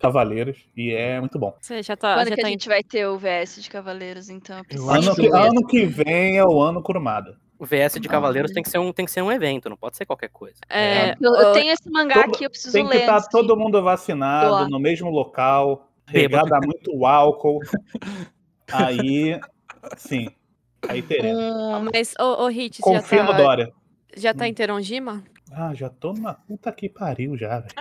Speaker 1: Cavaleiros e é muito bom.
Speaker 7: Você já tá,
Speaker 3: Quando
Speaker 7: já
Speaker 3: que a
Speaker 7: tá em-
Speaker 3: gente vai ter o VS de Cavaleiros, então? Eu preciso
Speaker 4: acho
Speaker 1: Ano
Speaker 4: que
Speaker 1: que,
Speaker 4: eu-
Speaker 1: ano que vem é o ano Kurumada.
Speaker 2: O VS de
Speaker 3: Ah.
Speaker 4: é.
Speaker 2: Cavaleiros tem que, ser um, tem que ser um evento, não pode ser qualquer coisa.
Speaker 7: é,
Speaker 3: Eu, eu tenho esse mangá
Speaker 1: Todo-
Speaker 3: aqui, eu preciso
Speaker 1: Tem que
Speaker 3: ler.
Speaker 1: estar
Speaker 3: antes que-
Speaker 1: todo mundo vacinado
Speaker 3: Doar.
Speaker 1: no mesmo local,
Speaker 2: Bêbado.
Speaker 1: regado a muito álcool. Aí, sim. Aí
Speaker 3: Hum,
Speaker 1: teremos.
Speaker 3: um
Speaker 7: ó, mas, ô, ô Hit, você já
Speaker 1: Confirma,
Speaker 7: tá,
Speaker 1: Dória.
Speaker 7: já tá em Terongima?
Speaker 1: Ah, já tô na puta que pariu já, velho.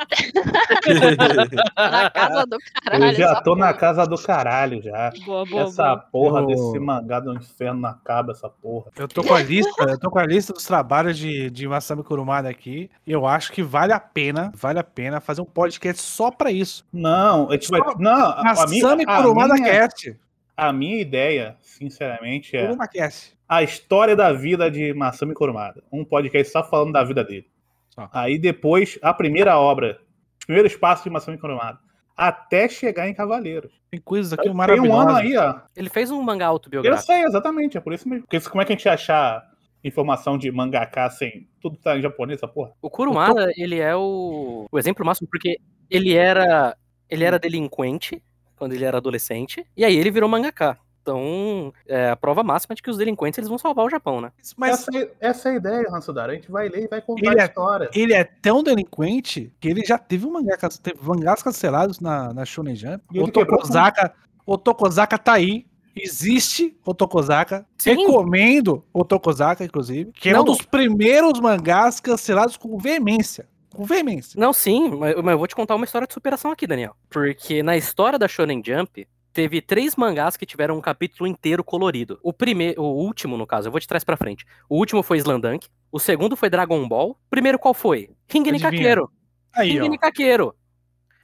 Speaker 3: Na casa do caralho.
Speaker 1: Eu já
Speaker 3: essa
Speaker 1: tô na
Speaker 3: porra.
Speaker 1: casa do caralho já.
Speaker 7: Boa, boa,
Speaker 1: Essa
Speaker 7: boa.
Speaker 1: porra
Speaker 4: Eu-
Speaker 1: desse mangá do inferno não acaba, essa porra.
Speaker 4: Eu tô com a lista, eu tô com a lista dos trabalhos de, de Masami Kurumada aqui. E eu acho que vale a pena, vale a pena fazer um podcast só pra isso.
Speaker 1: Não, a gente vai. Não, a, a
Speaker 4: Masami
Speaker 1: minha,
Speaker 4: Kurumada
Speaker 1: a, minha,
Speaker 4: Cast.
Speaker 1: a minha ideia, sinceramente, é
Speaker 4: Kuruma Cast.
Speaker 1: a história da vida de Masami Kurumada. Um podcast só falando da vida dele.
Speaker 4: Só.
Speaker 1: Aí depois, a primeira obra, os primeiros passos de Masami Kurumada. Até chegar em Cavaleiros.
Speaker 4: Tem coisas aqui
Speaker 1: Tem um ano
Speaker 4: maravilhosas.
Speaker 1: aí, ó.
Speaker 2: Ele fez um mangá
Speaker 1: Eu
Speaker 2: autobiográfico.
Speaker 1: sei, exatamente, é por isso mesmo. Porque isso- como é que a gente ia achar informação de mangaká sem. Tudo tá em japonês, essa porra?
Speaker 2: O Kurumada,
Speaker 4: Então
Speaker 2: ele é o, o exemplo máximo, porque ele era, ele
Speaker 4: Hum.
Speaker 2: era delinquente quando ele era adolescente, e aí ele virou mangaká. Então, é a prova máxima de que os delinquentes eles vão salvar o Japão, né?
Speaker 4: Mas
Speaker 1: Essa, é- essa é a ideia, Hansudara. A gente vai ler e vai contar
Speaker 4: Ele
Speaker 1: a
Speaker 4: é-
Speaker 1: história.
Speaker 4: ele é tão delinquente que ele já teve um mangá, can- teve mangás cancelados na, na Shonen Jump.
Speaker 1: E ele
Speaker 4: O Tokozaka, o Tokozaka tá aí. Existe o Tokozaka.
Speaker 2: Sim.
Speaker 4: Recomendo o Tokozaka, inclusive. Que é um
Speaker 2: Não.
Speaker 4: dos primeiros mangás cancelados com veemência. Com veemência.
Speaker 2: Não, sim, mas mas eu vou te contar uma história de superação aqui, Daniel. Porque na história da Shonen Jump, teve três mangás que tiveram um capítulo inteiro colorido. O primeiro, o último, no caso, eu vou te trás pra frente. O último foi Slandank, o segundo foi Dragon Ball. O primeiro qual foi? Ringen
Speaker 4: Adivinha.
Speaker 2: Kakeiro.
Speaker 4: Aí, ó.
Speaker 2: Ringen Kakeiro.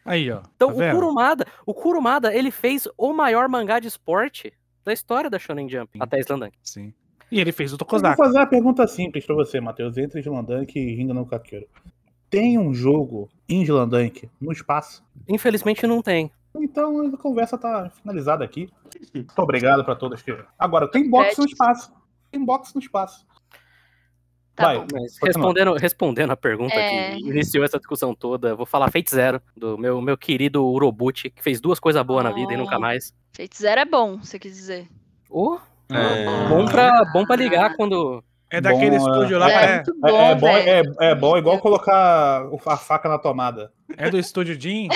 Speaker 4: Aí, ó.
Speaker 2: Então,
Speaker 4: Tá
Speaker 2: o
Speaker 4: vendo?
Speaker 2: Kurumada, o Kurumada, ele fez o maior mangá de esporte da história da Shonen Jump,
Speaker 4: Sim.
Speaker 2: até Slandank.
Speaker 4: Sim. E ele fez o
Speaker 1: Eu Vou
Speaker 4: Tokozaki.
Speaker 1: fazer uma pergunta simples pra você, Matheus, entre Slandank e Ringa no Caqueiro. Tem um jogo em Slandank no espaço?
Speaker 2: Infelizmente não tem.
Speaker 1: Então a conversa tá finalizada aqui. Muito obrigado pra todos que. Agora, tem box no espaço. Tem box no espaço.
Speaker 3: Tá
Speaker 1: Vai.
Speaker 3: bom.
Speaker 1: Continua.
Speaker 2: Mas respondendo, respondendo a pergunta
Speaker 3: É.
Speaker 2: que iniciou essa discussão toda, eu vou falar Fate Zero, do meu, meu querido Urobuchi, que fez duas coisas boas na vida e nunca
Speaker 3: Oh.
Speaker 2: mais.
Speaker 3: Feito zero é bom, você quis dizer.
Speaker 2: Oh,
Speaker 5: É.
Speaker 2: bom, pra, bom pra
Speaker 3: Ah.
Speaker 2: ligar quando.
Speaker 4: É daquele
Speaker 1: Bom, é.
Speaker 4: estúdio lá,
Speaker 3: é,
Speaker 4: é,
Speaker 3: muito
Speaker 1: É,
Speaker 3: bom,
Speaker 1: é bom,
Speaker 3: velho.
Speaker 1: é, é bom igual colocar o- a faca na tomada.
Speaker 4: é do estúdio Jim.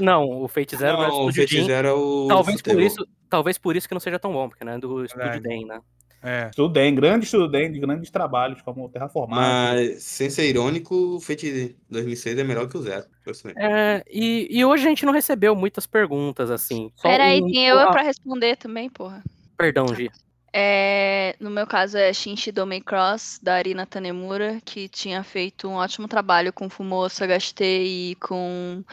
Speaker 2: Não, o Fate Zero não, é do
Speaker 5: Não, o
Speaker 2: Estúdio
Speaker 5: Fate
Speaker 2: Jin.
Speaker 5: Zero é o.
Speaker 2: Talvez por,
Speaker 5: futebol.
Speaker 2: isso, talvez por isso que não seja tão bom, porque não é do Estúdio
Speaker 4: Verdade.
Speaker 2: Den, né?
Speaker 4: É.
Speaker 1: Estudem, grande estudem, grandes trabalhos como Terraformar.
Speaker 5: Mas, sem ser irônico, o Fate 2006 é melhor que o Zero. por sinal.
Speaker 2: É, e, e hoje a gente não recebeu muitas perguntas, assim. Só
Speaker 3: Peraí,
Speaker 2: um-
Speaker 3: tem eu
Speaker 2: ah,
Speaker 3: pra responder também, porra.
Speaker 2: Perdão, Gi.
Speaker 3: É, no meu caso é Shinshi Domei Cross, da Arina Tanemura, que tinha feito um ótimo trabalho com Fumo Sagashite e com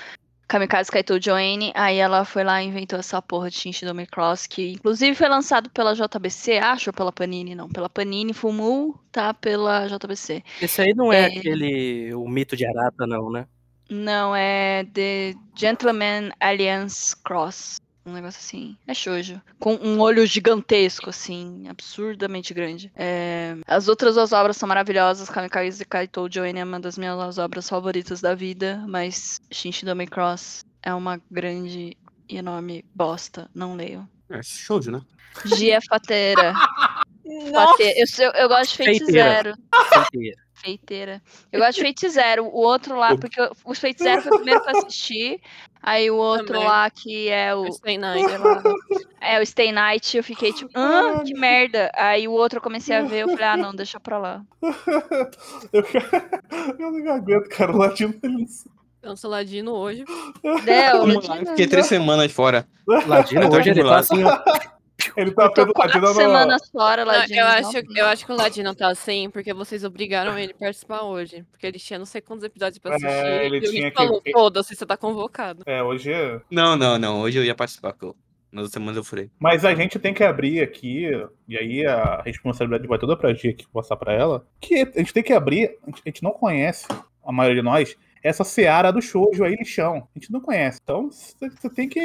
Speaker 3: Kamikaze Kaito Joanne. Aí ela foi lá e inventou essa porra de Shinshi Domei Cross, que inclusive foi lançado pela JBC, acho, ou pela Panini, não. Pela Panini, Fumu tá pela JBC.
Speaker 2: Esse aí não é,
Speaker 3: É.
Speaker 2: aquele. O mito de Arata, não, né?
Speaker 3: Não, é The Gentleman Alliance Cross. Um negócio assim. É shoujo. Com um olho gigantesco, assim. Absurdamente grande. É, As outras duas obras são maravilhosas. Kamikaze Kaito Joanne é uma das minhas obras favoritas da vida. Mas Shinshi Domei Cross é uma grande e enorme bosta. Não leio.
Speaker 5: É shoujo, né?
Speaker 3: Gia Fateira.
Speaker 8: Nossa,
Speaker 3: Fate- Eu, sou- eu gosto de Feitiço
Speaker 2: Feiteira.
Speaker 3: Zero. Feiteira. Eu gosto de Feitiço Zero. O outro lá,
Speaker 5: O-
Speaker 3: porque eu- o Feitiço Zero foi o primeiro que eu assisti. Aí o outro
Speaker 7: Também.
Speaker 3: lá, que é o,
Speaker 7: Eu sei, Nai, ela-
Speaker 3: é o Stay Night, eu fiquei tipo, ah, que merda. Aí o outro eu comecei a ver, eu falei, ah, não, deixa pra lá.
Speaker 1: Eu, eu não aguento, cara. O latino ele
Speaker 7: Dança Ladino hoje.
Speaker 3: Deu,
Speaker 5: Vamos lá, eu Fiquei três semanas fora.
Speaker 2: Ladino
Speaker 5: Tá
Speaker 2: hoje ele tá
Speaker 5: acumulado.
Speaker 2: assim, ó.
Speaker 1: Ele tá
Speaker 3: tô
Speaker 1: tendo
Speaker 3: quatro
Speaker 1: latino no-
Speaker 3: semanas fora,
Speaker 7: Não,
Speaker 3: Ladino.
Speaker 7: eu,
Speaker 3: não.
Speaker 7: acho, eu acho que o Ladino tá assim, porque vocês obrigaram ele a participar hoje. Porque ele tinha não sei quantos episódios pra
Speaker 1: É,
Speaker 7: assistir.
Speaker 1: ele
Speaker 7: e o
Speaker 1: tinha
Speaker 7: Rick
Speaker 1: que-
Speaker 7: falou, foda-se, você tá convocado.
Speaker 1: É, hoje é.
Speaker 5: Não, não, não. Hoje eu ia participar. porque eu- Nas outras semanas eu furei.
Speaker 1: Mas a gente tem que abrir aqui, e aí a responsabilidade vai toda pra Gia que passar pra ela, que a gente tem que abrir, a gente, a gente não conhece, a maioria de nós, essa seara do shoujo aí, lixão. A gente não conhece. Então você você tem que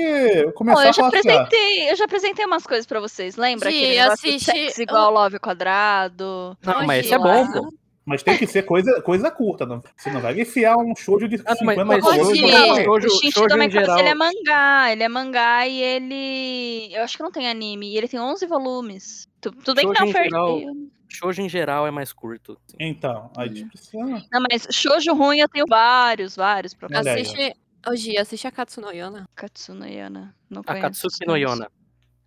Speaker 3: Bom,
Speaker 1: começar
Speaker 3: eu
Speaker 1: a
Speaker 3: já
Speaker 1: falar assim, ó,
Speaker 3: apresentei, eu já apresentei umas coisas pra vocês, lembra?
Speaker 7: Gi,
Speaker 3: Aquele negócio do
Speaker 7: assiste-
Speaker 3: sexo igual ao Love ao quadrado.
Speaker 2: Não,
Speaker 7: Hoje
Speaker 2: mas esse é
Speaker 7: lá.
Speaker 2: bom, pô.
Speaker 1: Mas tem que ser coisa, coisa curta, não, você não vai me enfiar um shoujo de
Speaker 2: Ah, não, mas-
Speaker 1: 50
Speaker 2: mas-
Speaker 1: volumes,
Speaker 3: Hoje-
Speaker 1: não vai morrer.
Speaker 2: Shoujo-
Speaker 3: o Shinji
Speaker 2: shoujo
Speaker 3: também
Speaker 2: em geral.
Speaker 3: ele é mangá, ele é mangá e ele... Eu acho que não tem anime, e ele tem 11 volumes. Tu- Tudo bem que
Speaker 2: Shoujo
Speaker 3: não
Speaker 2: em
Speaker 3: é fair
Speaker 2: geral-
Speaker 3: game.
Speaker 2: Shoujo em geral é mais curto. assim.
Speaker 1: Então, a gente precisa.
Speaker 3: Não, né, mas shoujo ruim eu tenho vários, vários pra
Speaker 1: Olha aí, ó.
Speaker 7: Assiste. Hoje, assiste a Katsunoyana.
Speaker 3: Katsuno Yona. Não
Speaker 2: A
Speaker 3: conheço.
Speaker 2: Katsuki no Yona.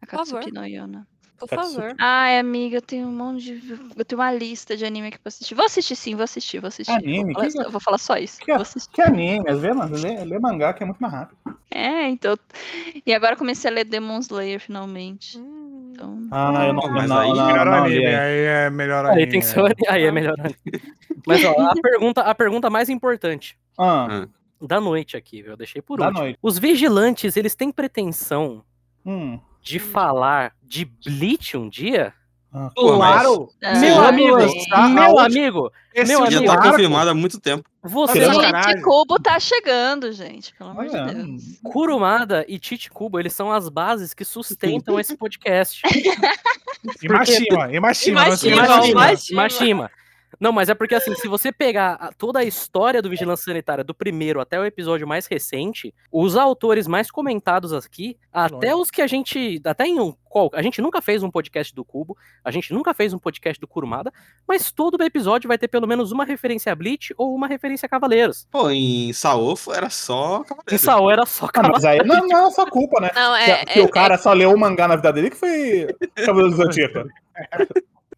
Speaker 3: Akatsuki
Speaker 7: favor.
Speaker 3: no Yona.
Speaker 7: Por
Speaker 1: Katsuki.
Speaker 7: favor.
Speaker 3: Ai, amiga, eu tenho um monte de... Eu tenho uma lista de anime aqui pra assistir. Vou assistir sim, vou assistir, vou assistir.
Speaker 1: Anime?
Speaker 3: Vou falar,
Speaker 1: Que-
Speaker 3: só- vou falar só isso.
Speaker 1: que- é?
Speaker 3: vou assistir.
Speaker 1: Que anime, às vezes lê, lê mangá que é muito mais rápido.
Speaker 3: É, então... E agora eu comecei a ler Demon Slayer, finalmente.
Speaker 7: Hum.
Speaker 3: Então...
Speaker 1: Ah, eu não.
Speaker 5: Mas
Speaker 1: não,
Speaker 5: aí-
Speaker 1: não,
Speaker 4: melhor
Speaker 1: não,
Speaker 4: anime,
Speaker 1: Gia.
Speaker 4: aí é melhor anime.
Speaker 2: Aí tem que ser o anime, aí é melhor anime. Mas ó, a pergunta, a pergunta mais importante
Speaker 1: Ah,
Speaker 2: da noite aqui, viu? Eu deixei por
Speaker 1: da
Speaker 2: último.
Speaker 1: noite.
Speaker 2: Os vigilantes, eles têm pretensão
Speaker 1: Hum.
Speaker 2: de falar de Bleach um dia?
Speaker 1: Ah,
Speaker 5: Pô, mas
Speaker 1: claro!
Speaker 3: Ah,
Speaker 2: meu
Speaker 4: vai
Speaker 2: amigo,
Speaker 4: lançar a
Speaker 2: meu
Speaker 4: última-
Speaker 2: amigo,
Speaker 4: Esse
Speaker 2: Meu é
Speaker 5: Já
Speaker 2: amigo,
Speaker 5: tá
Speaker 2: Arco.
Speaker 5: confirmado há muito tempo.
Speaker 2: você,
Speaker 4: Tirando-
Speaker 3: Gente,
Speaker 4: caralho.
Speaker 3: Cubo tá chegando, gente. Pelo amor
Speaker 1: Olha,
Speaker 3: de Deus.
Speaker 2: Kurumada e Tite Kubo, eles são as bases que sustentam esse podcast.
Speaker 4: Imashima, Imashima. não sei
Speaker 7: Imashima,
Speaker 4: o nome.
Speaker 7: Imagina, Imashima.
Speaker 2: Imagina. Imagina. Não, mas é porque assim, se você pegar a- toda a história do Vigilância Sanitária, do primeiro até o episódio mais recente, os autores mais comentados aqui, até os que a gente. Até em um. qual- A gente nunca fez um podcast do Cubo, a gente nunca fez um podcast do Kurumada, mas todo episódio vai ter pelo menos uma referência a Bleach ou uma referência a Cavaleiros.
Speaker 5: Pô, em Saofo era só
Speaker 2: Em
Speaker 5: Cavaleiros.
Speaker 2: Saô era só
Speaker 1: Ah,
Speaker 2: Cavaleiros.
Speaker 1: mas aí não, não é nossa culpa, né?
Speaker 7: Não,
Speaker 1: Que-
Speaker 7: é,
Speaker 1: que
Speaker 7: é-
Speaker 1: o cara só leu um mangá na vida dele que foi Cavaleiro do Zodíaco.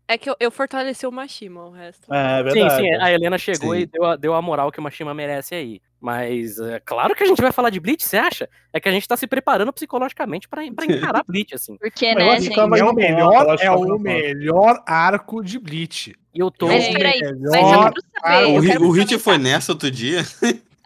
Speaker 7: é que eu, eu fortaleci o Mashima, o resto.
Speaker 1: É
Speaker 2: Sim,
Speaker 1: verdade.
Speaker 2: sim, a Helena chegou
Speaker 5: Sim.
Speaker 2: e deu a, deu a moral que o Mashima merece aí. Mas é claro que a gente vai falar de Bleach, você acha? É que a gente tá se preparando psicologicamente pra pra encarar Bleach, assim.
Speaker 3: Porque,
Speaker 1: Eu
Speaker 3: né,
Speaker 1: acho que
Speaker 3: gente?
Speaker 1: tava-
Speaker 4: É o
Speaker 1: Mas eu
Speaker 4: melhor,
Speaker 1: acho que
Speaker 4: é
Speaker 1: tá
Speaker 4: o
Speaker 1: bom.
Speaker 4: melhor arco de Bleach.
Speaker 2: E eu tô.
Speaker 3: Mas
Speaker 4: É o
Speaker 3: peraí, Mas eu
Speaker 4: melhor
Speaker 3: quero
Speaker 4: arco.
Speaker 3: saber.
Speaker 5: ah, O,
Speaker 3: eu
Speaker 5: Ri-
Speaker 3: quero
Speaker 5: o Hit
Speaker 3: comentar.
Speaker 5: foi nessa outro dia.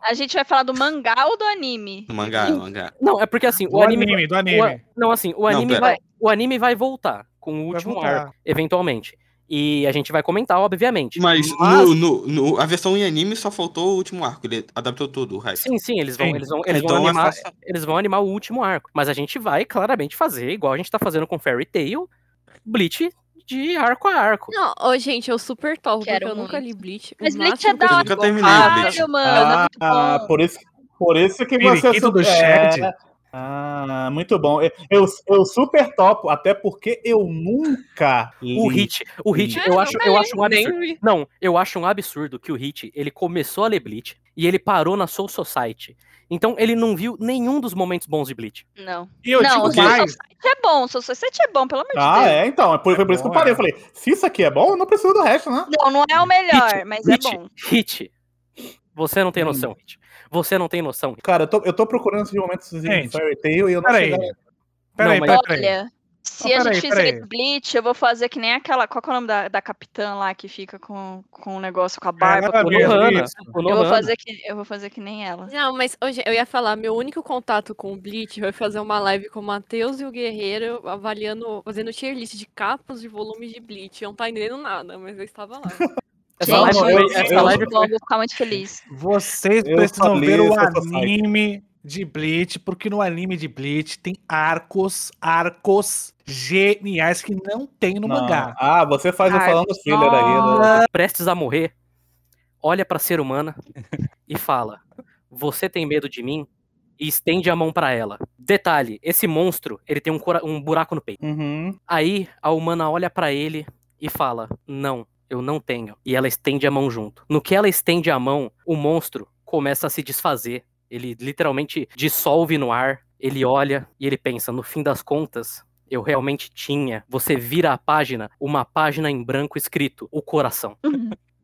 Speaker 3: A gente vai falar do mangá ou do anime?
Speaker 5: No mangá, no mangá.
Speaker 2: Não, é porque assim,
Speaker 4: Do
Speaker 2: o anime.
Speaker 4: anime, do anime.
Speaker 2: o a- Não, assim, o
Speaker 5: Não,
Speaker 2: anime,
Speaker 5: pera.
Speaker 2: vai, o anime vai voltar. com o
Speaker 4: Vai
Speaker 2: último
Speaker 4: voltar.
Speaker 2: arco, eventualmente. E a gente vai comentar, obviamente.
Speaker 5: Mas,
Speaker 2: Mas-
Speaker 5: Tipo, no, no, no- a versão em anime só faltou o último arco, ele adaptou tudo, o resto.
Speaker 2: Sim, sim, eles vão,
Speaker 4: Sim.
Speaker 2: eles vão, eles
Speaker 5: então
Speaker 2: vão
Speaker 5: é
Speaker 2: animar,
Speaker 5: fácil.
Speaker 2: eles vão animar o último arco. Mas a gente vai claramente fazer, igual a gente tá fazendo com Fairy Tail, Bleach de arco a arco.
Speaker 7: Não, ô, gente, eu super topo, porque
Speaker 3: Quero
Speaker 7: eu nunca
Speaker 3: muito.
Speaker 7: li Bleach. O
Speaker 3: Mas Bleach
Speaker 7: máximo
Speaker 3: é da
Speaker 7: que eu
Speaker 3: hora.
Speaker 7: li-
Speaker 5: Nunca terminei o
Speaker 3: Caralho,
Speaker 5: Bleach.
Speaker 3: mano, é muito
Speaker 1: Ah,
Speaker 3: bom.
Speaker 1: por isso, por isso que você...
Speaker 4: Periquito do
Speaker 1: é,
Speaker 4: Shed.
Speaker 1: Ah, muito bom. Eu, eu, eu super topo, até porque eu nunca
Speaker 2: O
Speaker 1: li.
Speaker 2: Hit, o Hit,
Speaker 7: Ah,
Speaker 2: eu acho,
Speaker 7: nunca
Speaker 2: eu
Speaker 7: li,
Speaker 2: acho um absurdo.
Speaker 7: nem vi.
Speaker 2: Não, eu acho um absurdo que o Hit, ele começou a ler Bleach e ele parou na Soul Society. Então ele não viu nenhum dos momentos bons de Bleach.
Speaker 3: Não.
Speaker 4: E eu
Speaker 3: não, o
Speaker 5: porque-
Speaker 4: digo
Speaker 3: Soul
Speaker 4: mais,
Speaker 3: Society é bom, o Soul Society é bom, pelo amor de
Speaker 1: Ah,
Speaker 3: Deus.
Speaker 1: é, então. É por, foi por isso que eu
Speaker 4: bom,
Speaker 1: parei. Eu
Speaker 4: é.
Speaker 1: falei, se isso aqui é bom, eu não preciso do resto, né?
Speaker 3: Não, não é o melhor,
Speaker 2: Hit,
Speaker 3: mas
Speaker 2: Hit,
Speaker 3: é bom.
Speaker 2: Hit. Você não tem noção, Hit. Você não tem noção. Hit.
Speaker 1: Cara, eu tô, eu tô procurando esses momentos de
Speaker 4: Gente,
Speaker 1: Fairy Tail e eu não
Speaker 4: peraí.
Speaker 1: cheguei.
Speaker 2: Não,
Speaker 4: Peraí, peraí,
Speaker 2: mas-
Speaker 4: peraí.
Speaker 3: Olha, se
Speaker 4: Ó,
Speaker 3: a
Speaker 4: peraí,
Speaker 3: gente fizer
Speaker 4: peraí.
Speaker 3: esse Bleach, eu vou fazer que nem aquela. Qual que é o nome da, da capitã lá que fica com, com o negócio com a barba?
Speaker 4: Ela
Speaker 2: O
Speaker 4: mesmo,
Speaker 2: Nohana,
Speaker 4: isso.
Speaker 2: o
Speaker 3: eu, vou
Speaker 2: Nohana.
Speaker 3: fazer que, eu vou fazer que nem ela.
Speaker 7: Não, mas hoje eu ia falar, meu único contato com o Bleach foi fazer uma live com o Matheus e o Guerreiro, avaliando, fazendo tier list de capas de volumes de Bleach. Eu não tá entendendo nada, mas eu estava lá.
Speaker 2: Essa
Speaker 3: Gente,
Speaker 2: live
Speaker 3: eu-
Speaker 2: foi-
Speaker 3: eu-
Speaker 2: essa
Speaker 3: eu-
Speaker 2: live
Speaker 3: eu vou ficar muito feliz.
Speaker 4: Vocês
Speaker 1: Eu
Speaker 4: precisam
Speaker 1: falei,
Speaker 4: ver o
Speaker 1: Soul Society.
Speaker 4: anime de Bleach, porque no anime de Bleach tem arcos, arcos geniais que não tem no
Speaker 1: Não.
Speaker 4: mangá.
Speaker 1: Ah, você faz eu
Speaker 3: Ai,
Speaker 1: falando filler aí. Né?
Speaker 3: nossa.
Speaker 2: prestes a morrer, olha pra ser humana e fala: "Você tem medo de mim?" E estende a mão pra ela. Detalhe: esse monstro, ele tem um, cora- um buraco no peito.
Speaker 1: Uhum.
Speaker 2: Aí a humana olha pra ele e fala: "Não, eu não tenho". E ela estende a mão junto. No que ela estende a mão, o monstro começa a se desfazer. Ele literalmente dissolve no ar. Ele olha e ele pensa: "No fim das contas, eu realmente tinha". Você vira a página, uma página em branco escrito: "O coração".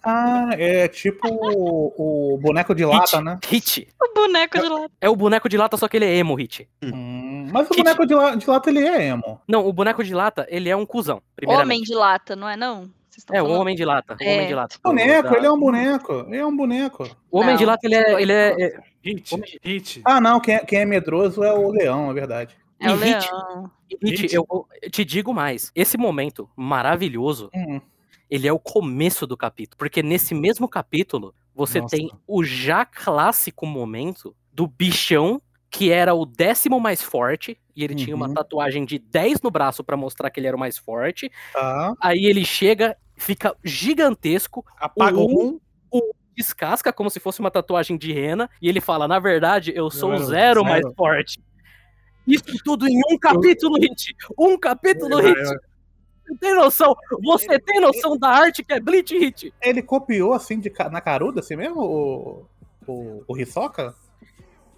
Speaker 1: Ah, é tipo o, o boneco de lata, né?
Speaker 2: Hit.
Speaker 3: O boneco de lá.
Speaker 2: É o boneco de lata, só que ele é emo, Hit.
Speaker 1: Hum, mas o boneco de, la- de lata ele é emo.
Speaker 2: Não, o boneco de lata, ele é um cuzão, primeiramente.
Speaker 3: Homem de lata, não é não? Vocês estão
Speaker 2: É, o
Speaker 3: falando?
Speaker 2: homem de lata. O homem
Speaker 3: É.
Speaker 2: de lata.
Speaker 1: Boneco,
Speaker 2: Da-
Speaker 1: ele é um boneco. Ele é um boneco.
Speaker 2: O homem de
Speaker 3: Não,
Speaker 2: lata, ele é. Ele é- é-
Speaker 4: Hit, hit.
Speaker 1: Ah, não, quem é, quem é medroso é o leão, é verdade.
Speaker 3: É o
Speaker 2: E Hit.
Speaker 3: leão.
Speaker 2: Hit,
Speaker 4: Hit.
Speaker 2: eu vou- eu te digo mais. Esse momento maravilhoso,
Speaker 1: Hum.
Speaker 2: ele é o começo do capítulo. Porque nesse mesmo capítulo, você
Speaker 4: Nossa.
Speaker 2: tem o já clássico momento do bichão, que era o décimo mais forte. E ele tinha uma
Speaker 1: Uhum.
Speaker 2: tatuagem de 10 no braço pra mostrar que ele era o mais forte.
Speaker 1: Tá.
Speaker 2: Aí ele chega, fica gigantesco,
Speaker 4: Apaga
Speaker 2: o
Speaker 4: um.
Speaker 2: descasca como se fosse uma tatuagem de rena e ele fala: Na verdade, eu sou o
Speaker 4: Número
Speaker 2: zero, mais
Speaker 4: zero.
Speaker 2: forte. Isso tudo em um capítulo hit. Um capítulo
Speaker 4: Vai,
Speaker 2: hit. Você tem noção? Você tem noção da arte que é Bleach Hit?
Speaker 1: Ele copiou assim de ca- na caruda, assim mesmo? O, o, o Hisoka?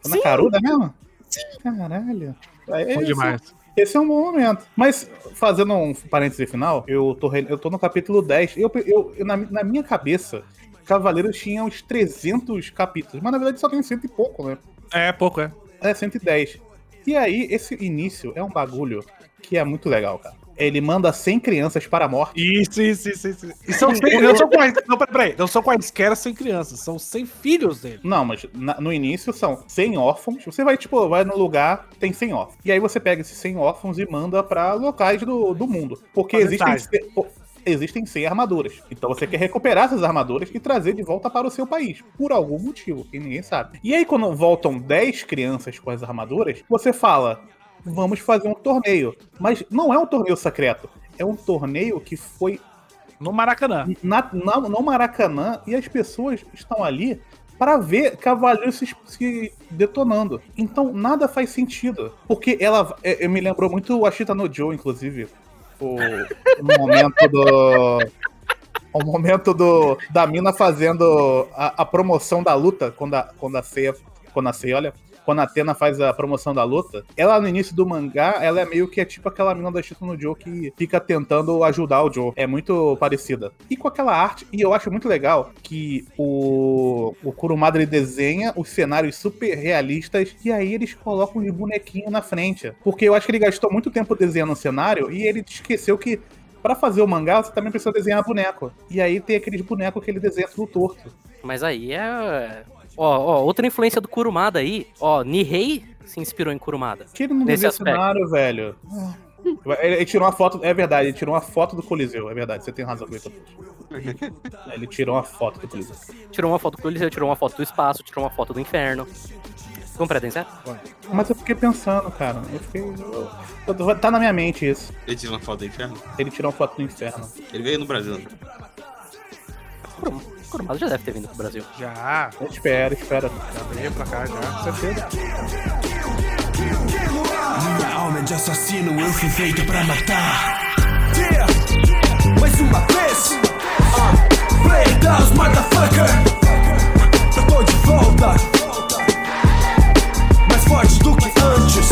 Speaker 1: Foi Na
Speaker 2: Sim.
Speaker 1: caruda mesmo? Sim. Caralho. É,
Speaker 4: Bom
Speaker 1: esse-
Speaker 4: demais.
Speaker 1: Esse é um bom momento. Mas, fazendo um parêntese final, eu tô, re- eu tô no capítulo 10. Eu, eu, eu- na, mi- na minha cabeça, Cavaleiros tinha uns 300 capítulos. Mas, na verdade, só tem cento e pouco, né?
Speaker 4: É pouco, é.
Speaker 1: É 110. E aí, esse início é um bagulho que é muito legal, cara. Ele manda 100 crianças para a morte.
Speaker 4: Isso, isso, isso, isso. E são cem- não são quais, não, peraí, peraí, não são quaisquer sem crianças, são sem filhos dele.
Speaker 1: Não, mas na- no início são 100 órfãos. Você vai, tipo, vai no lugar, tem 100 órfãos. E aí você pega esses 100 órfãos e manda pra locais do, do mundo. Porque
Speaker 4: Fazer
Speaker 1: existem,
Speaker 4: estágio.
Speaker 1: ce- o- existem 100 armaduras. Então você quer recuperar essas armaduras e trazer de volta para o seu país. Por algum motivo, que ninguém sabe. E aí quando voltam 10 crianças com as armaduras, você fala, vamos fazer um torneio. Mas não é um torneio secreto. É um torneio que foi
Speaker 4: No Maracanã.
Speaker 1: na, na- no Maracanã e as pessoas estão ali para ver Cavaleiros se, se detonando. Então nada faz sentido. Porque ela é, é, me lembrou muito a Chita no Joe, inclusive. O, o momento do. O momento do, da mina fazendo a, a promoção da luta, quando a, quando a ceia. Quando a ceia, olha. Quando a Atena faz a promoção da luta, ela no início do mangá, ela é meio que é tipo aquela mina da Chita no Joe que fica tentando ajudar o Joe. É muito parecida. E com aquela arte, e eu acho muito legal que o, o Kurumada ele desenha os cenários super realistas e aí eles colocam os bonequinhos na frente. Porque eu acho que ele gastou muito tempo desenhando o cenário e ele esqueceu que Pra fazer o mangá, você também precisa desenhar boneco. E aí tem aqueles bonecos que ele desenha tudo torto.
Speaker 2: Mas aí é. Ó, ó, outra influência do Kurumada aí. Ó, Nihei se inspirou em Kurumada.
Speaker 1: Que ele não
Speaker 2: Nesse
Speaker 1: desenha
Speaker 2: aspecto.
Speaker 1: cenário, velho. Ele, ele tirou uma foto, é verdade, ele tirou uma foto do Coliseu, é verdade, você tem razão com isso. Ele tirou uma foto do Coliseu.
Speaker 2: Tirou uma foto do Coliseu, tirou uma foto do espaço, tirou uma foto do inferno. Compreendem, certo?
Speaker 1: Mas eu fiquei pensando, cara, eu fiquei. eu- eu- tá na minha mente isso.
Speaker 5: Ele tirou uma foto do inferno?
Speaker 1: Ele tirou uma foto do inferno.
Speaker 5: Ele veio no Brasil. né?
Speaker 2: O Corumado já deve ter vindo pro Brasil.
Speaker 4: Já,
Speaker 1: Eu espero, espero.
Speaker 4: já veio pra cá, já, com certeza.
Speaker 6: Minha alma é de assassino, eu fui feito pra matar. Yeah, mais uma vez. Uh, play those motherfucker. Eu tô de volta. Mais forte do que antes.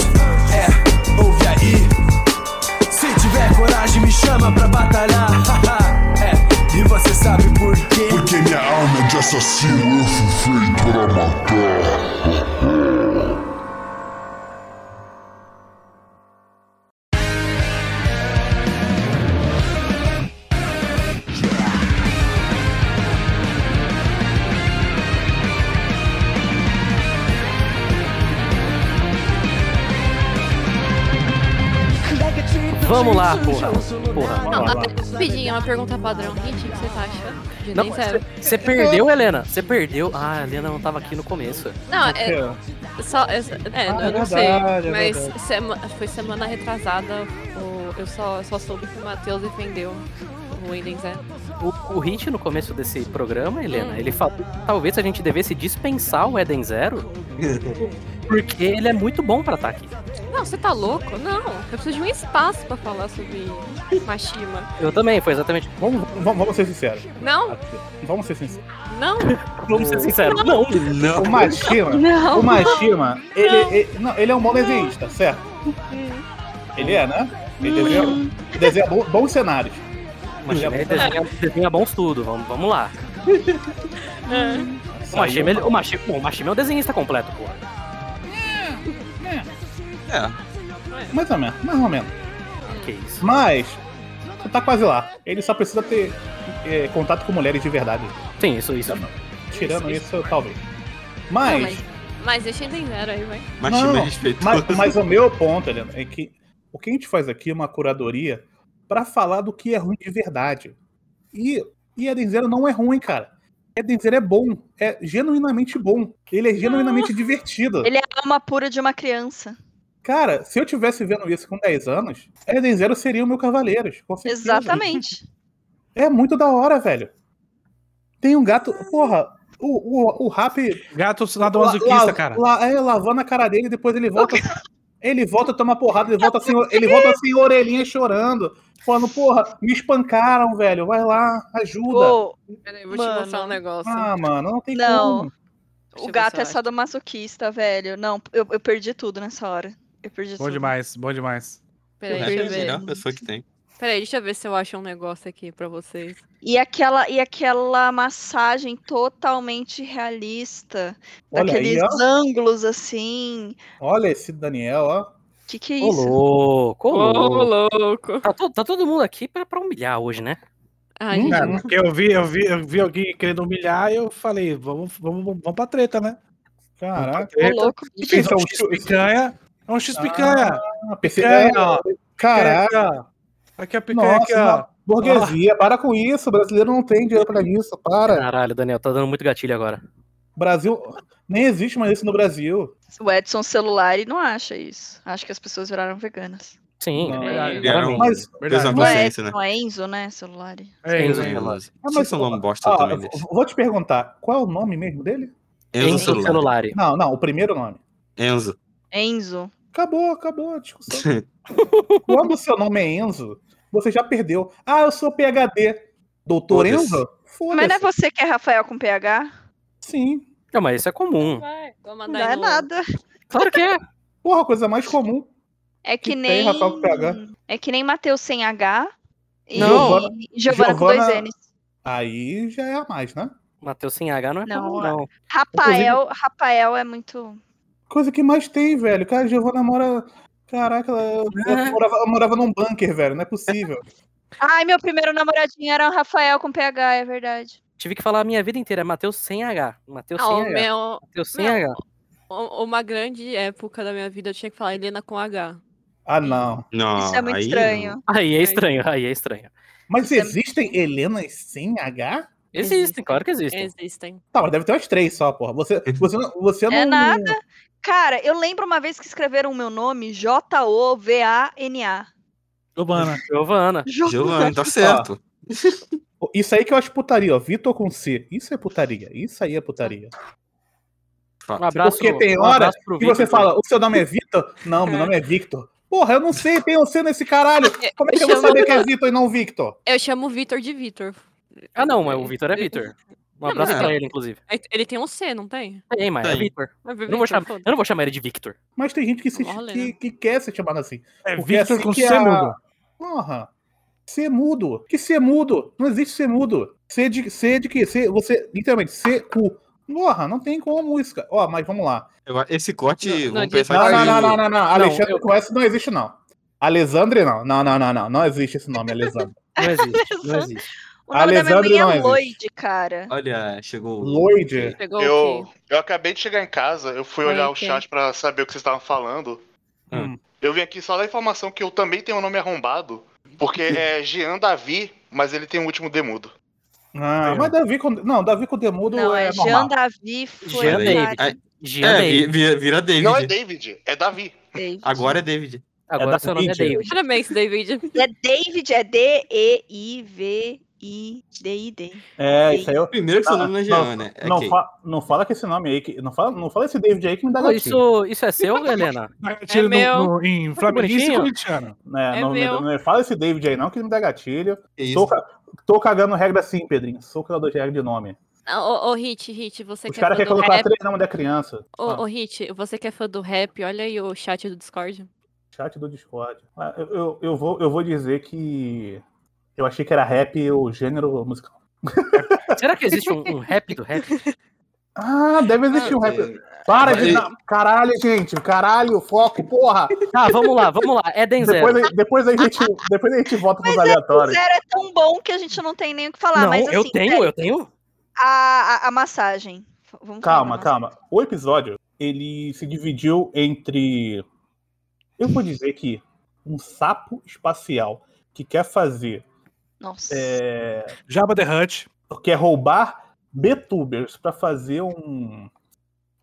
Speaker 6: É, ouve aí. Se tiver coragem, me chama pra batalhar. é, e você sabe por quê?
Speaker 8: Porque minha alma é de assassino, eu fui feito pra matar.
Speaker 2: Vamos lá, porra. Porra.
Speaker 1: Vamos lá.
Speaker 7: Ah, Rapidinho, uma pergunta padrão. Hit, o que você tá achando? De
Speaker 2: Não,
Speaker 7: nem
Speaker 2: você
Speaker 7: zero.
Speaker 2: você perdeu, Helena. Você perdeu. Ah, a Helena não tava aqui no começo.
Speaker 7: Não, é só. É, é,
Speaker 1: Ah,
Speaker 7: eu
Speaker 1: é
Speaker 7: não sei.
Speaker 1: verdade, é
Speaker 7: Mas
Speaker 1: verdade.
Speaker 7: sema- foi semana retrasada. o- eu só, só soube que o Matheus defendeu o é. Ending Zero.
Speaker 2: O, o Hit, no começo desse programa, Helena,
Speaker 7: Hum.
Speaker 2: ele falou que talvez a gente devesse dispensar o Eden Zero, porque ele é muito bom pra ataque.
Speaker 7: Não, você tá louco? Não. Eu preciso de um espaço pra falar sobre Mashima.
Speaker 2: Eu também, foi exatamente.
Speaker 1: Vamos, vamos, vamos ser sinceros.
Speaker 7: Não,
Speaker 1: Vamos ser sinceros.
Speaker 7: não,
Speaker 2: Vamos ser sinceros. Não,
Speaker 5: Não.
Speaker 1: O Machima, o
Speaker 7: não.
Speaker 1: Mashima, ele, ele, não, ele é um bom desenhista, certo? Ele é, né? Ele desenha, desenha bo- bons cenários.
Speaker 2: mas ele desenha, desenha bons tudo, vamos, vamos lá. O Machima, ele- o, Machima, bom, o Machima é um desenhista completo, porra.
Speaker 5: É.
Speaker 1: Mais ou menos, mais ou menos.
Speaker 2: Que isso.
Speaker 1: Mas, tá quase lá. Ele só precisa ter é, contato com mulheres de verdade.
Speaker 2: Sim, isso, isso.
Speaker 1: Tirando
Speaker 7: Isso,
Speaker 1: isso, talvez.
Speaker 7: Não,
Speaker 1: Mas,
Speaker 7: mas, mas deixa Ending Zero aí, vai.
Speaker 5: Machima
Speaker 1: Não,
Speaker 5: é respeitoso.
Speaker 1: mas, mas o meu ponto, Helena, é que o que a gente faz aqui é uma curadoria pra falar do que é ruim de verdade. E, e Eden Zero não é ruim, cara. Eden Zero é bom. É genuinamente bom. Ele é genuinamente divertido.
Speaker 3: Ele é a alma pura de uma criança.
Speaker 1: Cara, se eu tivesse vendo isso com 10 anos, Eden Zero seria o meu Cavaleiros. com certeza.
Speaker 3: Exatamente.
Speaker 1: É muito da hora, velho. Tem um gato. Porra, o, o, o rap.
Speaker 4: Gato lado
Speaker 1: la-
Speaker 4: masoquista,
Speaker 1: la-
Speaker 4: cara.
Speaker 1: la- é, lavando a cara dele, depois ele volta. Ele volta, toma porrada, ele volta assim, ele volta assim, orelhinha chorando. Falando, porra, me espancaram, velho. Vai lá, ajuda.
Speaker 3: Ô,
Speaker 7: Peraí, eu vou
Speaker 3: Mano.
Speaker 7: te mostrar um negócio.
Speaker 1: ah, mano, não tem
Speaker 3: Não.
Speaker 1: como.
Speaker 7: Deixa eu
Speaker 3: o
Speaker 7: ver
Speaker 3: gato
Speaker 7: se eu
Speaker 3: é
Speaker 7: acho.
Speaker 3: sadomasoquista, velho. Não, eu, eu perdi tudo nessa hora. Eu perdi
Speaker 4: Bom
Speaker 3: tudo.
Speaker 4: demais, bom demais.
Speaker 7: Peraí,
Speaker 5: É,
Speaker 7: deixa eu
Speaker 5: a
Speaker 7: ver.
Speaker 5: melhor pessoa que tem.
Speaker 7: Peraí, deixa eu ver se eu acho um negócio aqui pra vocês.
Speaker 3: E aquela, e aquela massagem totalmente realista.
Speaker 1: Olha aí,
Speaker 3: daqueles
Speaker 1: ó.
Speaker 3: ângulos assim.
Speaker 1: Olha esse Daniel, ó.
Speaker 3: Que que é
Speaker 2: Ô,
Speaker 3: isso?
Speaker 2: louco, ô, louco.
Speaker 7: Ô, louco.
Speaker 2: Tá, to- tá todo mundo aqui pra, pra humilhar hoje, né?
Speaker 7: Ai,
Speaker 1: Hum,
Speaker 7: gente,
Speaker 1: cara,
Speaker 4: Porque eu vi, eu vi, eu vi alguém querendo humilhar e eu falei, vamos, vamos, vamos pra treta, né?
Speaker 1: Caraca.
Speaker 7: ô,
Speaker 4: Treta.
Speaker 7: louco.
Speaker 1: Esse é
Speaker 4: é
Speaker 1: um
Speaker 4: um X-picanha. É um X-picanha.
Speaker 1: Ah, perce-
Speaker 4: picanha,
Speaker 1: é,
Speaker 4: ó. É.
Speaker 1: Caraca.
Speaker 4: Picanha. Aqui a picanha, aqui, ó.
Speaker 1: Nossa, burguesia, para com isso. brasileiro não tem dinheiro pra isso, para.
Speaker 2: Caralho, Daniel, tá dando muito gatilho agora.
Speaker 1: Brasil. Nem existe mais isso no Brasil.
Speaker 3: O Edson celular e não acha isso. Acho que as pessoas viraram veganas.
Speaker 2: Sim,
Speaker 1: Não,
Speaker 2: é,
Speaker 4: verdade.
Speaker 2: parabéns.
Speaker 1: Mas,
Speaker 5: Peso na
Speaker 4: Verdade.
Speaker 3: Não é,
Speaker 5: consciência, né?
Speaker 3: não é Enzo, né? Celular.
Speaker 4: É isso.
Speaker 2: Enzo.
Speaker 1: Ah, mas-
Speaker 5: Vocês são um bosta
Speaker 1: ó,
Speaker 5: também
Speaker 1: eu
Speaker 5: desse.
Speaker 1: vou te perguntar, qual é o nome mesmo dele?
Speaker 5: Enzo
Speaker 2: Enzo
Speaker 5: celular.
Speaker 2: celular.
Speaker 1: Não, não, o primeiro nome.
Speaker 5: Enzo.
Speaker 3: Enzo.
Speaker 1: Acabou, acabou a discussão. Quando o seu nome é Enzo, você já perdeu. Ah, eu sou PHD. Doutor
Speaker 5: Foda-se.
Speaker 1: Enzo?
Speaker 3: Mas não é
Speaker 1: Foda-se.
Speaker 3: você que é Rafael com PH?
Speaker 1: Sim.
Speaker 2: Não, mas isso é comum.
Speaker 7: Vai, vou mandar
Speaker 3: Não
Speaker 7: aí
Speaker 3: é
Speaker 7: no-
Speaker 3: nada.
Speaker 2: Claro que é.
Speaker 1: Porra, a coisa mais comum.
Speaker 3: É
Speaker 1: Que
Speaker 3: que,
Speaker 1: tem
Speaker 3: nem.
Speaker 1: Rafael com PH.
Speaker 3: É que nem Matheus sem H. E
Speaker 2: Não.
Speaker 3: Giovana, com dois
Speaker 1: Giovana-
Speaker 3: N's.
Speaker 1: Aí já é a mais, né?
Speaker 2: Matheus sem H não é
Speaker 3: Não,
Speaker 2: comum,
Speaker 3: é.
Speaker 2: não.
Speaker 3: Rafael, Rafael é muito.
Speaker 1: Coisa que mais tem, velho. Cara, a Giovana mora. Caraca, ela,
Speaker 5: É.
Speaker 1: ela morava, ela morava num bunker, velho. Não é possível.
Speaker 3: Ai, meu primeiro namoradinho era o Rafael com PH, é verdade.
Speaker 2: Tive que falar a minha vida inteira, é Matheus sem H. Matheus
Speaker 7: Ah,
Speaker 2: sem
Speaker 7: o
Speaker 2: H.
Speaker 7: meu,
Speaker 2: Matheus sem
Speaker 7: meu.
Speaker 2: H.
Speaker 7: u- uma grande época da minha vida eu tinha que falar Helena com H.
Speaker 1: Ah, não.
Speaker 5: Não,
Speaker 3: Isso é muito
Speaker 5: aí-
Speaker 3: estranho.
Speaker 2: Aí é estranho, aí é estranho.
Speaker 1: Mas
Speaker 3: Isso é muito
Speaker 1: existem Helenas sem H?
Speaker 2: Existem,
Speaker 7: Existem.
Speaker 2: claro que existem.
Speaker 7: Existem.
Speaker 1: Tá, mas deve ter umas três só, porra. Você, você, não- você não.
Speaker 3: É nada. Cara, eu lembro uma vez que escreveram o meu nome J-O-V-A-N-A.
Speaker 4: Giovana.
Speaker 2: Giovana. um
Speaker 5: Giovanni, tá certo.
Speaker 1: Isso aí que eu acho putaria, ó. Vitor com C. Isso é putaria. Isso aí é putaria.
Speaker 2: Um abraço,
Speaker 1: Porque tem
Speaker 2: um
Speaker 1: hora
Speaker 2: abraço pro
Speaker 1: E você
Speaker 2: Victor.
Speaker 1: fala, o seu nome é Vitor? Não, meu
Speaker 7: É.
Speaker 1: nome é Victor. Porra, eu não sei, tem um C nesse caralho. Como é que eu vou
Speaker 7: Chama-
Speaker 1: saber que é Vitor e não Victor?
Speaker 7: Eu chamo o Vitor de Vitor.
Speaker 2: Ah, não, mas o Vitor é Vitor. Um abraço
Speaker 5: mas é.
Speaker 2: pra ele, inclusive.
Speaker 7: Ele tem um C, não tem?
Speaker 2: Tem, mas é
Speaker 5: Tem.
Speaker 2: Vitor.
Speaker 7: Mas
Speaker 2: Eu
Speaker 7: Vitor,
Speaker 2: não, vou chamar,
Speaker 7: foda-se.
Speaker 2: eu não vou chamar ele de Victor.
Speaker 1: Mas tem gente que, se,
Speaker 7: Olha.
Speaker 1: que, que quer ser chamado assim.
Speaker 4: É
Speaker 1: Porque é
Speaker 4: Victor
Speaker 1: assim
Speaker 4: com
Speaker 1: que
Speaker 4: C
Speaker 1: a-
Speaker 4: mudo.
Speaker 1: Porra. Ser mudo. Que ser mudo? Não existe ser mudo. Ser de, ser de que? Ser, você, literalmente, ser cu. Porra, não tem como isso, cara. Ó, mas vamos lá.
Speaker 5: Eu a- Esse corte,
Speaker 7: Não, não
Speaker 5: vamos
Speaker 7: adianta.
Speaker 5: pensar
Speaker 1: Não,
Speaker 5: que
Speaker 1: não, não,
Speaker 5: saiu-
Speaker 1: não, não, não. Alexandre
Speaker 2: eu-
Speaker 1: com S não existe, não. Alexandre, não. Não, não, não, não. Não existe esse nome, Alexandre.
Speaker 2: Não existe, não existe.
Speaker 3: O nome da
Speaker 1: Alexandre
Speaker 3: minha
Speaker 1: não
Speaker 3: mãe é
Speaker 1: existe.
Speaker 3: Lloyd, cara.
Speaker 5: Olha, chegou. o-
Speaker 1: Lloyd.
Speaker 7: Pegou o
Speaker 9: Eu,
Speaker 7: quê?
Speaker 9: eu acabei de chegar em casa, eu fui
Speaker 7: Oi,
Speaker 9: olhar o
Speaker 7: ok.
Speaker 9: chat pra saber o que vocês estavam falando.
Speaker 5: Hum.
Speaker 9: Eu vim aqui só dar informação que eu também tenho um nome arrombado, porque é Jean Davi, mas ele tem o último demudo.
Speaker 1: Ah, mas Davi com. Não, Davi com Demudo
Speaker 3: Não,
Speaker 1: é,
Speaker 3: é
Speaker 1: normal.
Speaker 3: Jean Davi foi
Speaker 2: Jean
Speaker 3: o
Speaker 5: Peraí.
Speaker 2: David.
Speaker 3: cara.
Speaker 5: Aí-
Speaker 2: Jean
Speaker 5: É,
Speaker 2: David.
Speaker 5: vi- vira, vira David.
Speaker 9: Não é David, é Davi.
Speaker 3: David.
Speaker 5: Agora é David.
Speaker 2: Agora
Speaker 1: da
Speaker 2: seu nome é
Speaker 1: David.
Speaker 2: David.
Speaker 7: Parabéns, David.
Speaker 3: É David, é D-E-I-V-I-D-I-D.
Speaker 1: É, isso aí eu.
Speaker 5: Primeiro que seu
Speaker 1: Ah,
Speaker 5: nome não é
Speaker 1: não,
Speaker 5: Jean, né? É
Speaker 1: Não,
Speaker 5: Kay.
Speaker 1: fa- não fala que esse nome aí. Que... Não, fala, não fala esse David aí que me dá
Speaker 2: Pô,
Speaker 1: gatilho.
Speaker 2: isso, isso é seu, Helena?
Speaker 4: Gatilho no-
Speaker 7: meu.
Speaker 4: no- em Flamenguista e
Speaker 2: bonitinho.
Speaker 4: Corintiano.
Speaker 1: né,
Speaker 7: é
Speaker 1: não, me-
Speaker 7: meu.
Speaker 1: não me fala esse David aí não que me dá gatilho.
Speaker 5: Que
Speaker 1: Tô,
Speaker 5: é isso?
Speaker 1: ca- tô cagando regra sim, Pedrinho. Sou criador de regra de nome.
Speaker 7: Ah, Ô, ô, Hit, Hit, você
Speaker 1: Os
Speaker 7: que é
Speaker 1: caras
Speaker 7: fã
Speaker 1: querem
Speaker 7: do
Speaker 1: colocar
Speaker 7: rap.
Speaker 1: três nomes da criança.
Speaker 7: Ô,
Speaker 1: Ah,
Speaker 7: ô, Hit, você que é fã do rap, olha aí o chat do Discord.
Speaker 1: Chat do Discord. Ah, Eu, eu, eu vou, eu vou dizer que. Eu achei que era rap o gênero musical.
Speaker 2: Será que existe um, um rap do rap?
Speaker 1: Ah, deve existir um rap. Para de.
Speaker 5: é, Ele-
Speaker 1: dar- Caralho, gente. Caralho, foco, porra.
Speaker 2: Tá, vamos lá, vamos lá. Eden Zero.
Speaker 1: Depois, aí- depois, a gente, depois a gente volta pros
Speaker 3: Mas é o
Speaker 1: aleatórios.
Speaker 3: zero é tão bom que a gente não tem nem o que falar.
Speaker 2: não,
Speaker 3: mas assim,
Speaker 2: eu tenho,
Speaker 3: peraí,
Speaker 2: eu tenho.
Speaker 3: A, a, a massagem. F- Vamos falar
Speaker 1: Calma,
Speaker 3: da
Speaker 1: calma. O episódio, ele se dividiu entre. Eu vou dizer que um sapo espacial que quer fazer.
Speaker 3: Nossa.
Speaker 1: É,
Speaker 4: Jabba the Hutt.
Speaker 1: quer roubar Betubers pra fazer um.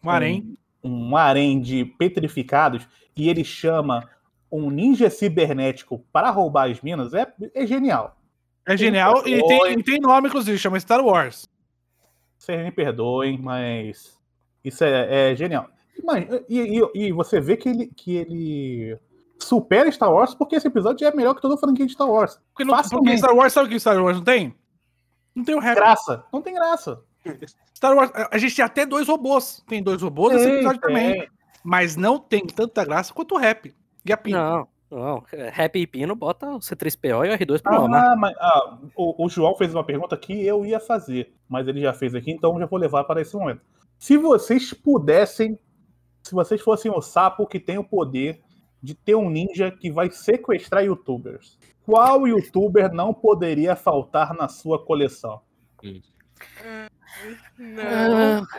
Speaker 4: Um harém.
Speaker 1: Um, um harém de petrificados e ele chama um ninja cibernético para roubar as minas. É, é genial.
Speaker 4: É genial. E tem,
Speaker 1: Oi.
Speaker 4: e tem nome, inclusive, chama Star Wars.
Speaker 1: Vocês me perdoem, mas isso é, é genial. Mas- e, e- e você vê que ele, que ele supera Star Wars porque esse episódio é melhor que toda a franquia de Star Wars.
Speaker 4: Porque, não, porque
Speaker 1: Facilmente.
Speaker 4: Star Wars, sabe o que Star Wars não tem? Não tem o rap.
Speaker 1: Graça. Não tem graça.
Speaker 4: Star Wars, a- a gente tem até dois robôs. Tem dois robôs nesse episódio também.
Speaker 1: Tem.
Speaker 4: Mas não tem tanta graça quanto o rap. E a Pina.
Speaker 2: Não, não. é, Rap e Pino bota o C3PO e o né? R2 pro Omar.
Speaker 1: Ah, mas, ah, o, o João fez uma pergunta que eu ia fazer, mas ele já fez aqui, então já vou levar para esse momento. Se vocês pudessem, se vocês fossem o sapo que tem o poder de ter um ninja que vai sequestrar youtubers, qual youtuber não poderia faltar na sua coleção?
Speaker 2: Ah,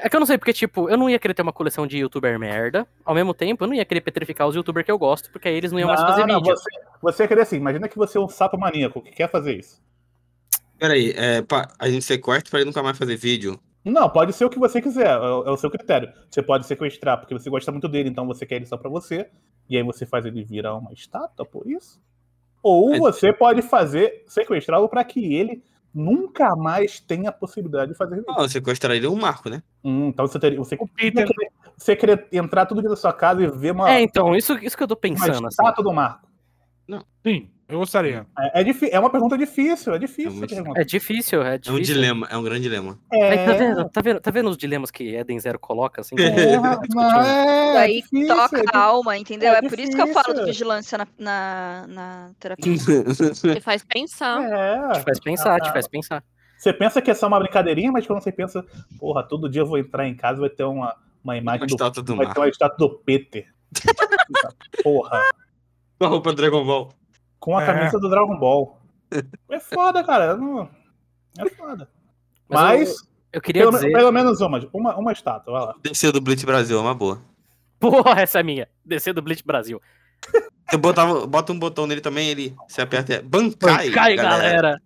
Speaker 2: É que eu não sei, porque, tipo, eu não ia querer ter uma coleção de youtuber merda. Ao mesmo tempo, eu não ia querer petrificar os youtubers que eu gosto, porque aí eles não iam mais fazer vídeo.
Speaker 1: você, você queria assim, imagina que você é um sapo maníaco que quer fazer isso.
Speaker 5: Peraí, é, pá, a gente sequestra pra ele nunca mais fazer vídeo.
Speaker 1: Não, pode ser o que você quiser, é o é o seu critério. Você pode sequestrar porque você gosta muito dele, então você quer ele só pra você, e aí você faz ele virar uma estátua por isso. Ou
Speaker 5: É.
Speaker 1: você pode fazer sequestrá-lo pra que ele nunca mais tenha a possibilidade de fazer isso.
Speaker 5: Não, sequestrar ele é um marco, né?
Speaker 1: Hum, então você teria, você,
Speaker 4: O Peter.
Speaker 1: você queria entrar tudo dentro da sua casa e ver uma,
Speaker 2: É, então, isso, isso que eu tô
Speaker 1: uma
Speaker 2: pensando, assim.
Speaker 1: estátua do Marco.
Speaker 4: Sim, eu gostaria.
Speaker 1: É, é, difí- é uma pergunta difícil, é
Speaker 5: É
Speaker 1: difícil.
Speaker 5: muito
Speaker 1: essa pergunta.
Speaker 2: É difícil, é
Speaker 5: É um
Speaker 2: difícil.
Speaker 5: dilema, é um grande dilema.
Speaker 2: Aí, tá,
Speaker 1: É,
Speaker 2: vendo, tá, vendo, tá vendo os dilemas que Eden Zero coloca, assim?
Speaker 1: é, não, é,
Speaker 3: Isso
Speaker 1: é
Speaker 3: aí
Speaker 1: difícil,
Speaker 3: toca
Speaker 1: é
Speaker 3: a alma, entendeu?
Speaker 1: é
Speaker 3: É, por isso que eu falo de
Speaker 1: difícil.
Speaker 3: vigilância na, na, na terapia.
Speaker 5: Uhum.
Speaker 7: Você faz pensar.
Speaker 1: difícil. É.
Speaker 2: Te faz pensar, te faz pensar.
Speaker 1: Você pensa que é só uma brincadeirinha, mas quando você pensa, porra, todo dia eu vou entrar em casa e vai ter uma, uma imagem
Speaker 5: Uma
Speaker 1: do.
Speaker 5: estátua do
Speaker 1: Vai ter
Speaker 5: marco.
Speaker 1: uma estátua do Peter. porra.
Speaker 5: Com a roupa Dragon Ball.
Speaker 1: Com a
Speaker 4: É.
Speaker 1: camisa do Dragon Ball. É foda, cara. não- É foda.
Speaker 2: Mas
Speaker 1: Mas,
Speaker 2: Eu queria
Speaker 1: pelo,
Speaker 2: dizer.
Speaker 1: pelo menos uma, uma, uma estátua, vai lá.
Speaker 5: Descer do Blitz Brasil, é uma boa.
Speaker 2: Porra, essa é minha. Descer do Blitz Brasil.
Speaker 5: Você botava, bota um botão nele também, ele se aperta. É,
Speaker 2: Cai,
Speaker 5: bancai, galera.
Speaker 2: galera.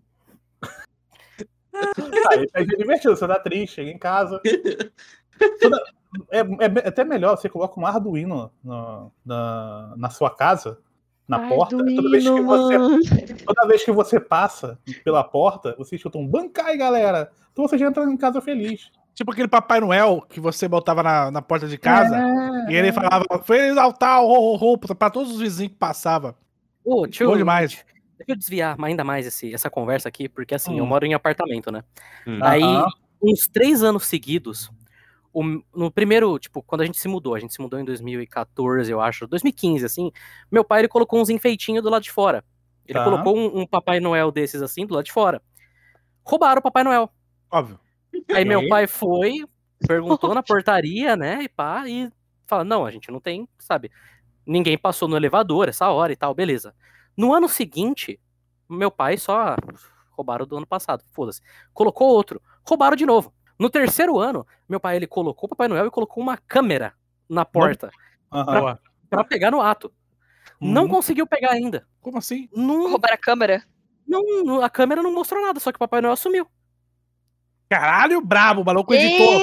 Speaker 1: Ah, isso aí é divertido, você tá triste, chega em casa. Você dá- É, é me- até melhor, você coloca um Arduino no- na, na sua casa, na porta. Toda vez, que você,
Speaker 3: mano.
Speaker 1: toda vez que você passa pela porta, você escuta um bancai, galera. Então você já entra em casa feliz.
Speaker 4: Tipo aquele Papai Noel que você botava na, na porta de casa.
Speaker 2: Ah.
Speaker 4: E ele falava, feliz Natal, ho, ho, ho, pra todos os vizinhos que passavam.
Speaker 2: Ô, tio,
Speaker 4: Bom demais.
Speaker 2: Deixa eu desviar ainda mais esse- essa conversa aqui, porque assim, eu
Speaker 1: Hum.
Speaker 2: moro em apartamento, né?
Speaker 5: Hum.
Speaker 2: Aí,
Speaker 1: Aham.
Speaker 2: uns três anos seguidos, o- no primeiro, tipo, quando a gente se mudou, a gente se mudou em 2014, eu acho, 2015, assim, meu pai, ele colocou uns enfeitinhos do lado de fora. Ele
Speaker 1: Tá.
Speaker 2: colocou um, um Papai Noel desses, assim, do lado de fora. Roubaram o Papai Noel.
Speaker 4: Óbvio.
Speaker 2: Aí meu
Speaker 1: Ok.
Speaker 2: pai foi, perguntou na portaria, né, e pá, e fala, não, a gente não tem, sabe, ninguém passou no elevador essa hora e tal, beleza. No ano seguinte, meu pai só roubaram do ano passado, foda-se. Colocou outro, roubaram de novo. No terceiro ano, meu pai, ele colocou o Papai Noel e colocou uma câmera na porta
Speaker 1: Aham.
Speaker 4: Boa.
Speaker 2: pra pegar no ato. Não
Speaker 1: Uhum.
Speaker 2: conseguiu pegar ainda.
Speaker 4: Como assim?
Speaker 2: Não,
Speaker 3: Roubar a câmera?
Speaker 2: não- não- a câmera não mostrou nada, só que o Papai Noel sumiu.
Speaker 4: Caralho, brabo, o maluco editor.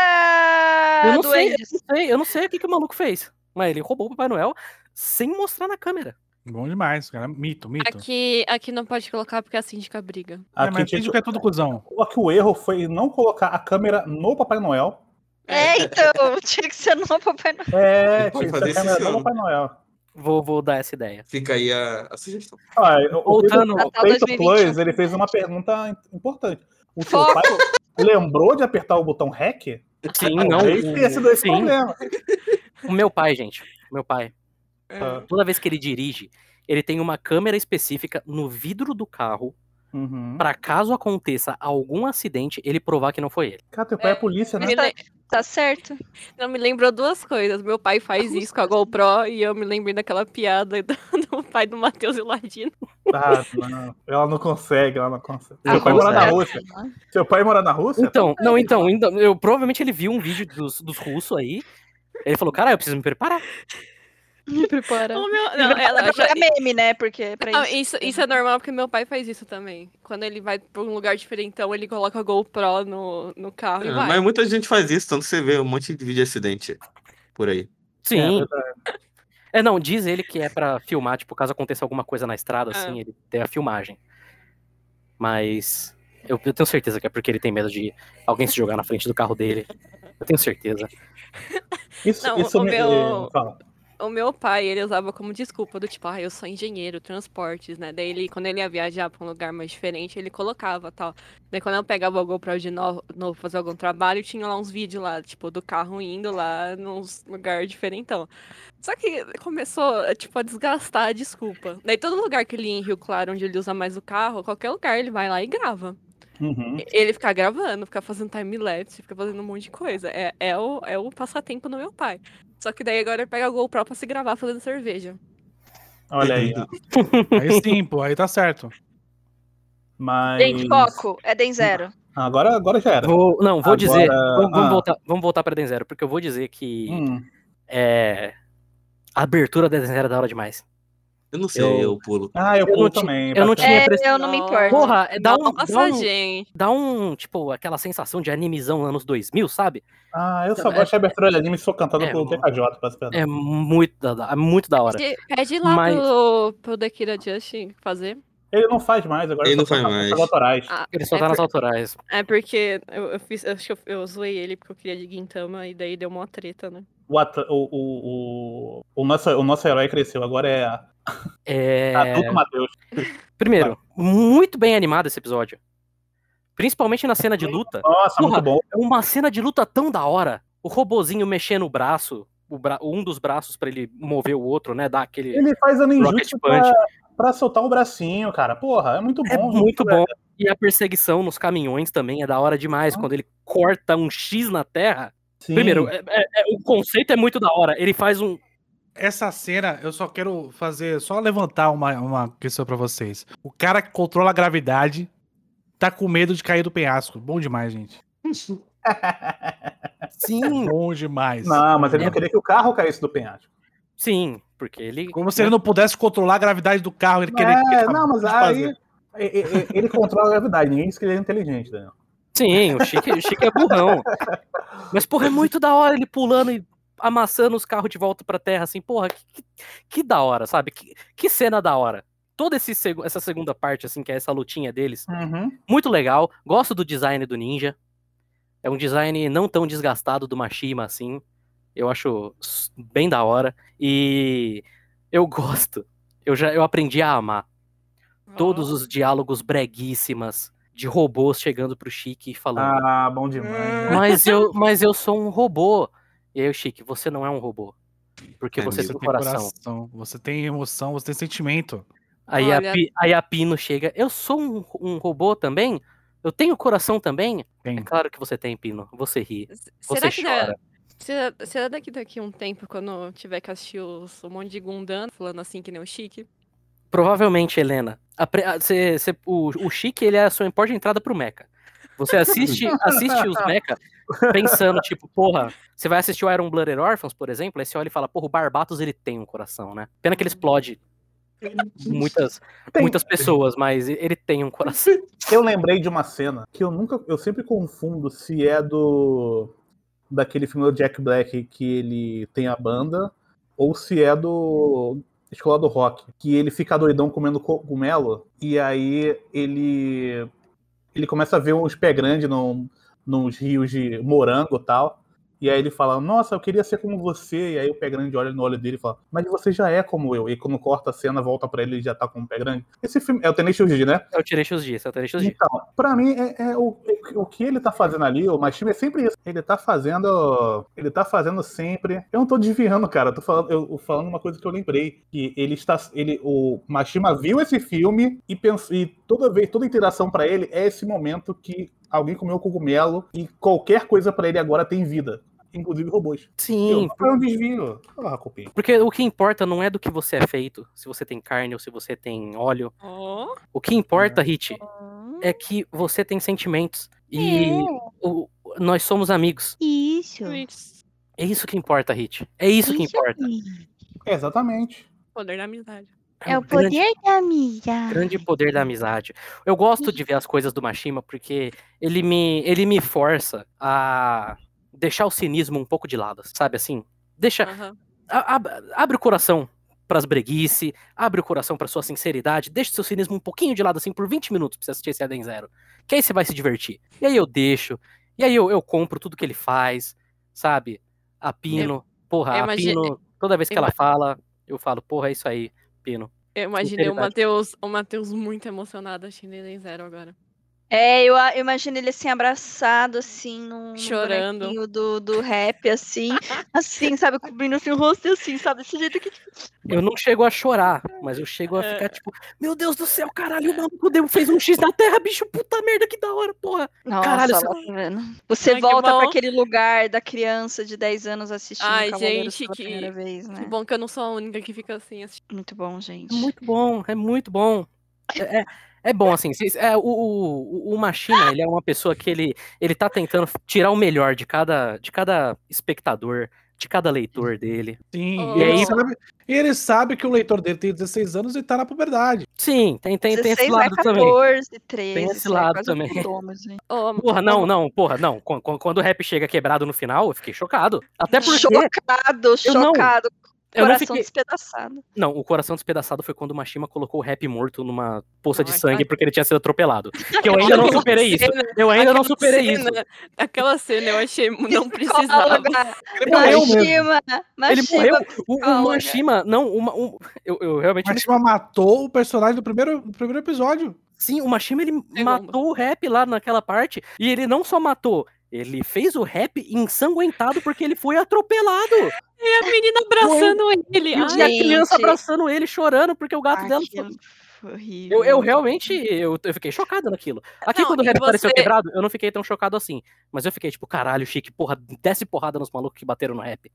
Speaker 3: Eita!
Speaker 2: Eu não sei, eu
Speaker 3: Duendes.
Speaker 2: não sei, eu não sei o que, que o maluco fez. Mas ele roubou o Papai Noel sem mostrar na câmera.
Speaker 4: Bom demais, cara. Mito,
Speaker 3: então.
Speaker 4: mito.
Speaker 7: Aqui, aqui não pode colocar porque assim a síndica briga.
Speaker 4: É,
Speaker 1: Aqui,
Speaker 4: mas
Speaker 1: tinha-
Speaker 4: síndico é tudo cuzão.
Speaker 1: aqui o erro foi não colocar a câmera no Papai Noel.
Speaker 3: É, então, tinha que ser no Papai Noel.
Speaker 1: É,
Speaker 5: Pode
Speaker 1: tinha que
Speaker 5: fazer
Speaker 1: ser a câmera
Speaker 5: isso esse
Speaker 1: no
Speaker 5: ano.
Speaker 1: Papai Noel.
Speaker 2: Vou, vou dar essa ideia.
Speaker 5: Fica aí a, a sugestão.
Speaker 1: Ah, o- o Pedro-
Speaker 2: Voltando,
Speaker 1: o Peito
Speaker 3: 2021.
Speaker 1: Plus, ele fez uma pergunta im- importante. O seu
Speaker 3: Foco.
Speaker 1: pai lembrou de apertar o botão REC?
Speaker 2: sim, Ah, não.
Speaker 1: tá- Talvez tenha sido esse
Speaker 2: sim.
Speaker 1: problema.
Speaker 2: O meu pai, gente, o meu pai,
Speaker 1: Ah,
Speaker 2: toda vez que ele dirige, ele tem uma câmera específica no vidro do carro
Speaker 1: uhum.
Speaker 2: pra caso aconteça algum acidente, ele provar que não foi ele.
Speaker 1: Cara, teu pai é polícia, né?
Speaker 3: Mas
Speaker 7: Me
Speaker 3: tá,
Speaker 7: le-
Speaker 3: tá certo.
Speaker 7: Não, me lembrou duas coisas. Meu pai faz isso
Speaker 3: assim?
Speaker 7: com a GoPro e eu me lembrei daquela piada do do pai do Matheus e o Ladino.
Speaker 1: Ah, não. Ela não consegue, ela não consegue.
Speaker 3: Ah,
Speaker 1: Seu pai
Speaker 3: com
Speaker 1: mora na
Speaker 3: certeza.
Speaker 1: Rússia. Seu pai mora na Rússia?
Speaker 2: Então, não, então, ainda- eu provavelmente ele viu um vídeo dos, dos russos aí. Ele falou, cara, eu preciso me preparar.
Speaker 3: Me prepara.
Speaker 7: O meu- não, ela
Speaker 3: Pra
Speaker 7: já-
Speaker 3: jogar meme, né? Porque é pra
Speaker 7: Não,
Speaker 3: isso.
Speaker 7: isso, isso é normal porque meu pai faz isso também. Quando ele vai pra um lugar diferentão, ele coloca a GoPro no, no carro e
Speaker 5: Ah,
Speaker 7: vai.
Speaker 5: mas muita gente faz isso, tanto que você vê um monte de vídeo de acidente por aí.
Speaker 2: Sim.
Speaker 1: verdade.
Speaker 2: É, não, diz ele que é pra filmar, tipo, caso aconteça alguma coisa na estrada,
Speaker 7: Ah.
Speaker 2: assim, ele tem a filmagem. Mas eu, eu tenho certeza que é porque ele tem medo de alguém se jogar na frente do carro dele. Eu tenho certeza.
Speaker 1: Isso,
Speaker 7: Não,
Speaker 1: isso
Speaker 7: o
Speaker 1: me...
Speaker 7: meu-
Speaker 1: fala.
Speaker 7: O meu pai, ele usava como desculpa do tipo, ah, eu sou engenheiro, transportes, né? Daí ele, quando ele ia viajar pra um lugar mais diferente, ele colocava tal. Daí quando eu pegava o GoPro de novo, novo fazer algum trabalho, tinha lá uns vídeos lá, tipo, do carro indo lá num lugar diferentão. Só que começou, eh, tipo, a desgastar a desculpa. Daí todo lugar que ele ia em Rio Claro, onde ele usa mais o carro, qualquer lugar ele vai lá e grava.
Speaker 1: Uhum.
Speaker 7: Ele fica gravando, fica fazendo time-lapse, fica fazendo um monte de coisa. É, é, o, é o passatempo do meu pai. Só que daí agora ele pega a GoPro pra se gravar fazendo cerveja.
Speaker 1: Olha aí. ó.
Speaker 4: Aí sim, pô, aí tá certo.
Speaker 1: Mas... Ah,
Speaker 3: Gente, foco. É Den Zero.
Speaker 1: Agora, agora já era.
Speaker 2: Vou- não, vou
Speaker 1: Agora-
Speaker 2: dizer. Vamos, vamos
Speaker 1: ah.
Speaker 2: voltar, vamos voltar pra Denzero, porque eu vou dizer que
Speaker 1: Hum.
Speaker 2: é, a abertura da Denzero é da hora demais.
Speaker 5: Eu não sei,
Speaker 2: Eu-
Speaker 5: eu, pulo.
Speaker 1: Ah, eu,
Speaker 2: Eu
Speaker 1: pulo
Speaker 2: não ti-
Speaker 1: também.
Speaker 2: eu não
Speaker 1: bacana.
Speaker 2: tinha
Speaker 3: É,
Speaker 2: prestado-
Speaker 3: eu não me importo.
Speaker 2: Porra, é, dá um-
Speaker 7: Nossa,
Speaker 2: dá um-
Speaker 7: gente.
Speaker 2: Dá um, tipo, aquela sensação de animizão anos 2000, sabe?
Speaker 1: Ah, eu só gosto de abertura de anime, sou cantado
Speaker 2: É,
Speaker 1: pelo
Speaker 2: mano.
Speaker 1: TKJ, basicamente.
Speaker 2: É muito da, da- muito da hora.
Speaker 7: Pede- Pede lá
Speaker 2: Mas-
Speaker 7: pro, pro Dekira Justin fazer.
Speaker 1: Ele não faz mais agora.
Speaker 5: Ele
Speaker 1: só
Speaker 5: não faz
Speaker 1: toca
Speaker 5: mais.
Speaker 1: músicas autorais.
Speaker 7: Ah,
Speaker 2: Ele só
Speaker 7: é
Speaker 2: tá nas
Speaker 7: por-
Speaker 2: autorais.
Speaker 7: É porque eu, eu fiz, acho que eu, eu zoei ele porque eu queria de Gintama e daí deu uma treta, né?
Speaker 1: O, atra- o, o, o, o nosso, o nosso herói cresceu, agora é
Speaker 2: É...
Speaker 1: adulto Matheus.
Speaker 2: Primeiro, muito bem animado esse episódio. Principalmente na cena de luta.
Speaker 1: Nossa,
Speaker 2: Porra.
Speaker 1: muito bom.
Speaker 2: Uma cena de luta tão da hora. O robozinho mexendo o braço, o bra- um dos braços pra ele mover o outro, né? Dar aquele.
Speaker 1: Ele faz a ninjutsu
Speaker 2: Rocket Punch.
Speaker 1: pra, pra soltar o bracinho, cara. Porra, é muito bom.
Speaker 2: É
Speaker 1: gente.
Speaker 2: muito bom. E a perseguição nos caminhões também é da hora demais.
Speaker 1: Ah.
Speaker 2: Quando ele corta um X na terra.
Speaker 1: Sim.
Speaker 2: Primeiro, é- é- é- o conceito é muito da hora. Ele faz um.
Speaker 4: Essa cena, eu só quero fazer, só levantar uma, uma questão pra vocês. O cara que controla a gravidade tá com medo de cair do penhasco. Bom demais, gente.
Speaker 2: Sim.
Speaker 4: Bom demais.
Speaker 2: É.
Speaker 1: Não, mas ele não queria que o carro caísse do penhasco.
Speaker 2: Sim. Porque ele.
Speaker 4: Como se ele não pudesse controlar a gravidade do carro. Ele queria
Speaker 1: É,
Speaker 4: queria
Speaker 1: não, mas aí
Speaker 4: fazer.
Speaker 1: e- e- e- ele controla a gravidade, ninguém disse que ele é inteligente, Daniel.
Speaker 2: Sim, o Chique, o Chique é burrão. Mas, porra, é muito da hora ele pulando e amassando os carros de volta pra terra, assim, porra, que, que, que da hora, sabe? Que, que cena da hora. Toda esse, seg- essa segunda parte, assim, que é essa lutinha deles, muito legal. Gosto do design do ninja. É um design não tão desgastado do Mashima, assim. Eu acho s- bem da hora. E eu gosto. Eu já eu aprendi a amar todos os diálogos breguíssimas de robôs chegando pro Chique e falando:
Speaker 1: Ah, bom demais. né?
Speaker 2: mas, eu, mas eu sou um robô. E aí, o Chique, você não é um robô. Porque
Speaker 5: É,
Speaker 2: você tem
Speaker 5: mas
Speaker 4: Você
Speaker 2: um
Speaker 4: tem
Speaker 2: coração.
Speaker 4: coração, você tem emoção, você tem sentimento.
Speaker 2: Aí, a
Speaker 7: Olha.
Speaker 2: Pi- aí a Pino chega: Eu sou um, um robô também? Eu tenho coração também?
Speaker 4: Tem.
Speaker 2: É claro que você tem, Pino. Você ri.
Speaker 7: S-
Speaker 2: Você
Speaker 7: Será que,
Speaker 2: chora.
Speaker 7: da, será, será daqui daqui um tempo, quando tiver que assistir os, um monte de Gundam falando assim que nem o Chique?
Speaker 2: Provavelmente, Helena. a pre- a- cê- cê- o, o Chique, ele é a sua porta de entrada pro Mecha. Você assiste, assiste os Mecha pensando, tipo, porra, você vai assistir o Iron Blooded Orphans, por exemplo, aí você olha e fala, porra, o Barbatos ele tem um coração, né? Pena que ele explode muitas,
Speaker 1: Tem-
Speaker 2: muitas pessoas, mas ele tem um coração.
Speaker 1: Eu lembrei de uma cena que eu nunca. Eu sempre confundo se é do. Daquele filme do Jack Black que ele tem a banda, ou se é do. Escola do Rock, que ele fica doidão comendo cogumelo, e aí ele. Ele começa a ver uns pé grande num, nos rios de morango e tal. E aí ele fala, nossa, eu queria ser como você. E aí o pé grande olha no olho dele e fala, mas você já é como eu. E quando corta a cena, volta pra ele e já tá com o pé grande. Esse filme. É o Tenente G, né?
Speaker 2: Eu tirei os dias, eu tirei os dias.
Speaker 1: Então, pra mim, é, é o, o que ele tá fazendo ali, o Machima, é sempre isso. Ele tá fazendo. Ele tá fazendo sempre. Eu não tô desviando, cara. eu Tô falando, eu, falando uma coisa que eu lembrei. Que ele está. Ele, o Machima viu esse filme e, pens, e toda vez, toda interação pra ele é esse momento que alguém comeu cogumelo e qualquer coisa pra ele agora tem vida. Inclusive robôs.
Speaker 2: Sim,
Speaker 1: eu, foi um desvio. Ah, Cupim.
Speaker 2: porque o que importa não é do que você é feito, se você tem carne ou se você tem óleo.
Speaker 7: Ó,
Speaker 2: O que importa, Hit,
Speaker 3: Ah,
Speaker 2: é que você tem sentimentos. E o- nós somos amigos.
Speaker 3: Isso.
Speaker 7: Então. Twitch,
Speaker 2: É isso que importa, Hit. É isso que importa.
Speaker 3: aí.
Speaker 1: Exatamente.
Speaker 7: poder da amizade.
Speaker 3: É o
Speaker 2: um grande,
Speaker 3: poder da amiga.
Speaker 2: grande poder da amizade. Eu gosto de ver as coisas do Mashima porque ele me, ele me força a deixar o cinismo um pouco de lado, sabe assim? Deixa,
Speaker 7: Aham.
Speaker 2: a- ab- abre o coração pras breguice, abre o coração pra sua sinceridade, deixa o seu cinismo um pouquinho de lado assim por 20 minutos pra você assistir esse Eden Zero. Que aí você vai se divertir. E aí eu deixo, e aí eu, eu compro tudo que ele faz, sabe? A Pino, porra,
Speaker 7: eu
Speaker 2: a
Speaker 7: imagi-
Speaker 2: Pino, toda vez que
Speaker 7: eu
Speaker 2: ela fala, eu falo, porra, é isso aí, Pino.
Speaker 7: Eu imaginei o
Speaker 2: Sinceridade.
Speaker 7: Matheus, o Matheus muito emocionado assistindo em Zero agora.
Speaker 3: É, eu, a- eu imagino ele assim, abraçado, assim, num num
Speaker 7: Chorando.
Speaker 3: bonequinho do, do rap, assim, assim, sabe, cobrindo assim, o rosto, assim, sabe, desse jeito que tipo,
Speaker 2: Eu não chego a chorar, mas eu chego a
Speaker 7: É.
Speaker 2: ficar tipo, meu Deus do céu, caralho, o maluco deu- fez um X na terra, bicho, puta merda, que da hora, porra.
Speaker 3: Nossa,
Speaker 2: Caralho,
Speaker 3: lá,
Speaker 2: você-
Speaker 3: tá vendo? Você
Speaker 7: Ai, que
Speaker 3: volta pra
Speaker 7: bom.
Speaker 3: aquele lugar da criança de 10 anos assistindo
Speaker 7: Ai,
Speaker 3: Cavaleiros
Speaker 7: gente,
Speaker 3: pela
Speaker 7: que-
Speaker 3: primeira vez,
Speaker 7: Que
Speaker 3: né?
Speaker 7: bom que eu não é? sou a única que fica assim assistindo.
Speaker 3: Muito bom, gente.
Speaker 2: É muito bom, é muito bom. É, é, é bom, assim, vocês- é, o, o, o- o Machina, ele é uma pessoa que ele, ele tá tentando tirar o melhor de cada, de cada espectador, de cada leitor dele.
Speaker 4: Sim.
Speaker 7: Oh.
Speaker 4: E, ele
Speaker 2: E aí-
Speaker 4: sabe, e ele sabe que o leitor dele tem 16 anos e tá na puberdade.
Speaker 2: Sim, tem, tem, tem esse
Speaker 3: 16 vai
Speaker 2: lado também.
Speaker 3: 14, 13,
Speaker 2: esse
Speaker 3: isso aí,
Speaker 2: lado
Speaker 3: quase um
Speaker 2: também.
Speaker 3: Kuroma, gente.
Speaker 7: Ô,
Speaker 2: Porra,
Speaker 7: ô,
Speaker 2: não, não, porra, não. Quan- quan- Quando o rap chega quebrado no final, eu fiquei chocado. Até porque.
Speaker 3: É Chocado,
Speaker 2: Eu não-
Speaker 3: chocado,
Speaker 2: eu não
Speaker 3: coração
Speaker 2: fiquei-
Speaker 3: despedaçado.
Speaker 2: Não, o coração despedaçado foi quando o Mashima colocou o rap morto numa poça de
Speaker 7: Ai,
Speaker 2: sangue
Speaker 7: ai.
Speaker 2: porque ele tinha sido atropelado. Que eu ainda não
Speaker 7: Aquela
Speaker 2: superei isso.
Speaker 7: cena-
Speaker 2: Eu ainda não
Speaker 7: aquela
Speaker 2: superei isso.
Speaker 7: cena- Aquela cena eu achei não precisava.
Speaker 3: Psicóloga,
Speaker 4: Ele morreu mesmo.
Speaker 3: Mashima,
Speaker 2: Ele
Speaker 3: Mashima,
Speaker 2: morreu. O, o
Speaker 3: psicóloga.
Speaker 2: Mashima, não, uma, um- eu, eu realmente.
Speaker 4: O Mashima matou o personagem do primeiro, do primeiro episódio.
Speaker 2: Sim, o Mashima ele
Speaker 7: Segundo.
Speaker 2: matou o rap lá naquela parte. E ele não só matou, ele fez o rap ensanguentado porque ele foi atropelado.
Speaker 7: E a menina abraçando ele.
Speaker 2: E
Speaker 7: Ai,
Speaker 2: tinha a criança
Speaker 3: gente.
Speaker 2: abraçando ele, chorando, porque o gato dela.
Speaker 3: Aquilo foi
Speaker 2: Eu,
Speaker 3: horrível.
Speaker 2: eu realmente eu, eu fiquei chocado naquilo. Aqui,
Speaker 7: Não,
Speaker 2: quando o
Speaker 7: e
Speaker 2: rap apareceu
Speaker 7: você-
Speaker 2: quebrado, eu não fiquei tão chocado assim. Mas eu fiquei tipo, caralho, Chique, porra, desce porrada nos malucos que bateram no rap.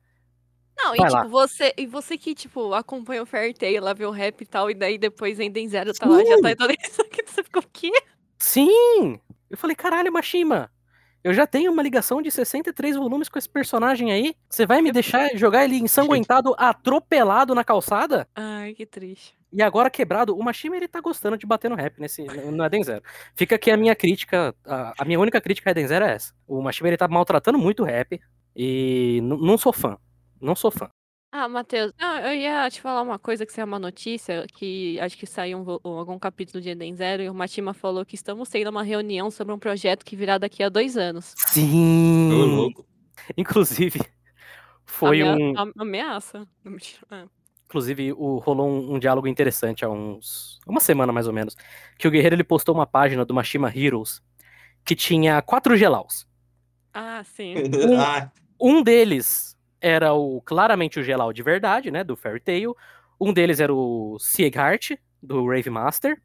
Speaker 7: Não, e
Speaker 2: Vai
Speaker 7: tipo,
Speaker 2: lá.
Speaker 7: você, e você que, tipo, acompanha o Fair Tail, lá vê o rap e tal, e daí depois ainda em zero tá lá, já tá em toda isso aqui, você ficou o quê?
Speaker 2: Sim! Eu falei, caralho, Mashima. Eu já tenho uma ligação de 63 volumes com esse personagem aí. Você vai me deixar jogar ele ensanguentado, atropelado na calçada?
Speaker 7: Ai, que triste.
Speaker 2: E agora quebrado, o Mashima ele tá gostando de bater no rap nesse, no Eden Zero. Fica aqui a minha crítica, a, a minha única crítica a Eden Zero é essa. O Mashima ele tá maltratando muito o rap e n- não sou fã. Não sou fã.
Speaker 7: Ah, Matheus, não, eu ia te falar uma coisa que saiu uma notícia, que acho que saiu um vo- algum capítulo de Eden Zero, e o Matima falou que estamos tendo uma reunião sobre um projeto que virá daqui a dois anos.
Speaker 5: Ô,
Speaker 2: Sim.
Speaker 5: louco.
Speaker 2: Inclusive, foi
Speaker 7: Amea-
Speaker 2: um.
Speaker 7: am- Ameaça? Não, mentira. Ah.
Speaker 2: Inclusive, o, rolou um, um diálogo interessante há uns. uma semana mais ou menos. Que o Guerreiro ele postou uma página do Mashima Heroes que tinha quatro gelaus.
Speaker 7: Ah, sim.
Speaker 4: É.
Speaker 5: Ah,
Speaker 2: Um deles era o claramente o Gelau de verdade, né? Do Fairy Tail. Um deles era o Sieghart, do Rave Master.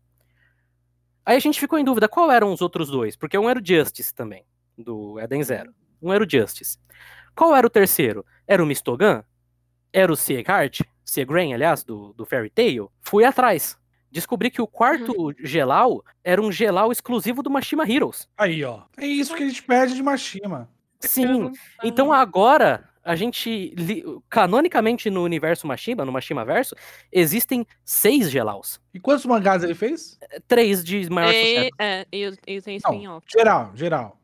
Speaker 2: Aí a gente ficou em dúvida qual eram os outros dois, porque um era o Justice também, do Eden Zero. Um era o Justice. Qual era o terceiro? Era o Mistogan? Era o Sieghart? Siegrain, aliás, do, do Fairy Tail? Fui atrás. Descobri que o quarto Gelau era um Gelau exclusivo do Mashima Heroes.
Speaker 4: Aí, ó. É isso que a gente pede de Mashima.
Speaker 2: Sim,
Speaker 7: Ah,
Speaker 2: então agora, a gente. li- Canonicamente no universo Mashima, no Mashima Verso, existem seis Gelaus.
Speaker 4: E quantos mangás ele fez?
Speaker 2: É, Três de maior
Speaker 7: e,
Speaker 2: sucesso.
Speaker 7: é, e, o- e tem
Speaker 4: Não.
Speaker 7: spin-off.
Speaker 4: Geral, geral.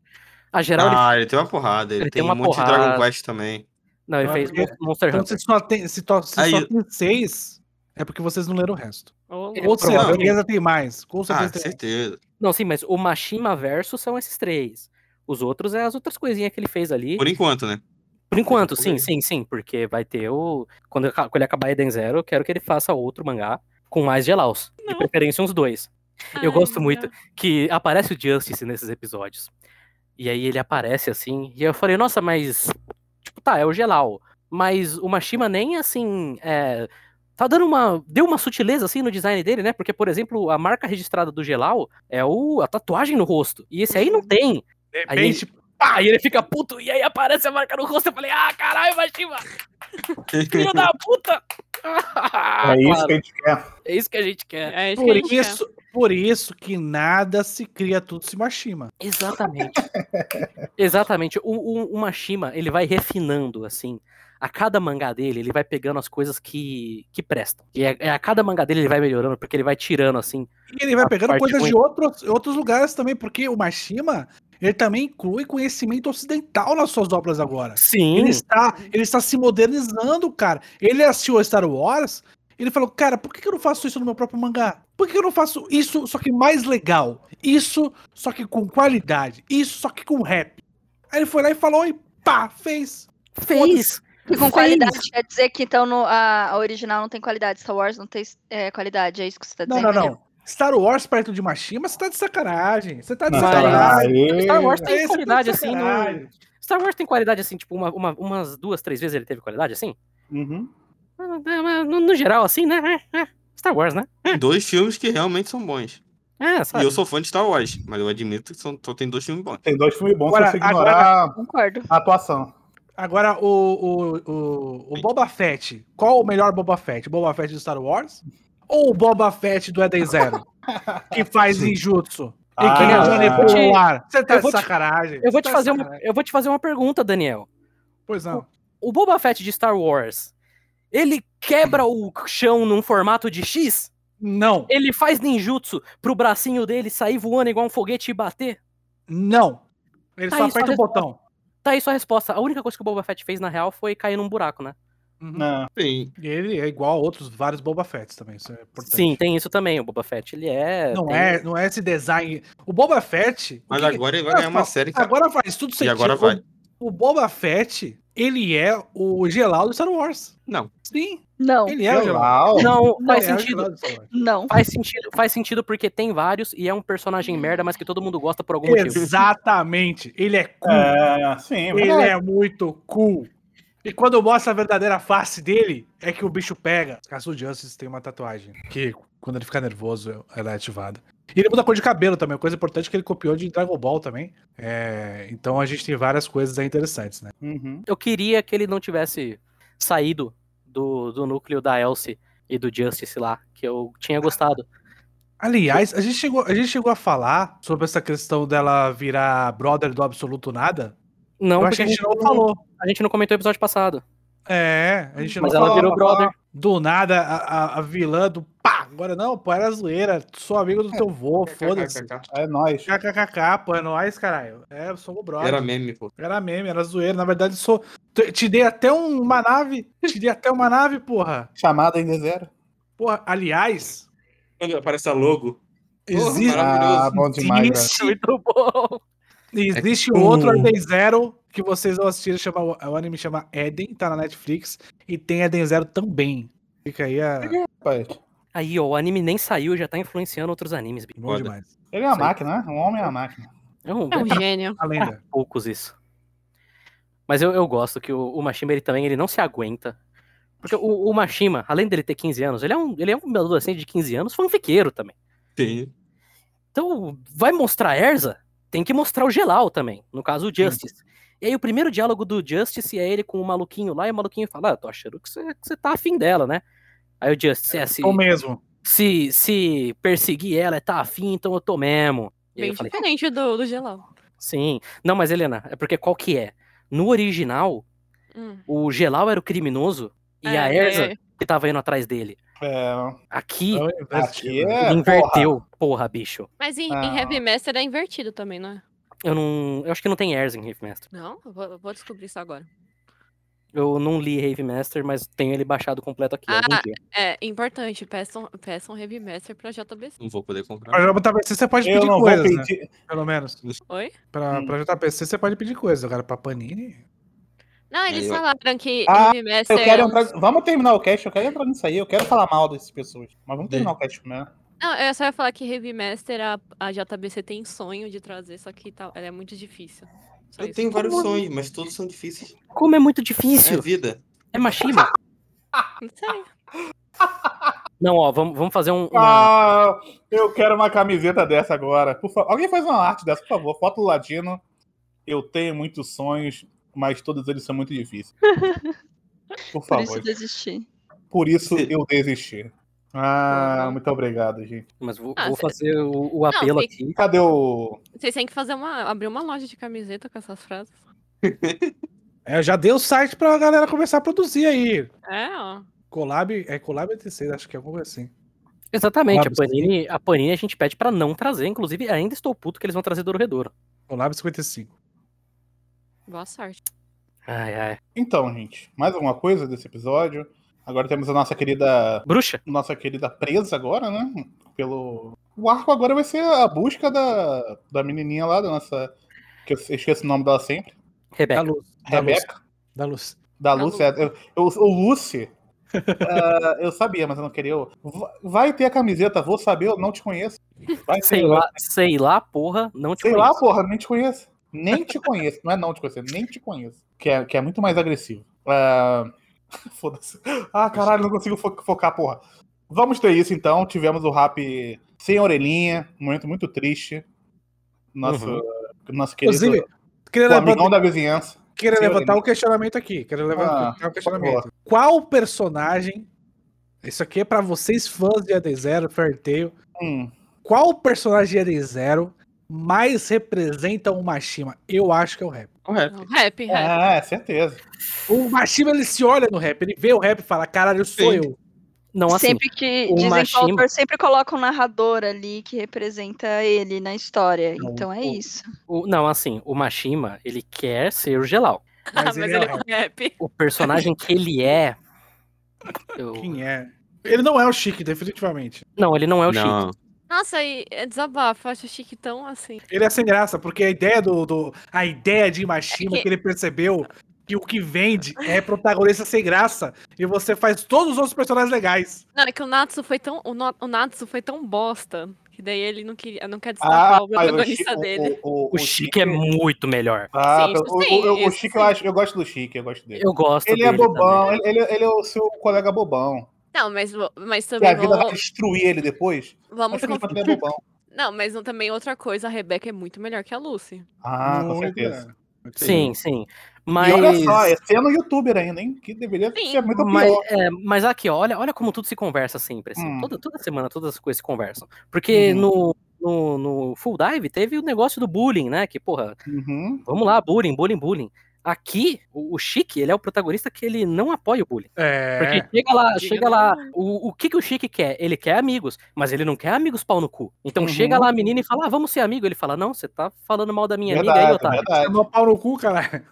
Speaker 2: A geral. ele-
Speaker 5: ah, ele tem uma porrada. Ele,
Speaker 2: Ele tem
Speaker 5: tem,
Speaker 2: uma
Speaker 5: um monte
Speaker 2: porrada.
Speaker 5: de Dragon Quest também.
Speaker 2: Não, ele
Speaker 4: Ah,
Speaker 2: fez
Speaker 4: porque-
Speaker 2: Monster
Speaker 4: Então
Speaker 2: Hunter.
Speaker 4: se só tem, se to- se
Speaker 5: Aí-
Speaker 4: só tem seis, é porque vocês não leram o resto.
Speaker 7: Ô,
Speaker 2: É,
Speaker 4: Ou
Speaker 7: louco.
Speaker 4: seja, a
Speaker 5: provavelmente.
Speaker 4: beleza tem mais. Com
Speaker 5: Ah,
Speaker 4: certeza tem
Speaker 5: certeza.
Speaker 2: Não, sim, mas o Mashima Verso são esses três. Os outros é as outras coisinhas que ele fez ali.
Speaker 5: Por enquanto, né?
Speaker 2: Por enquanto,
Speaker 5: por
Speaker 2: sim,
Speaker 5: aí.
Speaker 2: sim, sim. Porque vai ter o. Quando, aca- quando ele acabar Eden Zero, eu quero que ele faça outro mangá com mais Gelaus. De
Speaker 7: Não.
Speaker 2: preferência, uns dois. eu
Speaker 7: Ai,
Speaker 2: gosto
Speaker 7: não.
Speaker 2: muito. que aparece o Justice nesses episódios. E aí ele aparece assim, e eu falei, nossa, mas. Tipo, tá, é o Gelal. Mas o Mashima nem assim. é, tá dando uma. Deu uma sutileza assim no design dele, né? Porque, por exemplo, a marca registrada do Gelal é o, a tatuagem no rosto. E esse aí não tem.
Speaker 4: De
Speaker 2: Aí ele-
Speaker 4: repente,
Speaker 2: Pá, e ele fica puto, e aí aparece a marca no rosto. Eu falei, ah, caralho, Mashima! Filho da puta!
Speaker 1: é isso
Speaker 2: Ah, Claro,
Speaker 1: que a gente quer.
Speaker 2: é isso que a gente quer.
Speaker 7: É isso que a
Speaker 4: por,
Speaker 7: gente quer.
Speaker 4: isso, por isso que nada se cria, tudo se Mashima.
Speaker 2: Exatamente. Exatamente. O, o, o Mashima, ele vai refinando, assim. A cada mangá dele, ele vai pegando as coisas que, que prestam. E é, a, a cada mangá dele, ele vai melhorando, porque ele vai tirando, assim.
Speaker 4: E ele vai
Speaker 2: A
Speaker 4: pegando
Speaker 2: parte
Speaker 4: coisas de
Speaker 2: ruim.
Speaker 4: outros, outros lugares também, porque o Mashima, ele também inclui conhecimento ocidental nas suas obras agora.
Speaker 2: Sim.
Speaker 4: Ele está, ele está se modernizando, cara. Ele assistiu a Star Wars, ele falou, cara, por que que eu não faço isso no meu próprio mangá? Por que que eu não faço isso, só que mais legal? Isso, só que com qualidade. Isso, só que com rap. Aí ele foi lá e falou e pá, fez.
Speaker 2: Fez.
Speaker 3: E com
Speaker 2: Fez.
Speaker 3: qualidade, quer dizer que então no- a, a original não tem qualidade, Star Wars não tem é, qualidade, é isso que você tá
Speaker 4: Não,
Speaker 3: dizendo?
Speaker 4: não, não. Star Wars perto de Mashima, você tá de sacanagem. Você tá de
Speaker 1: Não,
Speaker 2: Mas- né?
Speaker 4: sacanagem.
Speaker 1: aí-
Speaker 2: Star Wars tem
Speaker 4: Esse tá de
Speaker 2: qualidade, assim. no-
Speaker 4: sacanagem.
Speaker 2: Star Wars tem qualidade, assim, tipo, uma, uma- umas duas, três vezes ele teve qualidade, assim?
Speaker 1: Uhum.
Speaker 2: No, no geral, assim, né? É, é. Star Wars, né?
Speaker 5: Dois filmes que realmente são bons.
Speaker 2: É,
Speaker 5: E
Speaker 2: sabe?
Speaker 5: eu sou fã de Star Wars, mas eu admito que são- só tem dois filmes bons.
Speaker 1: Tem dois filmes bons
Speaker 4: Agora-
Speaker 1: se você ignorar
Speaker 3: Concordo.
Speaker 1: a atuação.
Speaker 4: Agora, o, o, o, o Boba Fett. Qual o melhor Boba Fett? O Boba Fett do Star Wars? Ou o Boba Fett do Eden Zero? que faz ninjutsu? e que
Speaker 1: Ah,
Speaker 4: resolve
Speaker 1: eu vou
Speaker 2: te-
Speaker 4: pular? Você tá
Speaker 2: eu
Speaker 4: de
Speaker 2: vou te-
Speaker 4: sacanagem.
Speaker 2: Eu vou,
Speaker 4: Você
Speaker 2: te
Speaker 4: tá de
Speaker 2: fazer um uma,
Speaker 4: sacanagem.
Speaker 2: eu vou te fazer uma pergunta, Daniel.
Speaker 4: Pois não.
Speaker 2: o Boba Fett de Star Wars, ele quebra o chão num formato de X?
Speaker 4: Não.
Speaker 2: Ele faz ninjutsu pro bracinho dele sair voando igual um foguete e bater?
Speaker 4: Não. Ele
Speaker 2: Tá
Speaker 4: só
Speaker 2: aí sua
Speaker 4: aperta o botão.
Speaker 2: Tá aí sua resposta. A única coisa que o Boba Fett fez na real foi cair num buraco, né?
Speaker 4: Uhum.
Speaker 1: Não.
Speaker 5: Sim.
Speaker 4: E ele é igual a outros vários Boba Fetts também. Isso é importante.
Speaker 2: Sim, tem isso também. O Boba Fett, ele é.
Speaker 4: Não
Speaker 2: tem-
Speaker 4: é, não é esse design. O Boba Fett. o
Speaker 5: Mas
Speaker 4: que-
Speaker 5: agora ele vai
Speaker 4: Olha
Speaker 5: ganhar uma
Speaker 4: só,
Speaker 5: série, cara.
Speaker 4: Agora faz tudo sentido.
Speaker 5: Então, agora vai.
Speaker 4: O, o Boba Fett, ele é o Gelal do Star Wars.
Speaker 5: Não.
Speaker 4: Sim,
Speaker 3: Não,
Speaker 4: ele é o Gelal.
Speaker 1: Legal.
Speaker 2: Não,
Speaker 4: Ele
Speaker 2: faz
Speaker 4: é o
Speaker 2: sentido.
Speaker 4: Gelal do Star Wars.
Speaker 3: não.
Speaker 2: Faz sentido, faz sentido porque tem vários e é um personagem merda, mas que todo mundo gosta por algum motivo.
Speaker 4: Exatamente. Ele é cool.
Speaker 1: É, sim,
Speaker 4: ele
Speaker 1: mas-
Speaker 4: é muito cool. E quando mostra a verdadeira face dele, é que o bicho pega. Caso Justice tem uma tatuagem. Que quando ele fica nervoso, ela é ativada. E ele muda a cor de cabelo também, uma coisa importante é que ele copiou de Dragon Ball também. É, então a gente tem várias coisas aí interessantes, né?
Speaker 1: Uhum.
Speaker 2: Eu queria que ele não tivesse saído do, do núcleo da Elsie e do Justice lá, que eu tinha gostado.
Speaker 4: Aliás, a gente, chegou, a gente chegou a falar sobre essa questão dela virar brother do absoluto nada?
Speaker 2: Não,
Speaker 4: Eu
Speaker 2: porque
Speaker 4: acho que a gente não falou.
Speaker 2: a gente não comentou o episódio passado.
Speaker 4: É, a gente
Speaker 2: Mas
Speaker 4: não
Speaker 2: ela
Speaker 4: falou.
Speaker 2: virou brother.
Speaker 4: Do nada, a, a- a vilã do pá, agora não, pô, era zoeira, sou amigo do teu vô, foda-se.
Speaker 1: É nóis.
Speaker 4: KKKK, pô, é nóis, caralho. É, eu sou o brother.
Speaker 5: Era meme, pô.
Speaker 4: Era meme, era zoeira. Na verdade, sou. te- Te dei até um- uma nave. Te dei até uma nave, porra.
Speaker 1: Chamada ainda é zero.
Speaker 4: Porra, aliás,
Speaker 5: Quando aparece a logo.
Speaker 4: existe,
Speaker 5: Maravilhoso.
Speaker 1: Ah, bom demais, velho.
Speaker 4: existe,
Speaker 2: Muito bom.
Speaker 4: existe
Speaker 1: tipo
Speaker 4: um
Speaker 5: É que-
Speaker 4: outro
Speaker 1: um-
Speaker 4: Eden Zero que vocês vão assistir. Chama, o anime chama Eden, tá na Netflix. E tem Eden Zero também. Fica aí
Speaker 1: É
Speaker 4: a.
Speaker 1: Rapaz,
Speaker 2: Aí, ó, o anime nem saiu, já tá influenciando outros animes. bicho.
Speaker 4: Bom
Speaker 5: Foda.
Speaker 4: demais.
Speaker 1: Ele é uma máquina, né? Um homem é uma máquina.
Speaker 2: É um,
Speaker 7: É um gênio.
Speaker 4: A lenda.
Speaker 2: poucos isso. Mas eu, eu gosto que o, o Mashima, ele também, ele não se aguenta. Porque o, o Mashima, além dele ter 15 anos, ele é um, ele é um adolescente de 15 anos, fanfiqueiro também.
Speaker 5: Tem.
Speaker 2: Então, vai mostrar a Erza, tem que mostrar o Gelal também, no caso o Justice. E aí o primeiro diálogo do Justice é ele com o maluquinho lá, e o maluquinho fala, ah, eu tô achando que você, que você tá afim dela, né? Aí o Justice é assim,
Speaker 4: Ou mesmo.
Speaker 2: se, se perseguir ela, é tá afim, então eu tô mesmo. E aí
Speaker 7: Bem
Speaker 2: eu falei,
Speaker 7: diferente do, do Gelal.
Speaker 2: sim. Não, mas Helena, é porque qual que é? No original,
Speaker 7: Hum.
Speaker 2: o Gelal era o criminoso e
Speaker 7: É,
Speaker 2: a Erza
Speaker 7: é.
Speaker 2: que tava indo atrás dele.
Speaker 1: É,
Speaker 2: Aqui,
Speaker 4: É o inverso.
Speaker 1: aqui é.
Speaker 2: ele
Speaker 1: porra.
Speaker 2: inverteu. Porra. bicho.
Speaker 7: Mas em,
Speaker 1: Ah.
Speaker 7: em Heavy Master é invertido também, não é?
Speaker 2: Eu não. Eu acho que não tem Erza em Rave Master.
Speaker 7: Não? Eu vou, eu vou descobrir isso agora.
Speaker 2: Eu não li Rave Master, mas tenho ele baixado completo aqui.
Speaker 7: Ah,
Speaker 2: algum dia.
Speaker 7: É importante, peçam, peçam Heavy Master pra JBC.
Speaker 5: Não vou poder comprar.
Speaker 4: Pra JPC você pode
Speaker 1: Eu
Speaker 4: pedir
Speaker 1: não vou
Speaker 4: coisas, né?
Speaker 1: pedir.
Speaker 4: Pelo menos.
Speaker 7: Oi?
Speaker 4: Pra,
Speaker 1: Hum.
Speaker 4: pra JPC você pode pedir coisas. Agora, pra Panini.
Speaker 7: Não, eles
Speaker 5: Aí, ó.
Speaker 7: falaram que
Speaker 1: Ah,
Speaker 7: Heavy Master.
Speaker 1: Eu quero
Speaker 7: é um-
Speaker 1: entrar... Vamos terminar o cast, eu quero entrar nisso aí, eu quero falar mal dessas pessoas. Mas vamos terminar o cast primeiro.
Speaker 7: Não, eu só ia falar que Heavy Master a, a JBC tem sonho de trazer, só que tá, ela é muito difícil. Só
Speaker 5: Eu
Speaker 7: isso.
Speaker 5: tenho vários sonhos, mas todos são difíceis.
Speaker 2: Como é muito
Speaker 5: É a
Speaker 2: difícil.
Speaker 5: vida.
Speaker 2: É Mashima.
Speaker 7: Não sei.
Speaker 2: Não, ó, vamos, vamos fazer um. uma-
Speaker 1: Ah, eu quero uma camiseta dessa agora. Por favor, Alguém faz uma arte dessa, por favor. Foto do Ladino. Eu tenho muitos sonhos, mas todos eles são muito difíceis. Por
Speaker 3: Por
Speaker 1: favor.
Speaker 3: isso desisti.
Speaker 1: Por isso eu desisti. Ah, muito obrigado, gente.
Speaker 2: Mas vou,
Speaker 7: Ah,
Speaker 2: vou
Speaker 7: cê-
Speaker 2: fazer o, o apelo
Speaker 7: fica-
Speaker 2: aqui.
Speaker 1: Cadê o.
Speaker 7: Vocês têm que fazer uma. abrir uma loja de camiseta com essas frases.
Speaker 4: É, já dei o site pra galera começar a produzir aí.
Speaker 7: É, ó.
Speaker 4: Collab, é Collab e terceiro, acho que é alguma coisa assim.
Speaker 2: Exatamente. A
Speaker 4: Lápis,
Speaker 2: Panini, a Panini a gente pede pra não trazer. Inclusive, ainda estou puto que eles vão trazer Dororedoro.
Speaker 4: Collab 55.
Speaker 7: Boa sorte.
Speaker 2: Ai, ai.
Speaker 1: Então, gente, mais alguma coisa desse episódio? Agora temos a nossa querida
Speaker 2: Bruxa?
Speaker 1: nossa querida presa agora, né? Pelo. O arco agora vai ser a busca da, da menininha lá, da nossa. Que eu esqueço o nome dela sempre.
Speaker 4: Da
Speaker 2: Rebeca.
Speaker 4: luz.
Speaker 1: É
Speaker 4: Da luz.
Speaker 1: Rebeca.
Speaker 4: Da luz.
Speaker 1: Da Lucy. é, Eu, eu- o Lucy. ah, eu sabia, mas eu não queria. Eu- va- vai ter a camiseta, vou saber, eu não te conheço. Vai ter,
Speaker 2: Sei
Speaker 1: vai-
Speaker 2: lá, sei lá, porra, não te
Speaker 1: Sei
Speaker 2: conheço.
Speaker 1: lá, porra, nem te conheço. Nem te conheço. Não é não te conhecer, nem te conheço. Que é, que é muito mais agressivo. Ah, Foda-se. Ah, caralho, não consigo fo- focar, porra. Vamos ter isso então. Tivemos o rap sem orelhinha, um momento muito triste. Nosso,
Speaker 2: Uhum.
Speaker 1: nosso querido
Speaker 4: Inclusive, é queria
Speaker 1: o amigão
Speaker 4: levantar,
Speaker 1: da vizinhança.
Speaker 4: queria
Speaker 1: senhor,
Speaker 4: levantar
Speaker 1: né?
Speaker 4: um questionamento aqui. Queria levantar
Speaker 1: Ah.
Speaker 4: um questionamento.
Speaker 1: favor.
Speaker 4: Qual personagem. Isso aqui é pra vocês fãs de AD Zero, Fair Tail.
Speaker 1: Hum,
Speaker 4: Qual personagem de AD Zero mais representa o Mashima? Eu acho que é o rap.
Speaker 5: Correto.
Speaker 7: Não, um rap, rap.
Speaker 1: é, certeza.
Speaker 4: O Mashima ele se olha no rap, ele vê o rap e fala: caralho, sou
Speaker 5: Sim.
Speaker 4: eu.
Speaker 2: Não assim.
Speaker 3: sempre que
Speaker 2: o
Speaker 3: dizem que o
Speaker 2: Machima-
Speaker 3: autor sempre coloca um narrador ali que representa ele na história.
Speaker 1: Não,
Speaker 3: então é
Speaker 1: o-
Speaker 3: isso.
Speaker 2: O- não, assim, o Mashima, ele quer ser o Gelal.
Speaker 4: Mas,
Speaker 7: Mas,
Speaker 4: ele, é
Speaker 7: ele
Speaker 4: o
Speaker 7: é
Speaker 4: rap.
Speaker 7: um rap.
Speaker 2: O personagem que ele é. eu-
Speaker 4: Quem é? Ele não é o Chique, definitivamente.
Speaker 2: Não, ele não é o Chico.
Speaker 5: Não.
Speaker 7: Nossa, e é desabafo. Eu acho chique tão assim.
Speaker 4: Ele é sem graça, porque a ideia do. do- a ideia de Mashima
Speaker 7: É
Speaker 4: que...
Speaker 7: que-
Speaker 4: ele percebeu que o que vende é protagonista sem graça. E você faz todos os outros personagens legais.
Speaker 7: Não, é que o Natsu foi tão. O, no- o Natsu foi tão bosta. Que daí ele não queria, não quer destapar o
Speaker 1: mas
Speaker 7: protagonista
Speaker 1: Ah, Chico-
Speaker 7: dele.
Speaker 1: o- o-
Speaker 2: O Chico é muito melhor.
Speaker 1: Ah,
Speaker 7: Sim,
Speaker 1: pelo-
Speaker 7: isso
Speaker 1: o,
Speaker 7: sim,
Speaker 1: o- o
Speaker 7: isso
Speaker 1: Chico, eu,
Speaker 7: sim.
Speaker 1: acho, eu gosto do Chico, eu gosto dele.
Speaker 2: Eu gosto
Speaker 1: Ele é
Speaker 2: dele
Speaker 1: bobão,
Speaker 2: também.
Speaker 1: ele, ele- ele é o seu colega bobão.
Speaker 7: Não, mas, vo- mas
Speaker 1: Que a
Speaker 7: também
Speaker 1: vida vai
Speaker 7: vamos,
Speaker 1: destruir ele depois.
Speaker 7: vamos
Speaker 1: Mas ele
Speaker 7: conf-
Speaker 1: é bobão.
Speaker 7: Não, mas não- também outra coisa, a Rebeca é muito melhor que a Lucy.
Speaker 1: Ah, com
Speaker 4: Muito,
Speaker 1: certeza.
Speaker 4: né?
Speaker 2: Sim, sim. Mas.
Speaker 1: é E olha só, é sendo youtuber ainda, hein? Que deveria
Speaker 7: Sim,
Speaker 1: ser muito
Speaker 2: Mas,
Speaker 1: pior.
Speaker 2: é, mas aqui, ó, olha, olha como tudo se conversa sempre. assim.
Speaker 1: Hum.
Speaker 2: Toda, toda semana, todas as coisas se conversam.
Speaker 1: Uhum.
Speaker 2: Porque no, no, no Full Dive teve o negócio do bullying, né? Que, porra,
Speaker 1: Uhum.
Speaker 2: vamos lá, bullying, bullying, bullying. Aqui, o, o Chique, ele é o protagonista que ele não apoia o bullying. Porque
Speaker 4: É.
Speaker 2: chega lá,
Speaker 7: Diga
Speaker 2: chega
Speaker 7: não.
Speaker 2: lá, o, o que, que o Chique quer? Ele quer amigos, mas ele não quer amigos pau no cu. Então
Speaker 1: Uhum.
Speaker 2: chega lá a menina e fala, ah, vamos ser amigo. Ele fala, não, você tá falando mal da minha amiga aí,
Speaker 1: Verdade,
Speaker 2: otário.
Speaker 1: verdade.
Speaker 4: Tomou é pau no cu, caralho.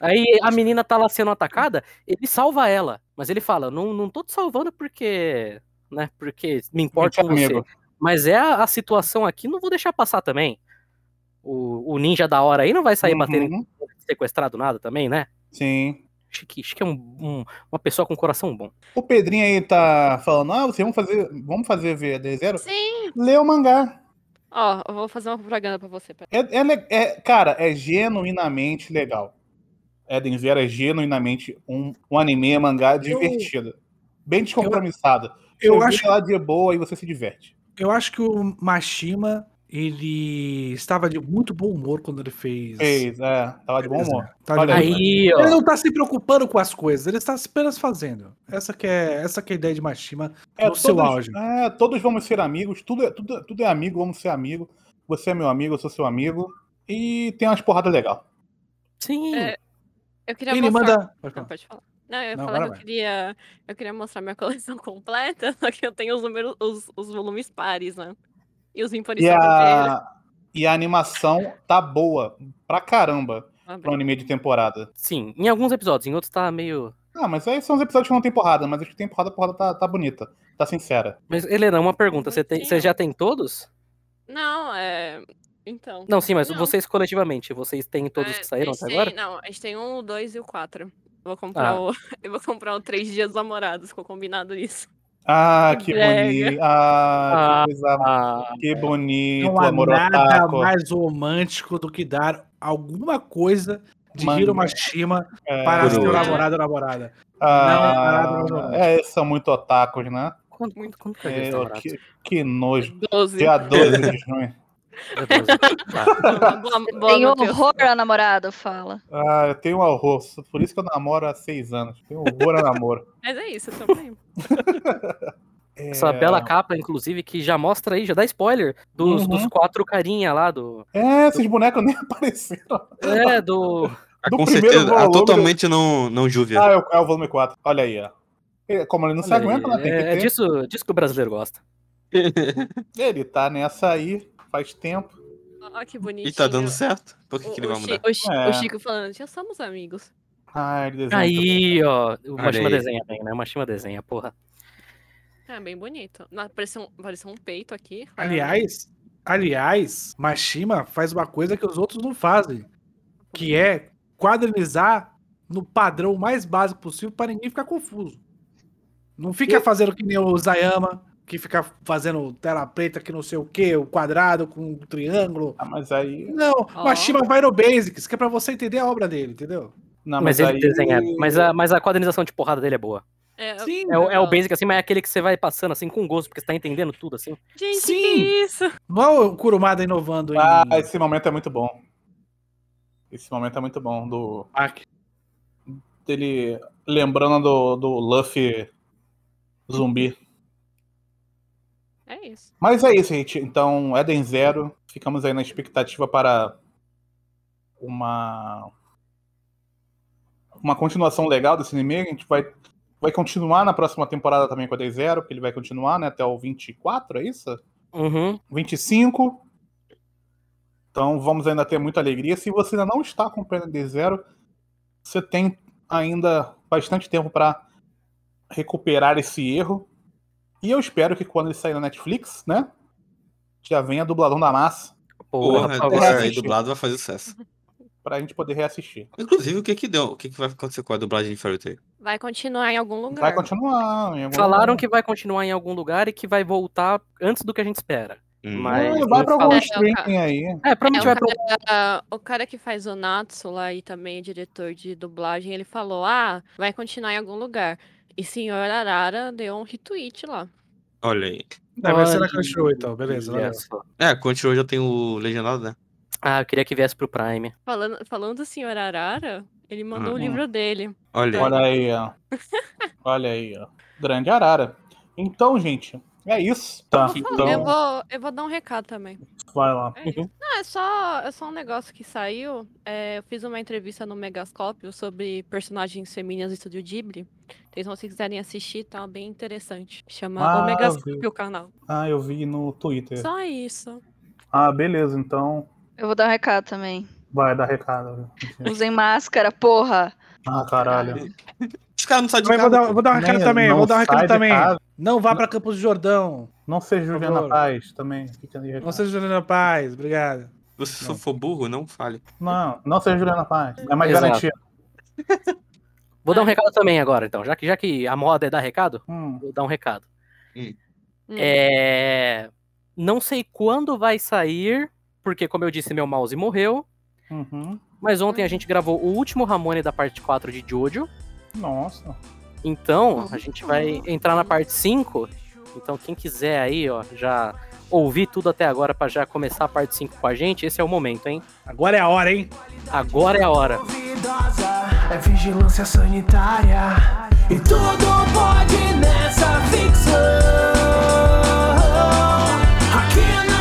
Speaker 2: Aí a menina tá lá sendo atacada, ele salva ela. Mas ele fala: não, não tô te salvando porque. né? Porque me importa com
Speaker 1: Gente,
Speaker 2: você.
Speaker 1: amigo.
Speaker 2: Mas é a, a situação aqui, não vou deixar passar também. O, o ninja da hora aí não vai sair batendo em
Speaker 1: Uhum.
Speaker 2: sequestrado nada também, né?
Speaker 1: Sim.
Speaker 2: Chique, Chique é um- um- uma pessoa com coração bom.
Speaker 1: O Pedrinho aí tá falando, ah, vocês vão fazer, vamos fazer VD0?
Speaker 7: Sim!
Speaker 1: Lê o mangá.
Speaker 7: Ó, eu vou fazer uma propaganda pra você. pera-
Speaker 1: É, é le- é- cara, é genuinamente legal. Eden Zero é genuinamente um, um anime, mangá divertido. Bem descompromissado.
Speaker 4: Eu
Speaker 1: Você vê
Speaker 4: acho,
Speaker 1: lá de boa e você se diverte.
Speaker 4: eu acho que o Mashima, ele estava de muito bom humor quando ele fez.
Speaker 1: Fez, é, tá lá de bom
Speaker 4: Beleza.
Speaker 1: humor.
Speaker 4: Tá de
Speaker 1: Olha
Speaker 4: bom
Speaker 1: aí.
Speaker 4: humor.
Speaker 2: Aí,
Speaker 7: É.
Speaker 4: Ele
Speaker 2: ó.
Speaker 4: não tá se preocupando com as coisas, ele está apenas fazendo. Essa que é, essa que é a ideia de Mashima.
Speaker 1: É,
Speaker 4: No seu auge.
Speaker 1: é, todos vamos ser amigos, tudo é, tudo, é- tudo é amigo, vamos ser amigo. Você é meu amigo, eu sou seu amigo. E tem umas porradas legal.
Speaker 2: Sim.
Speaker 7: É, Eu queria
Speaker 4: Ele
Speaker 7: mostrar-
Speaker 4: manda. Pode
Speaker 7: Não,
Speaker 4: falar.
Speaker 7: pode falar. Não, eu ia
Speaker 4: Não,
Speaker 7: falar
Speaker 4: agora
Speaker 7: que eu
Speaker 4: vai.
Speaker 7: queria, eu queria mostrar minha coleção completa, só que eu tenho os números, os, os volumes pares, né? E os ímpares
Speaker 1: E
Speaker 7: são inteiros.
Speaker 1: a, e a animação tá boa pra caramba
Speaker 7: Uma
Speaker 1: pra um
Speaker 7: briga.
Speaker 1: anime de temporada.
Speaker 2: Sim. Em alguns episódios, em outros tá meio.
Speaker 1: Ah, mas aí são os episódios que não tem porrada, mas os que tem porrada, a porrada tá, tá bonita. Tá sincera.
Speaker 2: Mas, Helena, uma pergunta. Você, tem, você
Speaker 7: Bonitinho.
Speaker 2: já tem todos?
Speaker 7: Não, é. Então.
Speaker 2: Não, sim, mas
Speaker 7: Não.
Speaker 2: vocês coletivamente, vocês têm todos
Speaker 7: É,
Speaker 2: que saíram
Speaker 7: a gente
Speaker 2: até
Speaker 7: tem-
Speaker 2: agora?
Speaker 7: Não, a gente tem um, o dois e o quatro. Eu vou comprar
Speaker 2: Ah.
Speaker 7: o. Eu vou comprar o três dias dos namorados, ficou combinado isso.
Speaker 1: Ah, que
Speaker 7: Brega.
Speaker 1: bonito. Ah,
Speaker 2: Ah,
Speaker 1: que coisa.
Speaker 2: Ah,
Speaker 1: Que bonito,
Speaker 4: É. Não há
Speaker 1: amor
Speaker 4: nada
Speaker 1: otaku.
Speaker 4: mais romântico do que dar alguma coisa de
Speaker 1: Manga.
Speaker 4: Hiro Mashima
Speaker 1: É,
Speaker 4: para
Speaker 5: Coroa.
Speaker 4: seu namorado ou namorada.
Speaker 1: ah,
Speaker 4: não, não, não.
Speaker 1: é, são muito otakus, né?
Speaker 2: Quando, quando, quando que é,
Speaker 1: É,
Speaker 2: Dia dos
Speaker 1: ó,
Speaker 2: Namorados?
Speaker 1: que, que nojo.
Speaker 7: Doze.
Speaker 1: Dia 12 de junho.
Speaker 2: Meu Deus. Tá.
Speaker 7: Boa, boa, boa,
Speaker 2: um
Speaker 3: Tem
Speaker 7: Matheus.
Speaker 3: horror a namorada, fala.
Speaker 1: Ah, eu tenho horror. Por isso que eu namoro há seis anos. Tenho um horror a namoro.
Speaker 7: Mas é isso também.
Speaker 1: É,
Speaker 2: Essa bela capa, inclusive, que já mostra aí, já dá spoiler dos,
Speaker 1: Uhum.
Speaker 2: dos quatro carinha lá do.
Speaker 1: É, esses bonecos nem apareceram.
Speaker 2: É, do.
Speaker 5: Ah,
Speaker 1: Do
Speaker 5: com
Speaker 1: primeiro
Speaker 5: certeza. Ah,
Speaker 1: volume,
Speaker 5: totalmente não, não Júvia.
Speaker 1: Ah, é o, é o volume 4. Olha aí, ó. Ele- Como ele não se aguenta, né?
Speaker 2: é,
Speaker 1: Tem que
Speaker 2: é
Speaker 1: ter.
Speaker 2: disso, disso que o brasileiro gosta.
Speaker 1: Ele tá nessa aí faz tempo.
Speaker 7: Olha que
Speaker 5: E
Speaker 7: bonitinho.
Speaker 5: tá dando certo? Por que,
Speaker 7: O,
Speaker 5: que ele
Speaker 7: o
Speaker 5: vai
Speaker 7: Chi-
Speaker 5: mudar?
Speaker 7: o Chi- o
Speaker 1: É.
Speaker 7: Chico falando, já somos amigos.
Speaker 1: Ai, Ah, ele desenha muito bem.
Speaker 2: Aí, ó. O
Speaker 5: Olha
Speaker 2: Machima
Speaker 5: aí.
Speaker 2: desenha bem, né? O Machima desenha, porra.
Speaker 7: É bem bonito. Na- Parecia um, parecia um peito aqui. olha.
Speaker 4: Aliás, aliás, Mashima faz uma coisa que os outros não fazem, que é quadrinizar no padrão mais básico possível para ninguém ficar confuso. Não fica fazendo que nem o Zayama, que fica fazendo tela preta que não sei o que, o quadrado com um triângulo.
Speaker 1: Ah, mas aí.
Speaker 4: Não, Mashima vai no Basics, que é pra você entender a obra dele, entendeu?
Speaker 1: Não, mas,
Speaker 2: mas, ele
Speaker 1: aí.
Speaker 2: desenha. Mas a, mas a quadrinização de porrada dele é boa.
Speaker 7: É,
Speaker 4: Sim,
Speaker 2: É, o- é o
Speaker 7: Legal.
Speaker 2: basic assim, mas é aquele que você vai passando assim com gosto, porque você tá entendendo tudo assim.
Speaker 7: Gente,
Speaker 4: Sim.
Speaker 7: que isso?
Speaker 4: não é o Kurumada inovando
Speaker 1: Ah,
Speaker 4: em
Speaker 1: esse momento é muito bom. Esse momento é muito bom. Do,
Speaker 4: Aki.
Speaker 1: dele lembrando do, do Luffy zumbi.
Speaker 7: É isso.
Speaker 1: Mas é isso, gente. Então, Eden Zero. Ficamos aí na expectativa para uma. Uma continuação legal desse anime. A gente vai, vai continuar na próxima temporada também com o Eden Zero, porque ele vai continuar, né? Até o 24, é isso?
Speaker 2: Uhum.
Speaker 1: 25. Então vamos ainda ter muita alegria. Se você ainda não está acompanhando de zero, você tem ainda bastante tempo para recuperar esse erro. E eu espero que quando ele sair na Netflix, né? Já venha dubladão da massa
Speaker 2: Porra,
Speaker 5: Porra,
Speaker 2: por favor.
Speaker 5: esse aí
Speaker 1: assiste.
Speaker 5: dublado vai fazer sucesso.
Speaker 1: pra gente poder reassistir.
Speaker 5: Inclusive, o que que deu? O que que vai acontecer com a dublagem de Fairy Tail?
Speaker 7: Vai continuar em algum lugar.
Speaker 1: Vai continuar. em algum
Speaker 2: Falaram
Speaker 1: lugar.
Speaker 2: que vai continuar em algum lugar e que vai voltar antes do que a gente espera.
Speaker 5: Hum.
Speaker 2: Mas-
Speaker 1: Ah, vai
Speaker 2: não
Speaker 1: pra algum
Speaker 7: fala-
Speaker 1: streaming aí.
Speaker 2: É, provavelmente
Speaker 7: É, o
Speaker 2: vai pro
Speaker 7: Ah, o cara que faz o Natsu lá e também é diretor de dublagem, ele falou: Ah, vai continuar em algum lugar. E senhor Arara deu um retweet lá.
Speaker 5: Olha aí.
Speaker 4: Vai ser na
Speaker 2: Olha.
Speaker 4: Crunchyroll, então, beleza. valeu.
Speaker 2: Olha só.
Speaker 5: É, continuou, já tem o legendado, né?
Speaker 2: Ah, eu queria que viesse pro Prime.
Speaker 7: Falando, falando do senhor Arara, ele mandou o
Speaker 5: Hum.
Speaker 7: livro dele.
Speaker 5: Olha,
Speaker 1: Olha aí, ó. Olha aí, ó. Grande arara. Então, gente, é isso. Tá,
Speaker 7: Eu vou falar- Eu,
Speaker 1: então
Speaker 7: vou, eu vou dar um recado também.
Speaker 1: vai lá.
Speaker 7: É isso. Não, é só, é só um negócio que saiu. É, eu fiz uma entrevista no Megascópio sobre personagens femininas do Estúdio Ghibli. Então, se quiserem assistir, tá bem interessante. Chama o
Speaker 1: Maravilha.
Speaker 7: Megascópio o canal.
Speaker 1: Ah, eu vi no Twitter.
Speaker 7: Só isso.
Speaker 1: Ah, beleza, então
Speaker 3: Eu vou dar um recado também.
Speaker 1: vai dar recado.
Speaker 3: Usem máscara, porra.
Speaker 1: Ah, caralho.
Speaker 5: os caras não saem de
Speaker 4: Também vou
Speaker 5: casa,
Speaker 4: dar,
Speaker 5: pô.
Speaker 4: vou dar um recado
Speaker 1: Né,
Speaker 4: também,
Speaker 1: não
Speaker 4: vou dar um recado
Speaker 1: sai de
Speaker 4: também.
Speaker 1: casa.
Speaker 4: Não vá pra Campos do Jordão.
Speaker 1: Não seja Juliana
Speaker 4: favor.
Speaker 1: Paz também. Fica aí,
Speaker 4: Não
Speaker 1: recado.
Speaker 4: seja Juliana Paz, obrigado.
Speaker 5: Se você for burro, não fale.
Speaker 1: Não, não seja Juliana Paz. É mais
Speaker 2: Exato.
Speaker 1: garantido.
Speaker 2: Vou dar um recado também agora, então. Já que, já que a moda é dar recado,
Speaker 1: Hum.
Speaker 2: vou dar um recado.
Speaker 5: Hum.
Speaker 7: Hum.
Speaker 2: É... Não sei quando vai sair, porque, como eu disse, meu mouse morreu.
Speaker 1: Uhum.
Speaker 2: Mas ontem a gente gravou o último Ramone da parte 4 de Jojo.
Speaker 1: Nossa.
Speaker 2: Então, a gente vai entrar na parte 5. Então, quem quiser aí, ó, já ouvir tudo até agora pra já começar a parte 5 com a gente, esse é o momento, hein?
Speaker 4: Agora é a hora, hein?
Speaker 2: Agora é a hora.
Speaker 6: duvidosa é vigilância sanitária. E tudo pode nessa ficção. Aqui